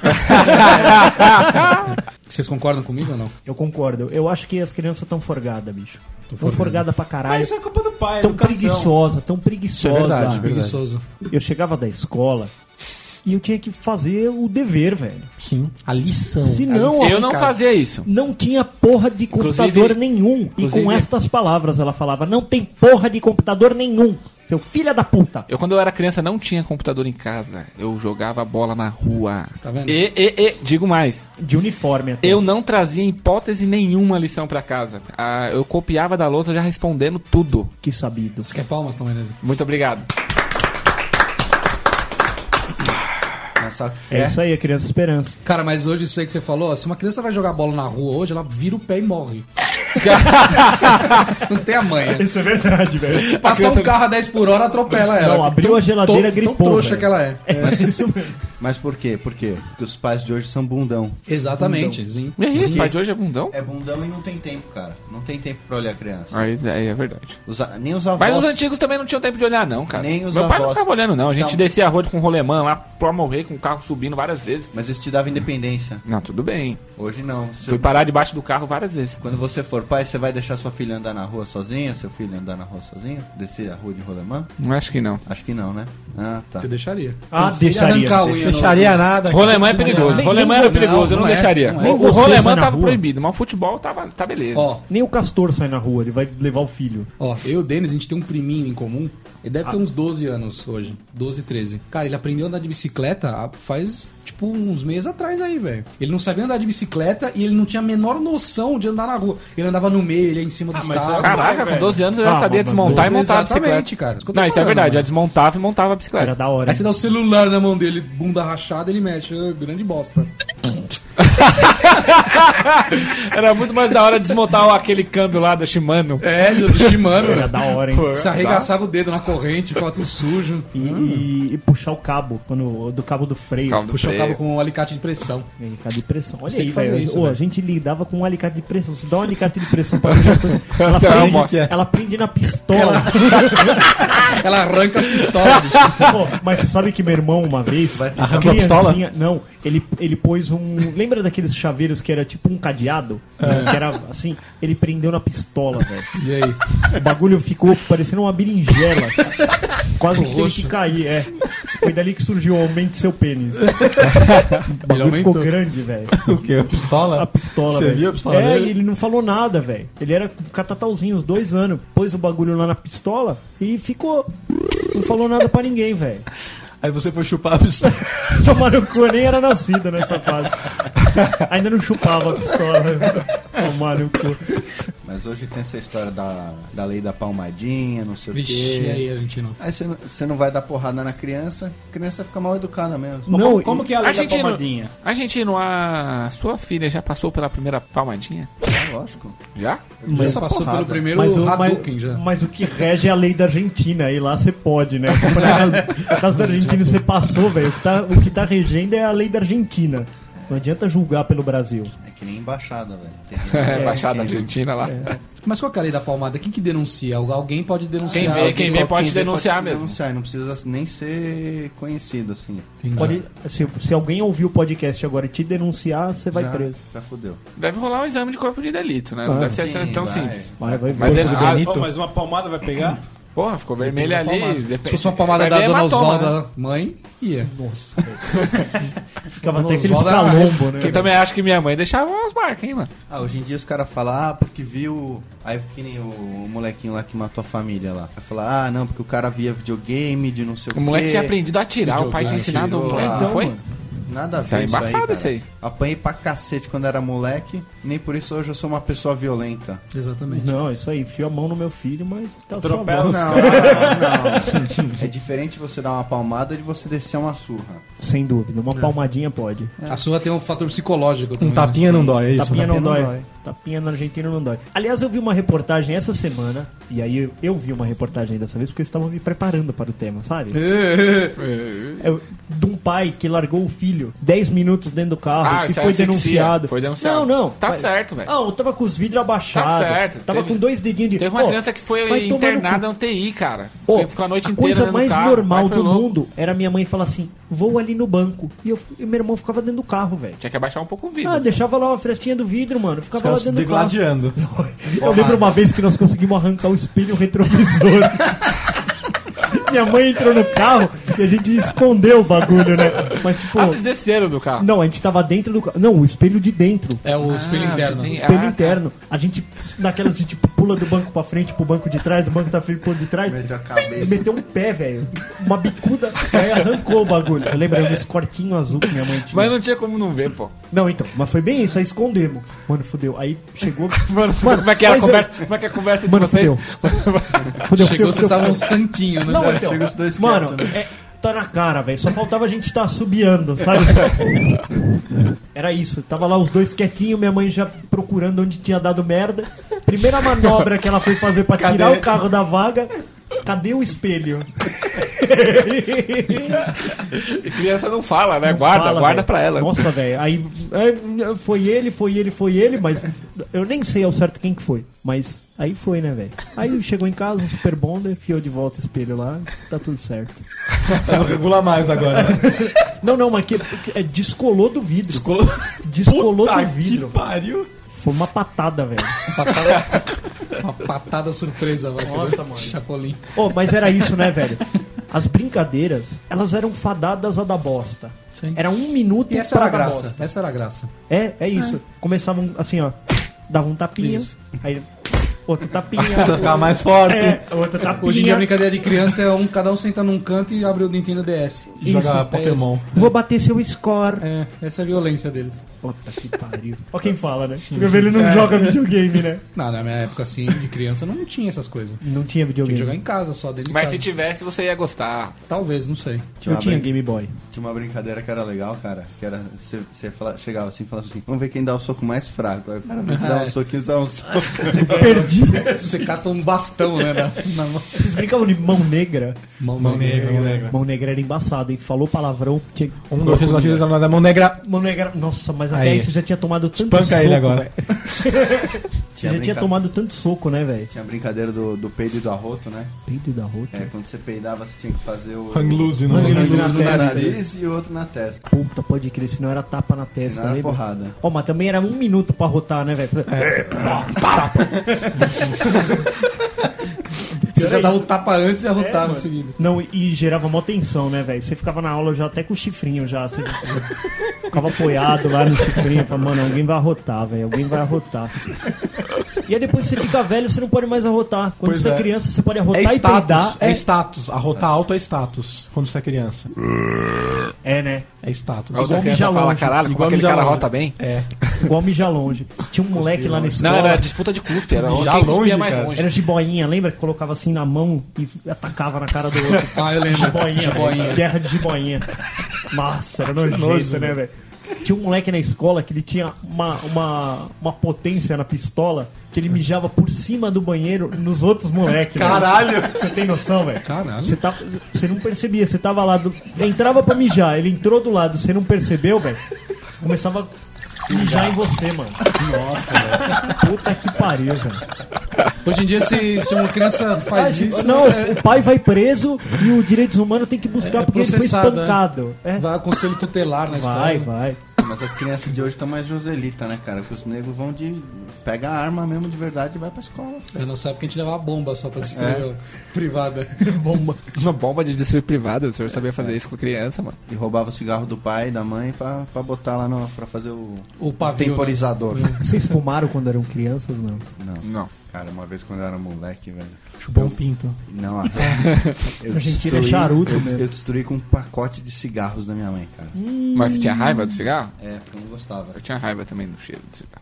Speaker 9: Vocês concordam comigo ou não?
Speaker 8: Eu concordo. Eu acho que as crianças estão forgadas, bicho. Estão
Speaker 9: forgada.
Speaker 8: forgadas pra caralho.
Speaker 5: Mas isso é culpa do pai,
Speaker 8: Tão
Speaker 5: educação.
Speaker 8: preguiçosa, tão
Speaker 5: Isso é
Speaker 8: preguiçosa.
Speaker 5: verdade, verdade.
Speaker 9: Preguiçoso.
Speaker 8: Eu chegava da escola e eu tinha que fazer o dever, velho.
Speaker 3: Sim, a lição.
Speaker 5: Então,
Speaker 8: Se não,
Speaker 4: Eu não fazia isso.
Speaker 8: Não tinha porra de computador
Speaker 4: Inclusive-
Speaker 8: nenhum. E com
Speaker 4: inclusive-
Speaker 8: estas palavras ela falava: Não tem porra de computador nenhum, seu filho da puta.
Speaker 4: Eu, quando eu era criança, não tinha computador em casa. Eu jogava bola na rua. Tá
Speaker 9: vendo?
Speaker 4: E, e, e, digo mais.
Speaker 8: De uniforme até.
Speaker 4: Eu não trazia em hipótese nenhuma lição pra casa. Ah, eu copiava da lousa já respondendo tudo.
Speaker 8: Que sabido.
Speaker 9: Você quer palmas, Tom Menezes?
Speaker 4: Muito obrigado.
Speaker 11: Nossa,
Speaker 8: É, isso aí, a criança esperança.
Speaker 9: Cara, mas hoje isso aí que você falou, ó, se uma criança vai jogar bola na rua hoje, ela vira o pé e morre. não tem a manha.
Speaker 8: Isso é verdade, velho.
Speaker 9: Se passar um carro a 10 por hora, atropela ela.
Speaker 8: Não, abriu a geladeira,
Speaker 9: tão,
Speaker 8: gripou,
Speaker 9: Tão trouxa
Speaker 8: velho.
Speaker 9: que ela é.
Speaker 11: Mas por quê? Por quê? Porque os pais de hoje são bundão.
Speaker 9: Exatamente, sim.
Speaker 4: E aí,
Speaker 11: Sim.
Speaker 4: pai de hoje é bundão?
Speaker 11: É bundão e não tem tempo, cara. Não tem tempo pra olhar a criança.
Speaker 4: Aí é, é verdade.
Speaker 11: Os a- nem os avós.
Speaker 4: Mas os antigos também não tinham tempo de olhar, não, cara.
Speaker 11: Nem os
Speaker 4: Meu pai não
Speaker 11: avós.
Speaker 4: ficava olhando, não. A gente
Speaker 11: Não.
Speaker 4: descia a rua com um rolemã lá pra morrer, com o carro subindo várias vezes.
Speaker 11: Mas isso te dava independência.
Speaker 4: Não, tudo bem.
Speaker 11: Hoje não. Se
Speaker 4: Fui parar debaixo do carro várias vezes.
Speaker 11: Quando você for pai, você vai deixar sua filha andar na rua sozinha? Seu filho andar na rua sozinho? Descer a rua de rolemã?
Speaker 4: Não acho que não.
Speaker 11: Acho que não, né? Ah, tá.
Speaker 9: Eu deixaria.
Speaker 8: Ah,
Speaker 9: Se ele
Speaker 8: deixaria.
Speaker 9: arrancar a unha no-
Speaker 3: Deixaria nada.
Speaker 4: Rolemã é perigoso.
Speaker 8: Nem-
Speaker 4: Rolemã
Speaker 8: nem
Speaker 4: era
Speaker 8: vo-
Speaker 4: perigoso, eu não
Speaker 9: não é,
Speaker 4: deixaria.
Speaker 9: não
Speaker 8: é.
Speaker 4: O
Speaker 8: Nem você
Speaker 4: rolemã
Speaker 8: sai na
Speaker 4: tava
Speaker 8: rua.
Speaker 4: proibido, mas o futebol tava, tá beleza.
Speaker 9: Ó,
Speaker 8: Nem o castor sai na rua, ele vai levar o filho.
Speaker 9: Ó, eu e o Denis, a gente tem um priminho em comum. Ele deve ter uns 12 anos hoje. 12, 13. Cara, ele aprendeu a andar de bicicleta ah, faz, tipo, uns meses atrás aí, velho. Ele não sabia andar de bicicleta e ele não tinha a menor noção de andar na rua. Ele andava no meio, ele ia em cima dos
Speaker 5: mas isso
Speaker 9: carros.
Speaker 5: é pai,
Speaker 4: Caraca, com
Speaker 5: velho.
Speaker 4: 12 anos eu já
Speaker 8: Ah,
Speaker 4: sabia
Speaker 8: mas-
Speaker 4: desmontar e montar a
Speaker 9: Exatamente,
Speaker 4: bicicleta.
Speaker 9: cara. Isso que eu tô
Speaker 4: Não, isso é
Speaker 9: falando,
Speaker 4: verdade.
Speaker 9: mano.
Speaker 4: Já desmontava e montava a bicicleta.
Speaker 8: Era da hora.
Speaker 9: Aí você
Speaker 8: hein?
Speaker 9: dá o celular na mão dele, bunda rachada, ele mexe. Ah, grande bosta.
Speaker 4: Era muito mais da hora desmontar aquele câmbio lá da Shimano.
Speaker 9: É, do Shimano.
Speaker 4: Era
Speaker 8: da hora, hein?
Speaker 9: Se arregaçava o dedo na corrente, ficava tudo sujo.
Speaker 8: E, e- e puxar o cabo, quando, do cabo do freio.
Speaker 9: Cabo do
Speaker 8: puxar
Speaker 9: freio.
Speaker 8: o cabo
Speaker 9: com um alicate de pressão.
Speaker 8: Alicate de pressão. Olha
Speaker 9: Você
Speaker 8: aí,
Speaker 9: que fazia
Speaker 8: velho.
Speaker 9: isso,
Speaker 8: Ô,
Speaker 9: velho.
Speaker 8: A gente lidava com um alicate de pressão. Se dá um alicate de pressão pra uma pessoa,
Speaker 4: Então,
Speaker 8: ela,
Speaker 9: Tá,
Speaker 8: prende-
Speaker 9: amor.
Speaker 8: assim, ela prende na pistola.
Speaker 9: Ela arranca a pistola.
Speaker 8: Pô, mas você sabe que meu irmão, uma vez,
Speaker 9: Arrancou a pistola?
Speaker 8: criancinha- Não, ele, ele pôs um. Lembra daqueles chaveiros que era tipo um cadeado?
Speaker 9: É.
Speaker 8: Que era assim, ele prendeu na pistola, velho.
Speaker 9: E aí?
Speaker 8: O bagulho ficou parecendo uma berinjela. Quase que teve que cair, é. Foi dali que surgiu o aumento seu pênis. O bagulho ficou
Speaker 3: aumentou?
Speaker 8: grande, velho.
Speaker 3: O quê? A pistola?
Speaker 8: A pistola,
Speaker 3: Você
Speaker 8: velho.
Speaker 3: viu a pistola
Speaker 8: É,
Speaker 3: dele?
Speaker 8: e ele não falou nada, velho. Ele era catatauzinho, uns dois anos. Pôs o bagulho lá na pistola e ficou. Não falou nada pra ninguém, velho.
Speaker 3: Aí você foi chupar a pistola.
Speaker 8: Tomar no cu, eu nem era nascida nessa fase. Ainda não chupava a pistola. né? Tomar no cu.
Speaker 11: Mas hoje tem essa história da, da lei da palmadinha, não sei
Speaker 9: Vixe,
Speaker 11: o quê.
Speaker 9: e aí, Argentina?
Speaker 11: Aí você não- você não vai dar porrada na criança, a criança fica mal educada mesmo.
Speaker 4: Argentino, Argentino, a sua filha já passou pela primeira palmadinha?
Speaker 11: É, lógico.
Speaker 4: Já?
Speaker 8: Mas-
Speaker 9: passou pelo primeiro
Speaker 8: mas o,
Speaker 9: Hadouken
Speaker 8: mas,
Speaker 9: já.
Speaker 8: mas o que rege é a lei da Argentina, aí lá você pode, né? No caso da Argentina você passou, velho. O, que tá- o que tá regendo é a lei da Argentina. Não adianta julgar pelo Brasil.
Speaker 11: É que nem embaixada, velho.
Speaker 4: É, Baixada Argentina lá.
Speaker 9: Mas qual que é a lei da palmada? Quem que denuncia? Algu- Alguém pode denunciar.
Speaker 4: vê, quem vê pode denunciar
Speaker 11: pode
Speaker 4: mesmo.
Speaker 11: denunciar, não precisa nem ser conhecido assim.
Speaker 8: Pode- se, se alguém ouvir o podcast agora e te denunciar, você vai
Speaker 11: Já-
Speaker 8: preso.
Speaker 11: Já fudeu.
Speaker 4: Deve rolar um exame de corpo de delito, né? Não
Speaker 8: Ah,
Speaker 4: deve ser
Speaker 8: sim,
Speaker 4: tão
Speaker 8: vai.
Speaker 4: simples.
Speaker 8: Vai, vai,
Speaker 4: mas,
Speaker 8: corpo
Speaker 4: ele-
Speaker 8: de
Speaker 4: ah,
Speaker 8: delito.
Speaker 4: oh, mas-
Speaker 5: Mas uma palmada vai pegar?
Speaker 4: Porra, ficou vermelho
Speaker 5: Depende da
Speaker 4: ali.
Speaker 5: palmada.
Speaker 4: depende-
Speaker 5: Se fosse uma palmada
Speaker 4: vai
Speaker 9: da
Speaker 4: ver
Speaker 9: dona
Speaker 4: hematoma,
Speaker 9: Osvalda,
Speaker 4: né?
Speaker 9: mãe, é. ia.
Speaker 8: Nossa. Ficava
Speaker 9: até aqueles
Speaker 8: calombo, né?
Speaker 4: Que eu também acho que minha mãe deixava umas marcas, hein, mano?
Speaker 11: Ah, hoje em dia os caras falam, ah, porque viu. Aí que nem o, o molequinho lá que matou a família lá. Vai falar, ah, não, porque o cara via videogame de não sei o
Speaker 4: O
Speaker 11: quê.
Speaker 4: moleque tinha aprendido a atirar, o pai tinha
Speaker 11: Videogame,
Speaker 4: ensinado o
Speaker 11: atirou
Speaker 4: moleque,
Speaker 11: lá.
Speaker 4: não foi?
Speaker 8: Então,
Speaker 11: mano, Nada a ver.
Speaker 4: Isso é embaçado,
Speaker 11: cara.
Speaker 4: isso aí.
Speaker 11: Apanhei pra cacete quando era moleque, nem por isso hoje eu sou uma pessoa violenta.
Speaker 9: Exatamente.
Speaker 8: Não, isso aí. Fio a mão no meu filho, mas tá
Speaker 11: Atropela
Speaker 8: sua
Speaker 11: os
Speaker 8: mão.
Speaker 11: caras. Não, É diferente você dar uma palmada de você descer uma surra.
Speaker 8: Sem dúvida.
Speaker 9: É.
Speaker 8: Uma palmadinha pode.
Speaker 9: A sua tem um fator psicológico. também,
Speaker 8: É. Um
Speaker 9: né?
Speaker 8: tapinha não dói, é isso?
Speaker 3: né?
Speaker 8: Tapinha não dói.
Speaker 9: dói.
Speaker 8: Tapinha na Argentina não dói. Aliás, eu vi uma reportagem essa semana, e aí eu, eu vi uma reportagem dessa vez porque eu estava me preparando para o tema, sabe? É, de um pai que largou o filho 10 minutos dentro do carro
Speaker 4: Ah,
Speaker 8: e
Speaker 4: isso é
Speaker 8: foi
Speaker 4: asfixia.
Speaker 8: denunciado.
Speaker 4: Foi denunciado.
Speaker 8: Não, não.
Speaker 4: Tá certo, velho.
Speaker 8: Ah, eu tava com os vidros abaixados.
Speaker 4: Tá certo.
Speaker 8: Tava
Speaker 4: Teve-
Speaker 8: com dois dedinhos de
Speaker 4: Teve uma
Speaker 8: Pô,
Speaker 4: criança que foi
Speaker 8: vai tomar no
Speaker 4: internada no
Speaker 8: cu.
Speaker 4: TI, cara.
Speaker 8: Pô,
Speaker 4: Ficou a noite
Speaker 8: a
Speaker 4: inteira
Speaker 8: coisa
Speaker 4: dentro do
Speaker 8: mais
Speaker 4: carro.
Speaker 8: normal
Speaker 4: Mas foi
Speaker 8: do
Speaker 4: louco.
Speaker 8: mundo era minha mãe falar assim: vou ali no banco. E, eu, e meu irmão ficava dentro do carro, velho.
Speaker 4: Tinha que abaixar um pouco o vidro.
Speaker 8: Ah, deixava lá uma frestinha do vidro, mano. Ficava lá dentro do carro.
Speaker 3: degladiando.
Speaker 8: Eu lembro uma vez que nós conseguimos arrancar o espelho retrovisor. Minha mãe entrou no carro e a gente escondeu o bagulho, né? Mas tipo.
Speaker 4: Ah, vocês desceram do carro.
Speaker 8: Não, a gente tava dentro do carro. Não, o espelho de dentro.
Speaker 9: É o espelho
Speaker 4: Ah,
Speaker 9: interno.
Speaker 8: O espelho interno. A gente, naquelas de tipo, pula do banco pra frente pro banco de trás, do banco da frente pro banco de trás.
Speaker 11: Meteu a cabeça.
Speaker 8: Meteu um pé, velho. Uma bicuda. Aí arrancou o bagulho. Eu lembro, era um escortinho azul que minha mãe tinha.
Speaker 4: Mas não tinha como não ver, pô.
Speaker 8: Não, então, mas foi bem isso, aí escondemos. Mano, fudeu. Aí chegou.
Speaker 4: Mano, como é que era a
Speaker 8: mas eu-
Speaker 4: conversa? Como é que é a conversa de
Speaker 8: Mano,
Speaker 4: vocês?
Speaker 8: fudeu. Fudeu,
Speaker 9: Chegou,
Speaker 8: fudeu,
Speaker 9: vocês
Speaker 8: fudeu.
Speaker 9: estavam santinho, né?
Speaker 8: Não,
Speaker 9: É,
Speaker 8: então,
Speaker 9: chega os dois
Speaker 8: mano,
Speaker 9: quietos, né?
Speaker 8: é- tá na cara, velho. Só faltava a gente estar tá assobiando, sabe? Era isso. Tava lá os dois quietinhos, minha mãe já procurando onde tinha dado merda. Primeira manobra que ela foi fazer pra
Speaker 5: Cadê?
Speaker 8: tirar o carro da vaga. Cadê o espelho?
Speaker 4: E criança não fala, né? Guarda,
Speaker 8: Fala,
Speaker 4: guarda
Speaker 8: velho.
Speaker 4: pra ela.
Speaker 8: Nossa, velho. Aí é, foi ele, foi ele, foi ele, mas eu nem sei ao certo quem que foi. Mas aí foi, né, velho? Aí chegou em casa, um super bonder, fiou de volta o espelho lá, tá tudo certo.
Speaker 3: Não regula mais agora. né?
Speaker 8: Não, não, mas que, que- é, descolou do vidro. Descolou, descolou
Speaker 3: Puta
Speaker 8: do
Speaker 3: que
Speaker 8: vidro.
Speaker 3: pariu.
Speaker 8: Foi uma patada, velho.
Speaker 9: Uma patada surpresa, vai.
Speaker 8: Nossa, mano.
Speaker 9: Chapolin.
Speaker 8: Oh, mas era isso, né, velho? As brincadeiras, elas eram fadadas a da bosta. Era um minuto
Speaker 9: E essa era a
Speaker 8: pra dar
Speaker 9: graça.
Speaker 8: bosta.
Speaker 9: Essa era a graça.
Speaker 8: É, é isso. Começavam assim, ó. Dava um tapinha. um Aí. Outra tapinha.
Speaker 3: Outra ficar mais forte.
Speaker 8: É, outra tapinha.
Speaker 9: Hoje em dia a brincadeira de criança é um, cada um sentar num canto e abre o Nintendo DS.
Speaker 8: Isso, é isso. Vou bater seu score.
Speaker 9: É, essa é a violência deles.
Speaker 8: Puta que pariu. Ó quem fala, né? Meu velho não joga videogame, né?
Speaker 9: Não, na minha época assim, de criança, não tinha essas coisas.
Speaker 8: Não tinha videogame.
Speaker 9: Tinha que jogar em casa só, dentro de
Speaker 4: Mas
Speaker 9: casa.
Speaker 4: se tivesse, você ia gostar.
Speaker 9: Talvez, não sei.
Speaker 11: Tinha uma brin-
Speaker 8: Boy.
Speaker 11: Tinha uma brincadeira que era legal, cara. Que era. Você, você fala- chegava assim e falava assim: vamos ver quem dá o soco mais fraco. Aí o cara vem te dar
Speaker 9: Ah, é.
Speaker 11: um soquinho, você dá um soco.
Speaker 9: Perdi. Você cata um bastão, né? Na, na mão.
Speaker 8: Vocês brincavam de mão negra?
Speaker 9: Mão Mão negra, negra, mão
Speaker 8: mão
Speaker 9: negra.
Speaker 8: negra. Mão negra era embaçado, hein? Falou palavrão. Tinha...
Speaker 3: Um, dois, três, quatro, cinco, seis, sete, oito, nove, mão negra.
Speaker 8: Mão negra. Nossa, mas até
Speaker 3: Aí.
Speaker 8: aí, você já tinha tomado tanto
Speaker 3: Espanca
Speaker 8: soco.
Speaker 3: ele agora.
Speaker 8: velho. você já tinha
Speaker 11: brinca-
Speaker 8: tomado tanto soco, né, velho?
Speaker 11: Tinha a brincadeira do, do peido e do arroto, né?
Speaker 8: Peido da rota.
Speaker 11: É, quando você peidava, você tinha que fazer o.
Speaker 3: Hang loose no-
Speaker 11: Hang
Speaker 3: Hang
Speaker 11: loose
Speaker 3: loose
Speaker 11: no
Speaker 3: na testa.
Speaker 11: nariz e outro na testa.
Speaker 8: Puta, pode crer, senão era tapa na testa,
Speaker 11: Senão era
Speaker 8: lembra?
Speaker 11: porrada.
Speaker 8: Ó, mas também era um minuto pra rotar, né, velho?
Speaker 3: É.
Speaker 9: Você já dava o tapa antes e arrotava em seguida.
Speaker 8: Não, e gerava mó tensão, né, velho? Você ficava na aula já até com o chifrinho já. Você ficava apoiado lá no chifrinho. Falava, mano, alguém vai arrotar, velho. Alguém vai arrotar. E aí depois que você fica velho, você não pode mais arrotar. Quando
Speaker 3: Pois
Speaker 8: você é
Speaker 3: é.
Speaker 8: criança, você pode arrotar
Speaker 3: é
Speaker 8: e peidar.
Speaker 3: status, é, status. Arrotar alto é status quando você é criança.
Speaker 8: É, né?
Speaker 3: É status.
Speaker 4: A outra criança fala, caralho, como aquele
Speaker 3: mijar
Speaker 4: cara
Speaker 3: longe.
Speaker 4: rota bem?
Speaker 3: É.
Speaker 8: Igual mijar longe. Tinha um moleque lá na escola.
Speaker 4: Não, era disputa de cuspe, era
Speaker 8: Mijar
Speaker 4: quem cuspia
Speaker 8: longe,
Speaker 4: mais
Speaker 8: cara.
Speaker 4: longe.
Speaker 8: Era de boinha, lembra? Que colocava assim na mão e atacava na cara do outro.
Speaker 9: Ah, eu lembro.
Speaker 8: Jiboinha,
Speaker 9: Jiboinha.
Speaker 8: velho. Guerra de jiboinha. Nossa, era nojento,
Speaker 9: Nojo,
Speaker 8: né, velho? Tinha um moleque na escola que ele tinha uma, uma, uma potência na pistola que ele mijava por cima do banheiro nos outros moleques. né?
Speaker 3: Caralho!
Speaker 8: Você tem noção, velho?
Speaker 9: Caralho.
Speaker 8: Você, tá, você não percebia, você tava lá, do, entrava pra mijar, ele entrou do lado, você não percebeu, velho? Começava a mijar em você, mano. Nossa, velho. Puta que pariu, velho.
Speaker 9: Hoje em dia, se, se uma criança faz
Speaker 8: Ah,
Speaker 9: isso.
Speaker 8: Não,
Speaker 9: é-
Speaker 8: o pai vai preso e o direitos humanos tem que buscar
Speaker 9: é
Speaker 8: porque ele foi
Speaker 9: processado,
Speaker 8: espancado. É.
Speaker 9: né? Vai ao conselho tutelar né, tipo, na escola.
Speaker 8: Vai, vai.
Speaker 11: Mas as crianças de hoje estão mais Joselita, né, cara? Porque os negros vão de. Pega a arma mesmo de verdade e vai pra escola.
Speaker 9: Eu não sei porque é, a gente levava bomba só pra destruir
Speaker 11: É.
Speaker 9: a privada.
Speaker 8: Bomba.
Speaker 4: Uma bomba de destruir privada, o senhor sabia fazer isso com criança, mano.
Speaker 11: E roubava o cigarro do pai e da mãe pra, pra botar lá no, pra fazer o,
Speaker 9: O pavio, né.
Speaker 11: temporizador.
Speaker 8: Vocês fumaram quando eram crianças, não?
Speaker 11: Não. Cara, uma vez quando eu era moleque, velho.
Speaker 3: Chupou um pinto.
Speaker 11: Não, a- eu
Speaker 8: A Argentina é
Speaker 11: destruí,
Speaker 8: charuto
Speaker 11: eu,
Speaker 8: mesmo.
Speaker 11: eu destruí com um pacote de cigarros da minha mãe, cara.
Speaker 4: Mas você tinha raiva do cigarro?
Speaker 11: É, porque eu não gostava.
Speaker 4: Eu tinha raiva também do cheiro do cigarro.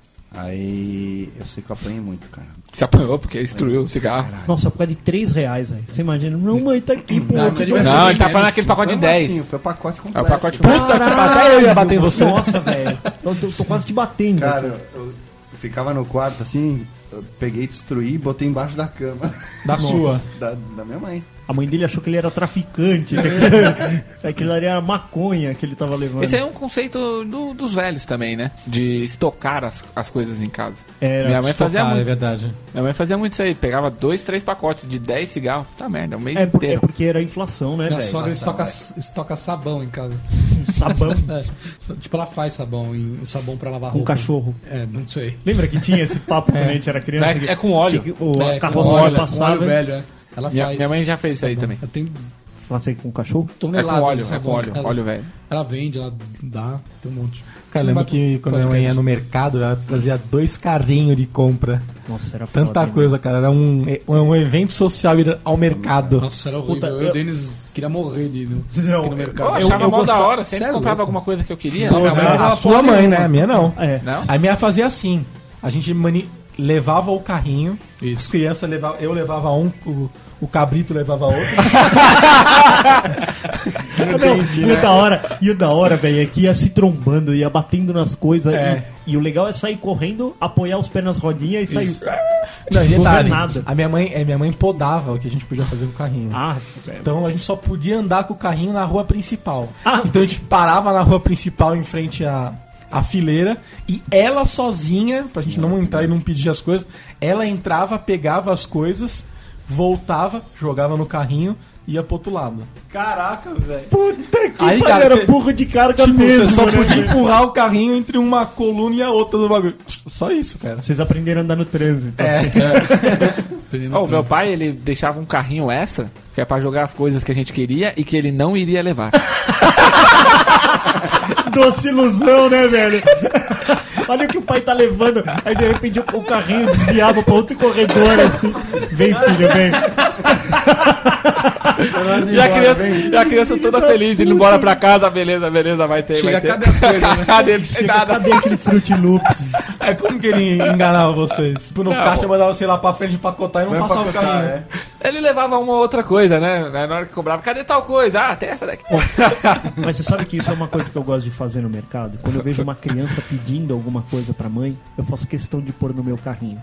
Speaker 11: Aí eu sei que eu apanhei muito, cara.
Speaker 4: Você apanhou porque destruiu o cigarro.
Speaker 8: Nossa, por causa de 3 reais, velho. Você imagina? Não, mãe, tá aqui, pô.
Speaker 9: Não,
Speaker 8: que
Speaker 9: ele vai
Speaker 8: bom.
Speaker 9: ser-
Speaker 4: Não, ele tá
Speaker 9: menos.
Speaker 4: falando aquele pacote de
Speaker 11: Foi um
Speaker 4: 10.
Speaker 8: assim,
Speaker 11: lacinho, Foi o pacote
Speaker 4: É
Speaker 11: completo.
Speaker 4: o
Speaker 8: né?
Speaker 4: pacote
Speaker 8: Tipo,
Speaker 3: Puta que pariu, até eu ia bater em você.
Speaker 8: Nossa, velho. Eu tô, tô quase te batendo.
Speaker 11: Cara, eu, eu ficava no quarto assim, eu peguei, destruí e botei embaixo da cama.
Speaker 3: Da sua.
Speaker 11: Da, da minha mãe.
Speaker 8: A mãe dele achou que ele era traficante. que aquilo-
Speaker 9: É.
Speaker 8: Aquilo ali era maconha que ele tava levando.
Speaker 4: Esse aí é um conceito do- dos velhos também, né? De estocar as, as coisas em casa.
Speaker 8: Era
Speaker 4: minha mãe fazia
Speaker 3: Tocar, é
Speaker 4: muito.
Speaker 3: verdade.
Speaker 4: Minha mãe fazia muito isso aí. Pegava dois, três pacotes de 10 cigarros. Tá merda, um mês
Speaker 8: É, por- é
Speaker 4: inteiro.
Speaker 8: porque era inflação, né,
Speaker 9: Minha
Speaker 8: velho?
Speaker 9: sogra estoca, estoca sabão em casa.
Speaker 8: Sabão.
Speaker 9: É, tipo, ela faz sabão, em, sabão pra lavar
Speaker 8: Um
Speaker 9: roupa.
Speaker 8: cachorro.
Speaker 9: É, não sei.
Speaker 8: Lembra que tinha esse papo quando a gente era criança?
Speaker 4: É- é com óleo.
Speaker 8: Que- que- o,
Speaker 9: É,
Speaker 8: a
Speaker 9: com
Speaker 8: carrocinha
Speaker 9: óleo, com
Speaker 8: passava.
Speaker 9: óleo velho, é. Ela
Speaker 4: Minha-
Speaker 9: faz
Speaker 4: minha mãe já fez isso aí
Speaker 9: sabão.
Speaker 4: também.
Speaker 9: Ela tem
Speaker 8: Passei com o cachorro?
Speaker 4: É com
Speaker 9: toneladas de
Speaker 4: óleo, é com
Speaker 9: sabão em
Speaker 4: óleo,
Speaker 9: casa.
Speaker 4: óleo velho.
Speaker 9: Ela vende, ela dá, tem um monte.
Speaker 3: Cara, eu lembro que quando minha mãe ia no mercado, ela trazia dois carrinhos de compra.
Speaker 8: Nossa, era foda,
Speaker 3: Tanta
Speaker 8: hein,
Speaker 3: coisa, cara. Era um, é um evento social ir ao mercado.
Speaker 9: Nossa, era horrível.
Speaker 8: Puta,
Speaker 9: eu e
Speaker 8: eu-
Speaker 9: o Denis queria morrer de ir no,
Speaker 8: Não,
Speaker 9: ir no
Speaker 4: Eu,
Speaker 9: mercado.
Speaker 4: achava mal da hora,
Speaker 9: Cê
Speaker 4: sempre
Speaker 9: é
Speaker 4: comprava
Speaker 9: louco.
Speaker 4: alguma coisa que eu queria.
Speaker 9: Boa,
Speaker 4: minha mãe
Speaker 9: né?
Speaker 4: comprava
Speaker 3: a sua
Speaker 4: porra
Speaker 3: mãe,
Speaker 4: nenhuma.
Speaker 3: né? A minha não.
Speaker 8: É.
Speaker 4: Não?
Speaker 3: A minha fazia assim. A gente mani- levava o carrinho, as
Speaker 9: Isso.
Speaker 3: crianças levavam. Eu levava um, o, o cabrito levava outro.
Speaker 8: Não, e o da hora, e o da hora, velho, é que ia se trombando, ia batendo nas coisas.
Speaker 3: É.
Speaker 8: E, e o legal é sair correndo, apoiar os pés nas rodinhas e sair.
Speaker 3: Não, e detalhe,
Speaker 8: Desgovernado.
Speaker 3: a minha mãe, é, minha mãe podava o que a gente podia fazer com o carrinho.
Speaker 8: Ah, velho.
Speaker 3: Então a gente só podia andar com o carrinho na rua principal.
Speaker 8: Ah.
Speaker 3: Então a gente parava na rua principal em frente à, à fileira e ela sozinha, pra gente não entrar e não pedir as coisas, ela entrava, pegava as coisas, voltava, jogava no carrinho e ia pro outro lado.
Speaker 11: Caraca, velho.
Speaker 8: Puta que
Speaker 3: Aí,
Speaker 8: pariu,
Speaker 3: cara,
Speaker 8: era
Speaker 3: cê-
Speaker 8: burro de carga
Speaker 3: Tipo,
Speaker 8: mesmo.
Speaker 3: você só
Speaker 8: né,
Speaker 3: podia
Speaker 8: velho?
Speaker 3: empurrar o carrinho entre uma coluna e a outra do bagulho. Só isso, cara.
Speaker 8: Vocês aprenderam a andar no trânsito.
Speaker 3: É.
Speaker 8: assim.
Speaker 9: Dependendo
Speaker 4: Ó,
Speaker 9: do
Speaker 4: o meu
Speaker 9: trânsito.
Speaker 4: pai, ele deixava um carrinho extra, que é pra jogar as coisas que a gente queria e que ele não iria levar.
Speaker 8: Doce ilusão, né, velho? Olha o que o pai tá levando. Aí de repente o carrinho desviava pra outro corredor assim. Vem, filho, vem.
Speaker 4: E a criança, e a criança toda feliz, indo embora pra casa, beleza, beleza, vai ter,
Speaker 3: Chega,
Speaker 4: vai ter.
Speaker 3: cadê as coisas, né?
Speaker 4: cadê, nada.
Speaker 8: aquele Fruit Loops?
Speaker 3: É como que ele enganava vocês? Tipo, no
Speaker 8: É,
Speaker 4: Não,
Speaker 3: caixa
Speaker 4: pô.
Speaker 3: mandava, sei lá, pra frente empacotar e não
Speaker 11: um
Speaker 4: Vai
Speaker 3: passava o
Speaker 4: empacotar,
Speaker 3: carrinho.
Speaker 4: é. Ele levava uma outra coisa, né? Na hora que cobrava, cadê tal coisa? Ah, tem essa daqui.
Speaker 8: Mas você sabe que isso é uma coisa que eu gosto de fazer no mercado? Quando eu vejo uma criança pedindo alguma coisa pra mãe, eu faço questão de pôr no meu carrinho.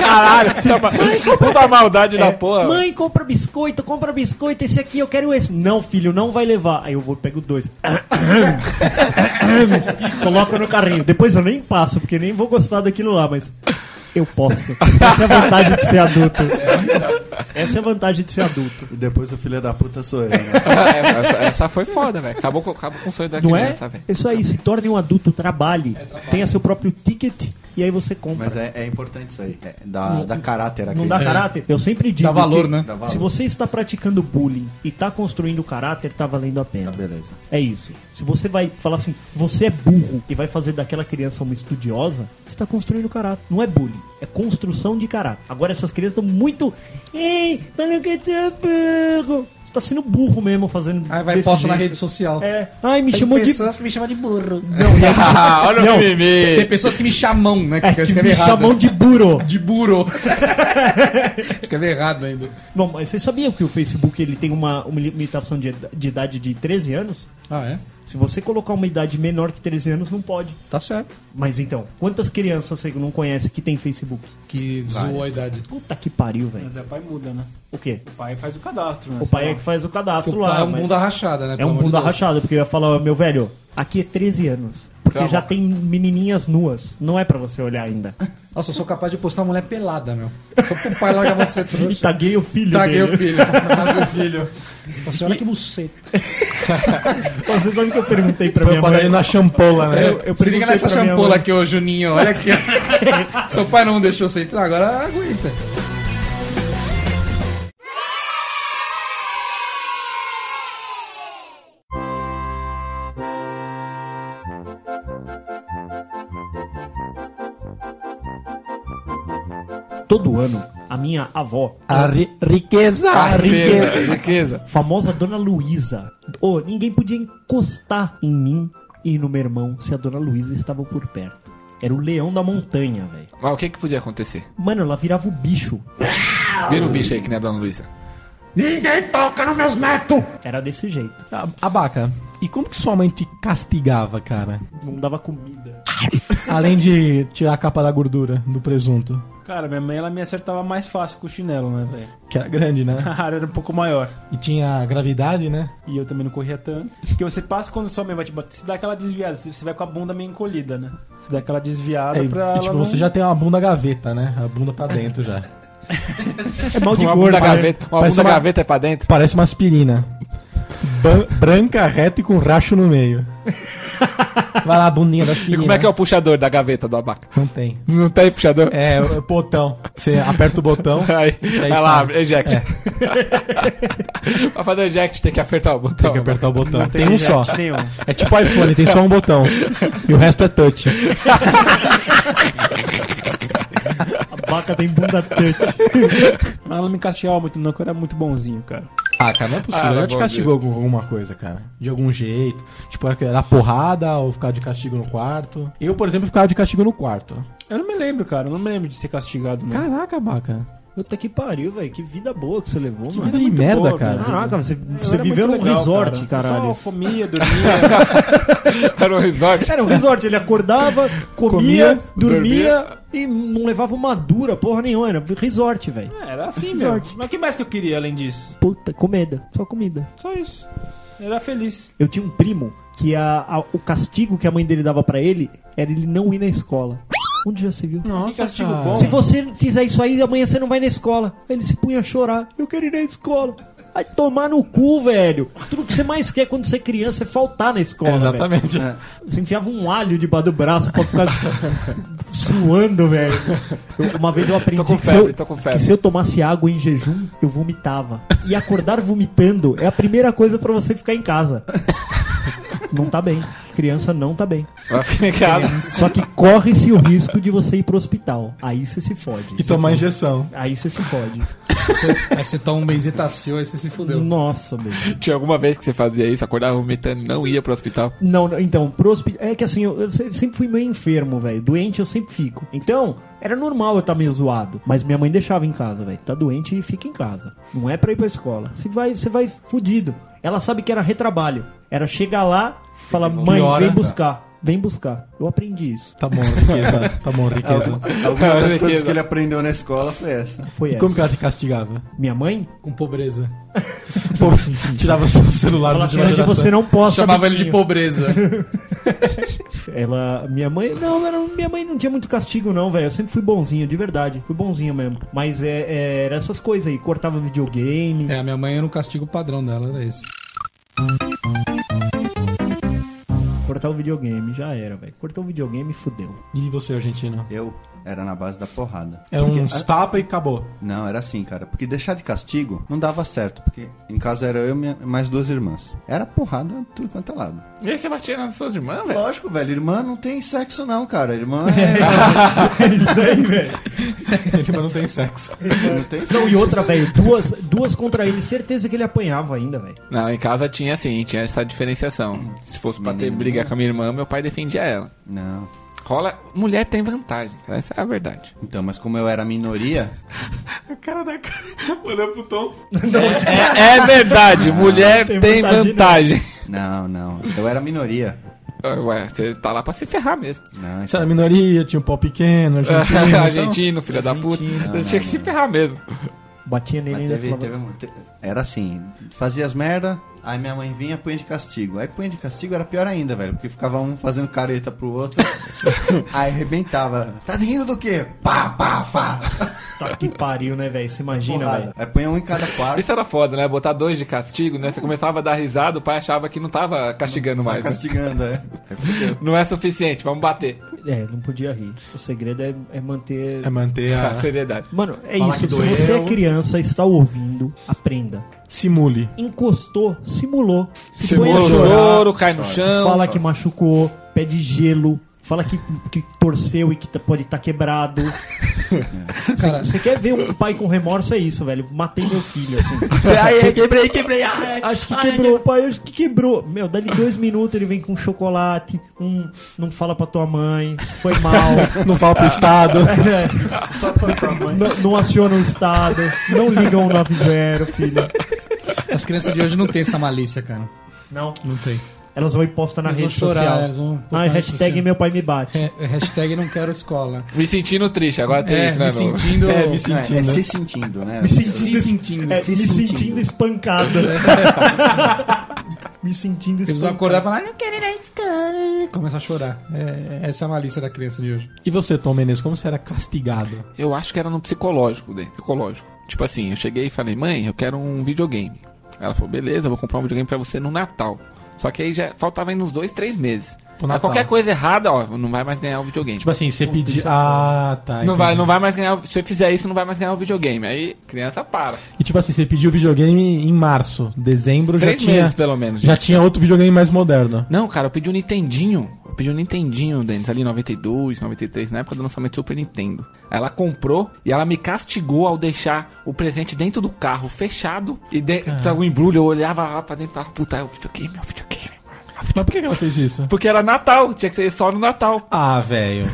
Speaker 4: Caralho, isso é uma- puta maldade da porra.
Speaker 8: Mãe, compra biscoito, compra biscoito, esse aqui eu quero esse. Não, filho, não vai levar. Aí eu vou, pego dois. Coloco no carrinho. Depois eu nem passo, porque nem vou gostar daquilo lá, mas eu posso. Essa é a vantagem de ser adulto. Essa é a vantagem de ser adulto.
Speaker 11: E depois o filho da puta sou eu, né?
Speaker 4: É, essa, essa foi foda, velho. Acabou, com- acabou com o sonho da
Speaker 8: Não é?
Speaker 4: criança, velho.
Speaker 8: É isso aí, se torne um adulto, trabalhe. Tenha seu próprio ticket e aí você compra.
Speaker 11: Mas é, é importante isso aí. É, dá,
Speaker 8: Não-
Speaker 11: dá caráter aqui.
Speaker 8: Não
Speaker 9: É.
Speaker 8: dá caráter? Eu sempre digo. que
Speaker 9: né?
Speaker 11: Dá valor.
Speaker 8: Se você está praticando bullying e está construindo caráter, tá valendo a pena.
Speaker 11: Ah, beleza.
Speaker 8: É isso. Se você vai falar assim, você é burro e vai fazer daquela criança uma estudiosa, você está construindo caráter. Não é bullying, é construção de caráter. Agora essas crianças estão muito. Ei, olha que você é burro. Você tá sendo burro mesmo fazendo. Aí
Speaker 9: Vai posta na rede social. Tá
Speaker 8: É. Ai, me
Speaker 9: Tem
Speaker 8: chamou de.
Speaker 9: pessoas
Speaker 8: que me chamam de burro.
Speaker 4: Ah,
Speaker 9: Olha o
Speaker 4: é.
Speaker 9: mimimi. Tem pessoas que me chamam, né? Que,
Speaker 8: que
Speaker 9: escreve
Speaker 8: É, me
Speaker 9: errado.
Speaker 8: chamam de burro.
Speaker 9: De burro. escreve errado ainda.
Speaker 8: Bom, mas você sabia que o Facebook ele tem uma, uma limitação de, ed- de idade de 13 anos?
Speaker 9: Ah, é?
Speaker 8: Se você colocar uma idade menor que 13 anos, não pode.
Speaker 9: Tá certo.
Speaker 8: Mas então, quantas crianças você não conhece que tem Facebook?
Speaker 9: Que zoa a idade.
Speaker 8: Puta que pariu, velho.
Speaker 5: Mas é, o pai muda, né?
Speaker 8: O quê?
Speaker 5: O pai faz o cadastro, né?
Speaker 8: O
Speaker 5: Sei
Speaker 8: pai
Speaker 5: lá.
Speaker 8: é que faz o cadastro
Speaker 5: O
Speaker 8: lá.
Speaker 5: pai é um
Speaker 8: mas-
Speaker 5: bunda rachada, né,
Speaker 8: É
Speaker 5: pelo
Speaker 8: um
Speaker 5: amor de
Speaker 8: bunda
Speaker 5: Deus.
Speaker 8: rachada, porque eu ia falar, meu velho, aqui é 13 anos. Porque
Speaker 5: Tá
Speaker 9: Cala a
Speaker 8: já tem menininhas nuas. Não é pra você olhar ainda.
Speaker 9: Nossa, eu sou capaz de postar uma mulher pelada, meu. Só pro pai largar você
Speaker 8: E
Speaker 9: trouxa.
Speaker 8: taguei o filho
Speaker 9: Taguei
Speaker 8: dele.
Speaker 9: o filho. Taguei o filho. Nossa, olha que buceta.
Speaker 8: Você sabe que eu perguntei pra
Speaker 3: Põe
Speaker 8: minha
Speaker 3: o
Speaker 8: mãe?
Speaker 3: quadradinho na champola, né?
Speaker 8: Eu, eu
Speaker 9: Se liga É,
Speaker 8: perguntei
Speaker 9: nessa
Speaker 8: pra minha
Speaker 9: champola
Speaker 8: mãe-
Speaker 9: aqui, ô Juninho. Olha aqui. ó. Seu pai não deixou você entrar, agora aguenta.
Speaker 8: Todo ano, a minha avó.
Speaker 3: A ri- riqueza,
Speaker 8: A
Speaker 3: a
Speaker 8: riqueza.
Speaker 3: riqueza.
Speaker 8: Famosa Dona Luísa. Ô, ninguém podia encostar em mim e no meu irmão se a Dona Luísa estava por perto. Era o leão da montanha, velho.
Speaker 4: Mas o que que podia acontecer?
Speaker 8: Mano, ela virava o bicho.
Speaker 3: Ah.
Speaker 4: Vira o bicho aí, que nem a dona Luísa.
Speaker 8: Ninguém toca nos meus netos! Era desse jeito.
Speaker 3: Abaca, e como que sua mãe te castigava, cara?
Speaker 8: Não dava comida.
Speaker 3: Além de tirar a capa da gordura do presunto,
Speaker 5: Cara, minha mãe ela me acertava mais fácil com o chinelo, né, velho?
Speaker 3: que era grande, né?
Speaker 5: A área era um pouco maior.
Speaker 3: E tinha gravidade, né?
Speaker 5: E eu também não corria tanto. Porque você passa quando sua mãe vai te bater, você dá aquela desviada, você você vai com a bunda meio encolhida, né? Você dá aquela desviada
Speaker 3: É, e,
Speaker 5: pra.
Speaker 3: e, tipo,
Speaker 5: ela
Speaker 3: você já tem uma bunda gaveta, né? A bunda pra dentro já.
Speaker 8: É mal
Speaker 4: Uma bunda gaveta, uma
Speaker 3: parece
Speaker 4: bunda
Speaker 3: uma-
Speaker 4: gaveta é pra dentro.
Speaker 3: Parece uma aspirina. Ban- branca, reta e com racho no meio. Vai lá, bundinha da
Speaker 4: E
Speaker 3: aspirina.
Speaker 4: como é que é o puxador da gaveta do abaca?
Speaker 3: Não tem.
Speaker 4: Não tem puxador?
Speaker 3: É, o o botão. Você aperta o botão.
Speaker 4: Aí,
Speaker 3: e
Speaker 4: vai lá,
Speaker 3: sabe.
Speaker 4: eject.
Speaker 3: É,
Speaker 4: pra fazer eject tem que apertar o botão.
Speaker 3: tem que apertar o botão.
Speaker 4: Não
Speaker 3: Tem, um só.
Speaker 4: eject nenhum.
Speaker 3: É tipo iPhone, tem só um botão. E o resto é touch.
Speaker 8: A vaca tem bunda tante.
Speaker 5: Mas ela não me castigava muito, não, que eu era muito bonzinho, cara.
Speaker 3: Ah, cara, não é possível.
Speaker 5: Ah,
Speaker 3: Ela
Speaker 5: era
Speaker 3: te
Speaker 5: bom
Speaker 3: castigou com alguma coisa, cara. De algum jeito. Tipo, era- era porrada ou ficar de castigo no quarto. Eu, por exemplo, ficava de castigo no quarto.
Speaker 5: Eu não me lembro, cara. Eu não me lembro de ser castigado, não.
Speaker 3: Caraca, Baca.
Speaker 8: Puta que pariu, velho. Que vida boa que você levou, mano.
Speaker 5: vida muito
Speaker 3: merda,
Speaker 5: boa,
Speaker 3: cara.
Speaker 5: minha vida.
Speaker 8: Caraca, você,
Speaker 5: Eu
Speaker 8: você
Speaker 5: era
Speaker 8: viveu num
Speaker 5: muito legal,
Speaker 8: resort,
Speaker 5: cara.
Speaker 8: caralho.
Speaker 5: Eu só comia, dormia.
Speaker 4: era um resort.
Speaker 8: Era um resort, ele acordava, comia,
Speaker 5: Comia,
Speaker 8: dormia, e não levava uma dura, porra nenhuma. Era resort, velho.
Speaker 5: Era assim
Speaker 8: Resort.
Speaker 5: mesmo. Mas o que mais que eu queria além disso?
Speaker 8: Puta, comida, só comida.
Speaker 5: Só isso. Eu era feliz.
Speaker 8: Eu tinha um primo que a, a- o castigo que a mãe dele dava pra ele era ele não ir na escola. Onde já se Um viu?
Speaker 5: Que castigo bom.
Speaker 8: Se você fizer isso aí, amanhã você não vai na escola. Aí ele se punha a chorar. Eu quero ir na escola. Vai tomar no cu, velho. Tudo que você mais quer quando você é criança é faltar na escola.
Speaker 3: Exatamente.
Speaker 8: velho. Você enfiava um alho debaixo do braço pra ficar suando, velho. Eu- Uma vez eu aprendi
Speaker 4: Tô com
Speaker 8: que,
Speaker 4: febre,
Speaker 8: se
Speaker 4: tô
Speaker 8: eu,
Speaker 4: com febre.
Speaker 8: que se eu tomasse água em jejum, eu vomitava. E acordar vomitando é a primeira coisa pra você ficar em casa. Não tá bem. Criança não tá bem.
Speaker 4: Vai ficar em casa.
Speaker 8: Só que corre-se o risco de você ir pro hospital. Aí você se fode.
Speaker 3: E tomar injeção.
Speaker 8: Aí você se fode.
Speaker 9: Aí você toma um benzetacil, aí você se fudeu.
Speaker 8: Nossa, bem.
Speaker 4: Tinha alguma vez que você fazia isso, acordava vomitando e não ia pro hospital?
Speaker 8: Não, não, então, pro hospi- É que assim, eu, eu se- sempre fui meio enfermo, velho. Doente eu sempre fico. Então, era normal eu estar meio zoado. Mas minha mãe deixava em casa, velho. Tá doente e fica em casa. Não é pra ir pra escola. Você vai, você vai fudido. Ela sabe que era retrabalho. Era chegar lá, falar, mãe,
Speaker 3: Piora.
Speaker 8: vem buscar. Vem buscar. Eu aprendi isso.
Speaker 3: Tá bom, riqueza. Tá bom, riqueza.
Speaker 4: É
Speaker 11: Alguma das coisas que ele aprendeu na escola foi essa.
Speaker 8: Foi
Speaker 3: E
Speaker 8: essa.
Speaker 3: como que ela te castigava?
Speaker 8: Minha mãe?
Speaker 9: Com pobreza.
Speaker 3: Pô, tirava seu celular
Speaker 8: Ela
Speaker 3: do
Speaker 8: tinha de você não posta.
Speaker 9: Chamava ele de
Speaker 8: amiguinho.
Speaker 9: pobreza.
Speaker 8: Ela, minha mãe, não, era, um, minha mãe não tinha muito castigo não, velho. Eu sempre fui bonzinho, de verdade. Fui bonzinho mesmo. Mas é, é, era essas coisas aí, cortava videogame.
Speaker 9: É, a minha mãe era um castigo padrão dela, era esse.
Speaker 8: Cortar o videogame, já era, velho. Cortou o videogame, fudeu.
Speaker 3: E você, argentino?
Speaker 11: Eu era na base da porrada.
Speaker 3: Era
Speaker 11: Porque-
Speaker 3: uns tapa e acabou.
Speaker 11: Não, era assim, cara. Porque deixar de castigo não dava certo. Porque em casa era eu e minha- mais duas irmãs. Era porrada tudo quanto é lado.
Speaker 4: E aí você batia nas suas irmãs, velho?
Speaker 11: Lógico, velho. Irmã não tem sexo, não, cara. Irmã é.
Speaker 8: isso aí, velho.
Speaker 3: Irmã Tipo, não tem sexo.
Speaker 11: Não tem sexo.
Speaker 8: Não, e outra, velho, duas, duas contra ele, certeza que ele apanhava ainda, velho.
Speaker 4: Não, em casa tinha assim, tinha essa diferenciação. Se fosse pra ter brigar com a minha irmã, meu pai defendia ela.
Speaker 11: Não.
Speaker 4: Rola. Mulher tem vantagem. Essa é a verdade.
Speaker 11: Então, mas como eu era minoria.
Speaker 3: A cara da cara. Olhou pro Tom.
Speaker 4: É, é verdade, mulher
Speaker 11: Tem
Speaker 4: tem,
Speaker 11: vantagem,
Speaker 4: vantagem.
Speaker 11: Não, não. Eu era minoria.
Speaker 4: Ué, você tá lá pra se ferrar mesmo.
Speaker 11: Não,
Speaker 3: Você era minoria, tinha um pau pequeno, argentino. então-
Speaker 4: Argentino, filha da puta. Você tinha que se ferrar mesmo.
Speaker 8: Batia nele
Speaker 11: Mas
Speaker 8: ainda
Speaker 11: teve-
Speaker 8: falava-
Speaker 11: teve um- te- era assim, fazia as merda, aí minha mãe vinha, punha de castigo. Aí punha de castigo era pior ainda, velho, porque ficava um fazendo careta pro outro, aí arrebentava. Tá rindo do quê? Pá, pá, pá.
Speaker 8: Tá que pariu, né, velho? Você imagina,
Speaker 11: Porrada.
Speaker 8: velho.
Speaker 11: Aí punha um em cada quarto.
Speaker 4: Isso era foda, né? Botar dois de castigo, né? Você começava a dar risada, o pai achava que não tava castigando mais. né?
Speaker 11: castigando, é.
Speaker 4: Não é suficiente, vamos bater.
Speaker 8: É, não podia rir. O segredo é, é manter.
Speaker 3: É manter a- A
Speaker 4: seriedade.
Speaker 8: Mano, é
Speaker 3: Falar
Speaker 8: isso.
Speaker 3: que
Speaker 8: Se
Speaker 3: doeu.
Speaker 8: você é criança e está ouvindo, aprenda.
Speaker 3: Simule.
Speaker 8: Encostou, simulou. Se
Speaker 4: Simula
Speaker 8: põe a
Speaker 4: o
Speaker 8: chorar,
Speaker 4: choro, cai no chão.
Speaker 8: Fala que machucou, pede gelo. Fala que, que torceu e que tá- pode estar quebrado. Assim,
Speaker 9: Cara.
Speaker 8: Você quer ver um pai com remorso? É isso, velho. Matei meu filho, assim.
Speaker 3: Ai, quebrei, quebrei. Ai,
Speaker 8: Acho que quebrou, pai, acho que quebrou. Meu, dá-lhe dois minutos, ele vem com chocolate, um não fala pra tua mãe, foi mal.
Speaker 3: Não fala pro Estado.
Speaker 8: É. não, não aciona o Estado, não liga o 90, filho.
Speaker 9: As crianças de hoje não têm essa malícia, cara.
Speaker 8: Não.
Speaker 9: Não tem.
Speaker 8: Elas vão e postam na
Speaker 9: Elas vão
Speaker 8: rede
Speaker 9: chorar,
Speaker 8: social.
Speaker 9: elas vão postar
Speaker 8: Ai,
Speaker 9: na rede
Speaker 8: hashtag
Speaker 9: social.
Speaker 8: meu pai me bate.
Speaker 9: É, hashtag não quero escola.
Speaker 4: Me sentindo triste, agora tem
Speaker 9: É,
Speaker 4: isso, né,
Speaker 9: me
Speaker 4: meu?
Speaker 9: sentindo- É, me
Speaker 11: Não, É, é
Speaker 9: sentindo.
Speaker 11: se sentindo, né?
Speaker 8: Me sentindo,
Speaker 9: Se sentindo.
Speaker 8: é,
Speaker 9: Se
Speaker 8: me
Speaker 9: sentindo.
Speaker 8: sentindo espancado. me sentindo
Speaker 9: Eles
Speaker 8: espancado.
Speaker 9: vão acordar e falar, não quero ir na escola. Começa a chorar. É, essa é a malícia da criança de hoje.
Speaker 3: E você, Tom Menezes, como você era castigado?
Speaker 4: Eu acho que era no psicológico, né? Psicológico. Tipo assim, eu cheguei e falei, mãe, eu quero um videogame. Ela falou, beleza, eu vou comprar um videogame pra você no Natal. Só que aí já faltava ainda uns dois, três meses.
Speaker 3: Pro
Speaker 4: Aí
Speaker 3: Natal.
Speaker 4: qualquer coisa errada, ó, não vai mais ganhar o videogame.
Speaker 3: Tipo assim, você pedia. Ah, tá.
Speaker 4: é não
Speaker 3: entendi.
Speaker 4: vai, não vai mais ganhar. o- Se eu fizer isso, não vai mais ganhar o videogame. Aí, criança para.
Speaker 3: E tipo assim, você pediu videogame em março, dezembro
Speaker 4: Três
Speaker 3: já tinha.
Speaker 4: meses, pelo menos,
Speaker 3: Já
Speaker 4: gente.
Speaker 3: tinha outro videogame mais moderno.
Speaker 4: Não, cara, eu pedi um Nintendinho. Eu pedi um Nintendinho, Denis, ali em 92, 93, na época do lançamento do Super Nintendo. Aí Ela comprou e ela me castigou ao deixar o presente dentro do carro fechado e de... tava um embrulho, eu olhava lá pra dentro e falava, puta, é o videogame, é o videogame.
Speaker 3: Mas por que que ela fez isso?
Speaker 4: Porque era Natal, tinha que ser só no Natal.
Speaker 3: Ah, velho.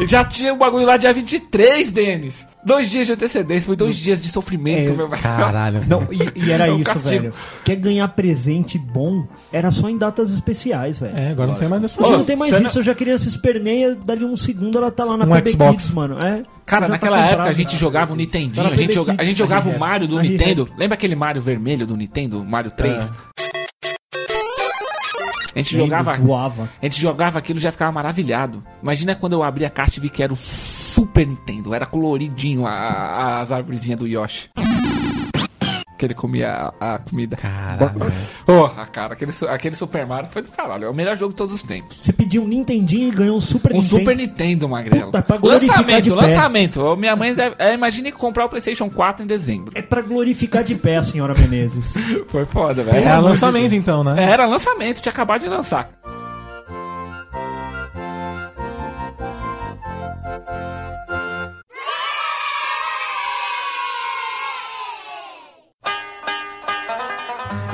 Speaker 4: E já tinha o bagulho lá dia 23, Denis. Dois dias de antecedência, foi dois dias de sofrimento, meu
Speaker 3: É, Caralho.
Speaker 8: Não, e, e era
Speaker 4: É um
Speaker 8: isso,
Speaker 4: castigo.
Speaker 8: velho. Quer ganhar presente bom, era só em datas especiais, velho.
Speaker 3: É, agora não tem mais essa
Speaker 8: Hoje não
Speaker 3: Ô,
Speaker 8: tem mais
Speaker 3: você
Speaker 8: isso, eu já queria se esperneia, dali um segundo ela tá lá na
Speaker 3: Um
Speaker 8: PB
Speaker 3: Xbox.
Speaker 8: Kids, mano. É,
Speaker 4: Cara,
Speaker 8: já tá
Speaker 4: naquela
Speaker 8: comprado,
Speaker 4: época a gente
Speaker 8: né?
Speaker 4: jogava o Nintendinho,
Speaker 8: Era
Speaker 4: a gente,
Speaker 8: PB
Speaker 4: joga- a
Speaker 8: Kids,
Speaker 4: gente jogava
Speaker 8: né? É.
Speaker 4: o Mario do
Speaker 8: Na Re-Rap.
Speaker 4: Nintendo. Lembra aquele Mario vermelho do Nintendo, o Mario 3? A gente
Speaker 8: Lembro,
Speaker 4: jogava,
Speaker 8: voava.
Speaker 4: a gente jogava aquilo e já ficava maravilhado. Imagina quando eu abri a caixa e vi que era o Super Nintendo, era coloridinho a- a- as árvorezinhas do Yoshi. Que ele comia a, a comida.
Speaker 3: Caralho.
Speaker 4: Porra, cara, aquele, su- aquele Super Mario foi do caralho. É o melhor jogo de todos os tempos.
Speaker 8: Você pediu um Nintendinho e ganhou um Super
Speaker 4: Um
Speaker 8: Nintendo.
Speaker 4: Super Nintendo, Magrelo.
Speaker 8: Puta, pra glorificar de
Speaker 4: lançamento,
Speaker 8: pé.
Speaker 4: lançamento. Ô, Minha mãe deve. é, imagine comprar o PlayStation 4 em dezembro.
Speaker 8: É pra glorificar de pé, senhora Menezes.
Speaker 4: Foi foda, velho.
Speaker 3: É, era lançamento então, né?
Speaker 4: Era lançamento, tinha acabado de lançar.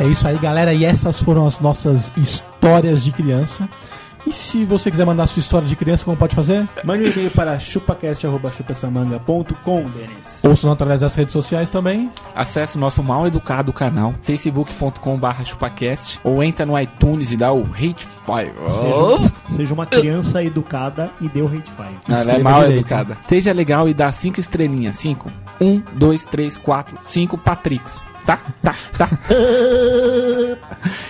Speaker 3: É isso aí, galera. E essas foram as nossas histórias de criança. E se você quiser mandar sua história de criança, como pode fazer?
Speaker 5: Mande um e-mail para chupacast.chupessamanga.com, Denis.
Speaker 3: Ouçam através das redes sociais também.
Speaker 4: Acesse o nosso mal educado canal, facebook.com.br chupacast, ou entra no iTunes e dá o Hate Fire.
Speaker 8: Seja, seja uma criança educada e dê o hate five.
Speaker 4: Não, ela é mal educada. Seja legal e dá cinco estrelinhas. cinco um dois três quatro cinco Patricks. Tá, tá, tá.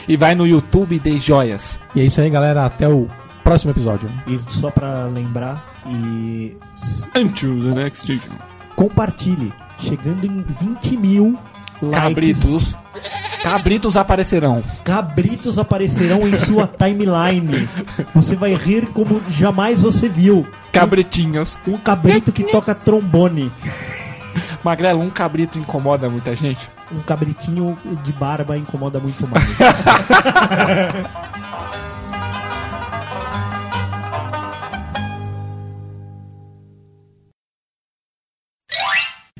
Speaker 4: e vai no YouTube e dê joias.
Speaker 3: E é isso aí, galera. Até o próximo episódio.
Speaker 8: E só pra lembrar e
Speaker 4: Until the next season.
Speaker 8: compartilhe. Chegando em 20 mil likes.
Speaker 4: Cabritos. Cabritos aparecerão.
Speaker 8: Cabritos aparecerão em sua timeline. Você vai rir como jamais você viu.
Speaker 4: Cabritinhos.
Speaker 8: Um cabrito que toca trombone.
Speaker 4: Magrelo, um cabrito incomoda muita gente.
Speaker 8: Um cabritinho de barba incomoda muito mais.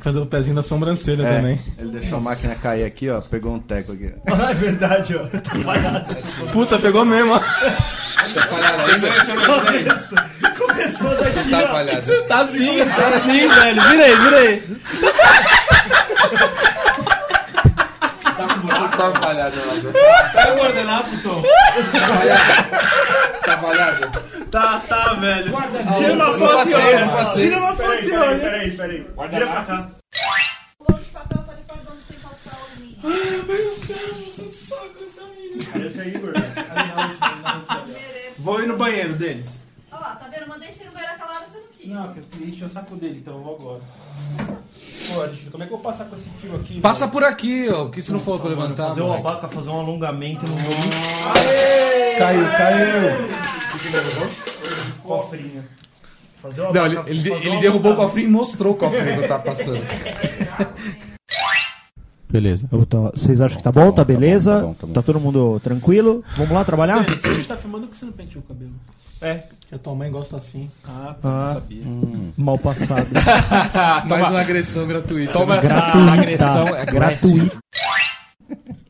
Speaker 3: Fazer o um pezinho da sobrancelha
Speaker 5: É.
Speaker 3: também.
Speaker 11: Ele deixou a máquina cair aqui, ó. Pegou um teco aqui.
Speaker 8: é verdade, ó. Tá falhado.
Speaker 3: Puta, pegou mesmo, ó.
Speaker 8: Começou daqui,
Speaker 3: Tá
Speaker 8: ó.
Speaker 3: falhado. Tá assim,
Speaker 8: tá
Speaker 3: assim, velho. Vira aí, vira aí.
Speaker 14: Tá falhado,
Speaker 5: Vai coordenar, putão.
Speaker 14: Tá falhado.
Speaker 8: Tá, tá, velho.
Speaker 14: Tira uma foto,
Speaker 8: Tá
Speaker 14: ó. Tira uma foto, ó.
Speaker 5: né?
Speaker 8: Peraí, peraí. Vira pra cá.
Speaker 5: Ah,
Speaker 8: Esse é Igor.
Speaker 5: Vou ir no banheiro, Denis.
Speaker 10: Olha lá, tá vendo? Mandei você no banheiro aquela hora, você não quis.
Speaker 5: Não, porque encheu o saco dele, então eu vou agora. Pô, gente, como é que eu vou passar com esse fio aqui?
Speaker 9: Passa por aqui, ó. Que se não for pra levantar.
Speaker 8: Fazer o
Speaker 9: moleque.
Speaker 8: abaca, fazer um alongamento no
Speaker 11: Caiu, caiu.
Speaker 8: Cofrinho. Fazer o
Speaker 9: Não, ele,
Speaker 8: abaca,
Speaker 9: ele,
Speaker 8: fazer
Speaker 9: ele
Speaker 8: um
Speaker 9: derrubou o
Speaker 8: alongamento.
Speaker 9: cofrinho e mostrou o cofrinho que eu tava passando.
Speaker 3: Beleza.
Speaker 8: Vocês acham que tá bom? Tá beleza? Tá, todo mundo tranquilo? Vamos lá trabalhar?
Speaker 5: Denis, a gente tá filmando que você não penteou o cabelo.
Speaker 8: É.
Speaker 5: Que a tua mãe gosta assim. Ah, tá,
Speaker 8: Ah,
Speaker 5: não sabia.
Speaker 8: Mal passado.
Speaker 9: Mais uma agressão gratuita.
Speaker 4: Toma
Speaker 9: né?
Speaker 4: essa agressão. É
Speaker 8: Gratuito.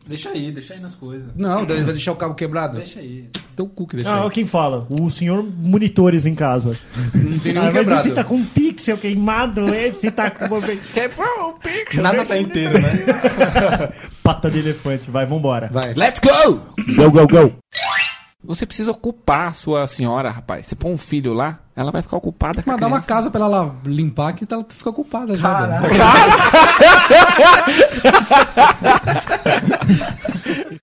Speaker 5: Deixa aí, deixa aí nas coisas.
Speaker 9: Não, vai deixar o cabo quebrado?
Speaker 5: Deixa aí.
Speaker 9: Teu cu que deixa
Speaker 8: Ah,
Speaker 9: aí.
Speaker 8: quem fala? O senhor monitores em casa.
Speaker 9: Não
Speaker 3: é
Speaker 9: tem nenhum
Speaker 8: Ah, mas
Speaker 9: quebrado.
Speaker 8: esse tá com um pixel queimado, esse tá com uma...
Speaker 4: Quebrou o picture.
Speaker 3: Nada tá inteiro, né?
Speaker 8: Pata de elefante, vai, vambora.
Speaker 9: Vai.
Speaker 4: Let's go!
Speaker 8: Go, go, go.
Speaker 4: Você precisa ocupar a sua senhora, rapaz. Você põe um filho lá, ela vai ficar ocupada com a
Speaker 9: Mas dá uma
Speaker 4: criança.
Speaker 9: casa pra ela lá limpar que ela fica né? culpada já. velho.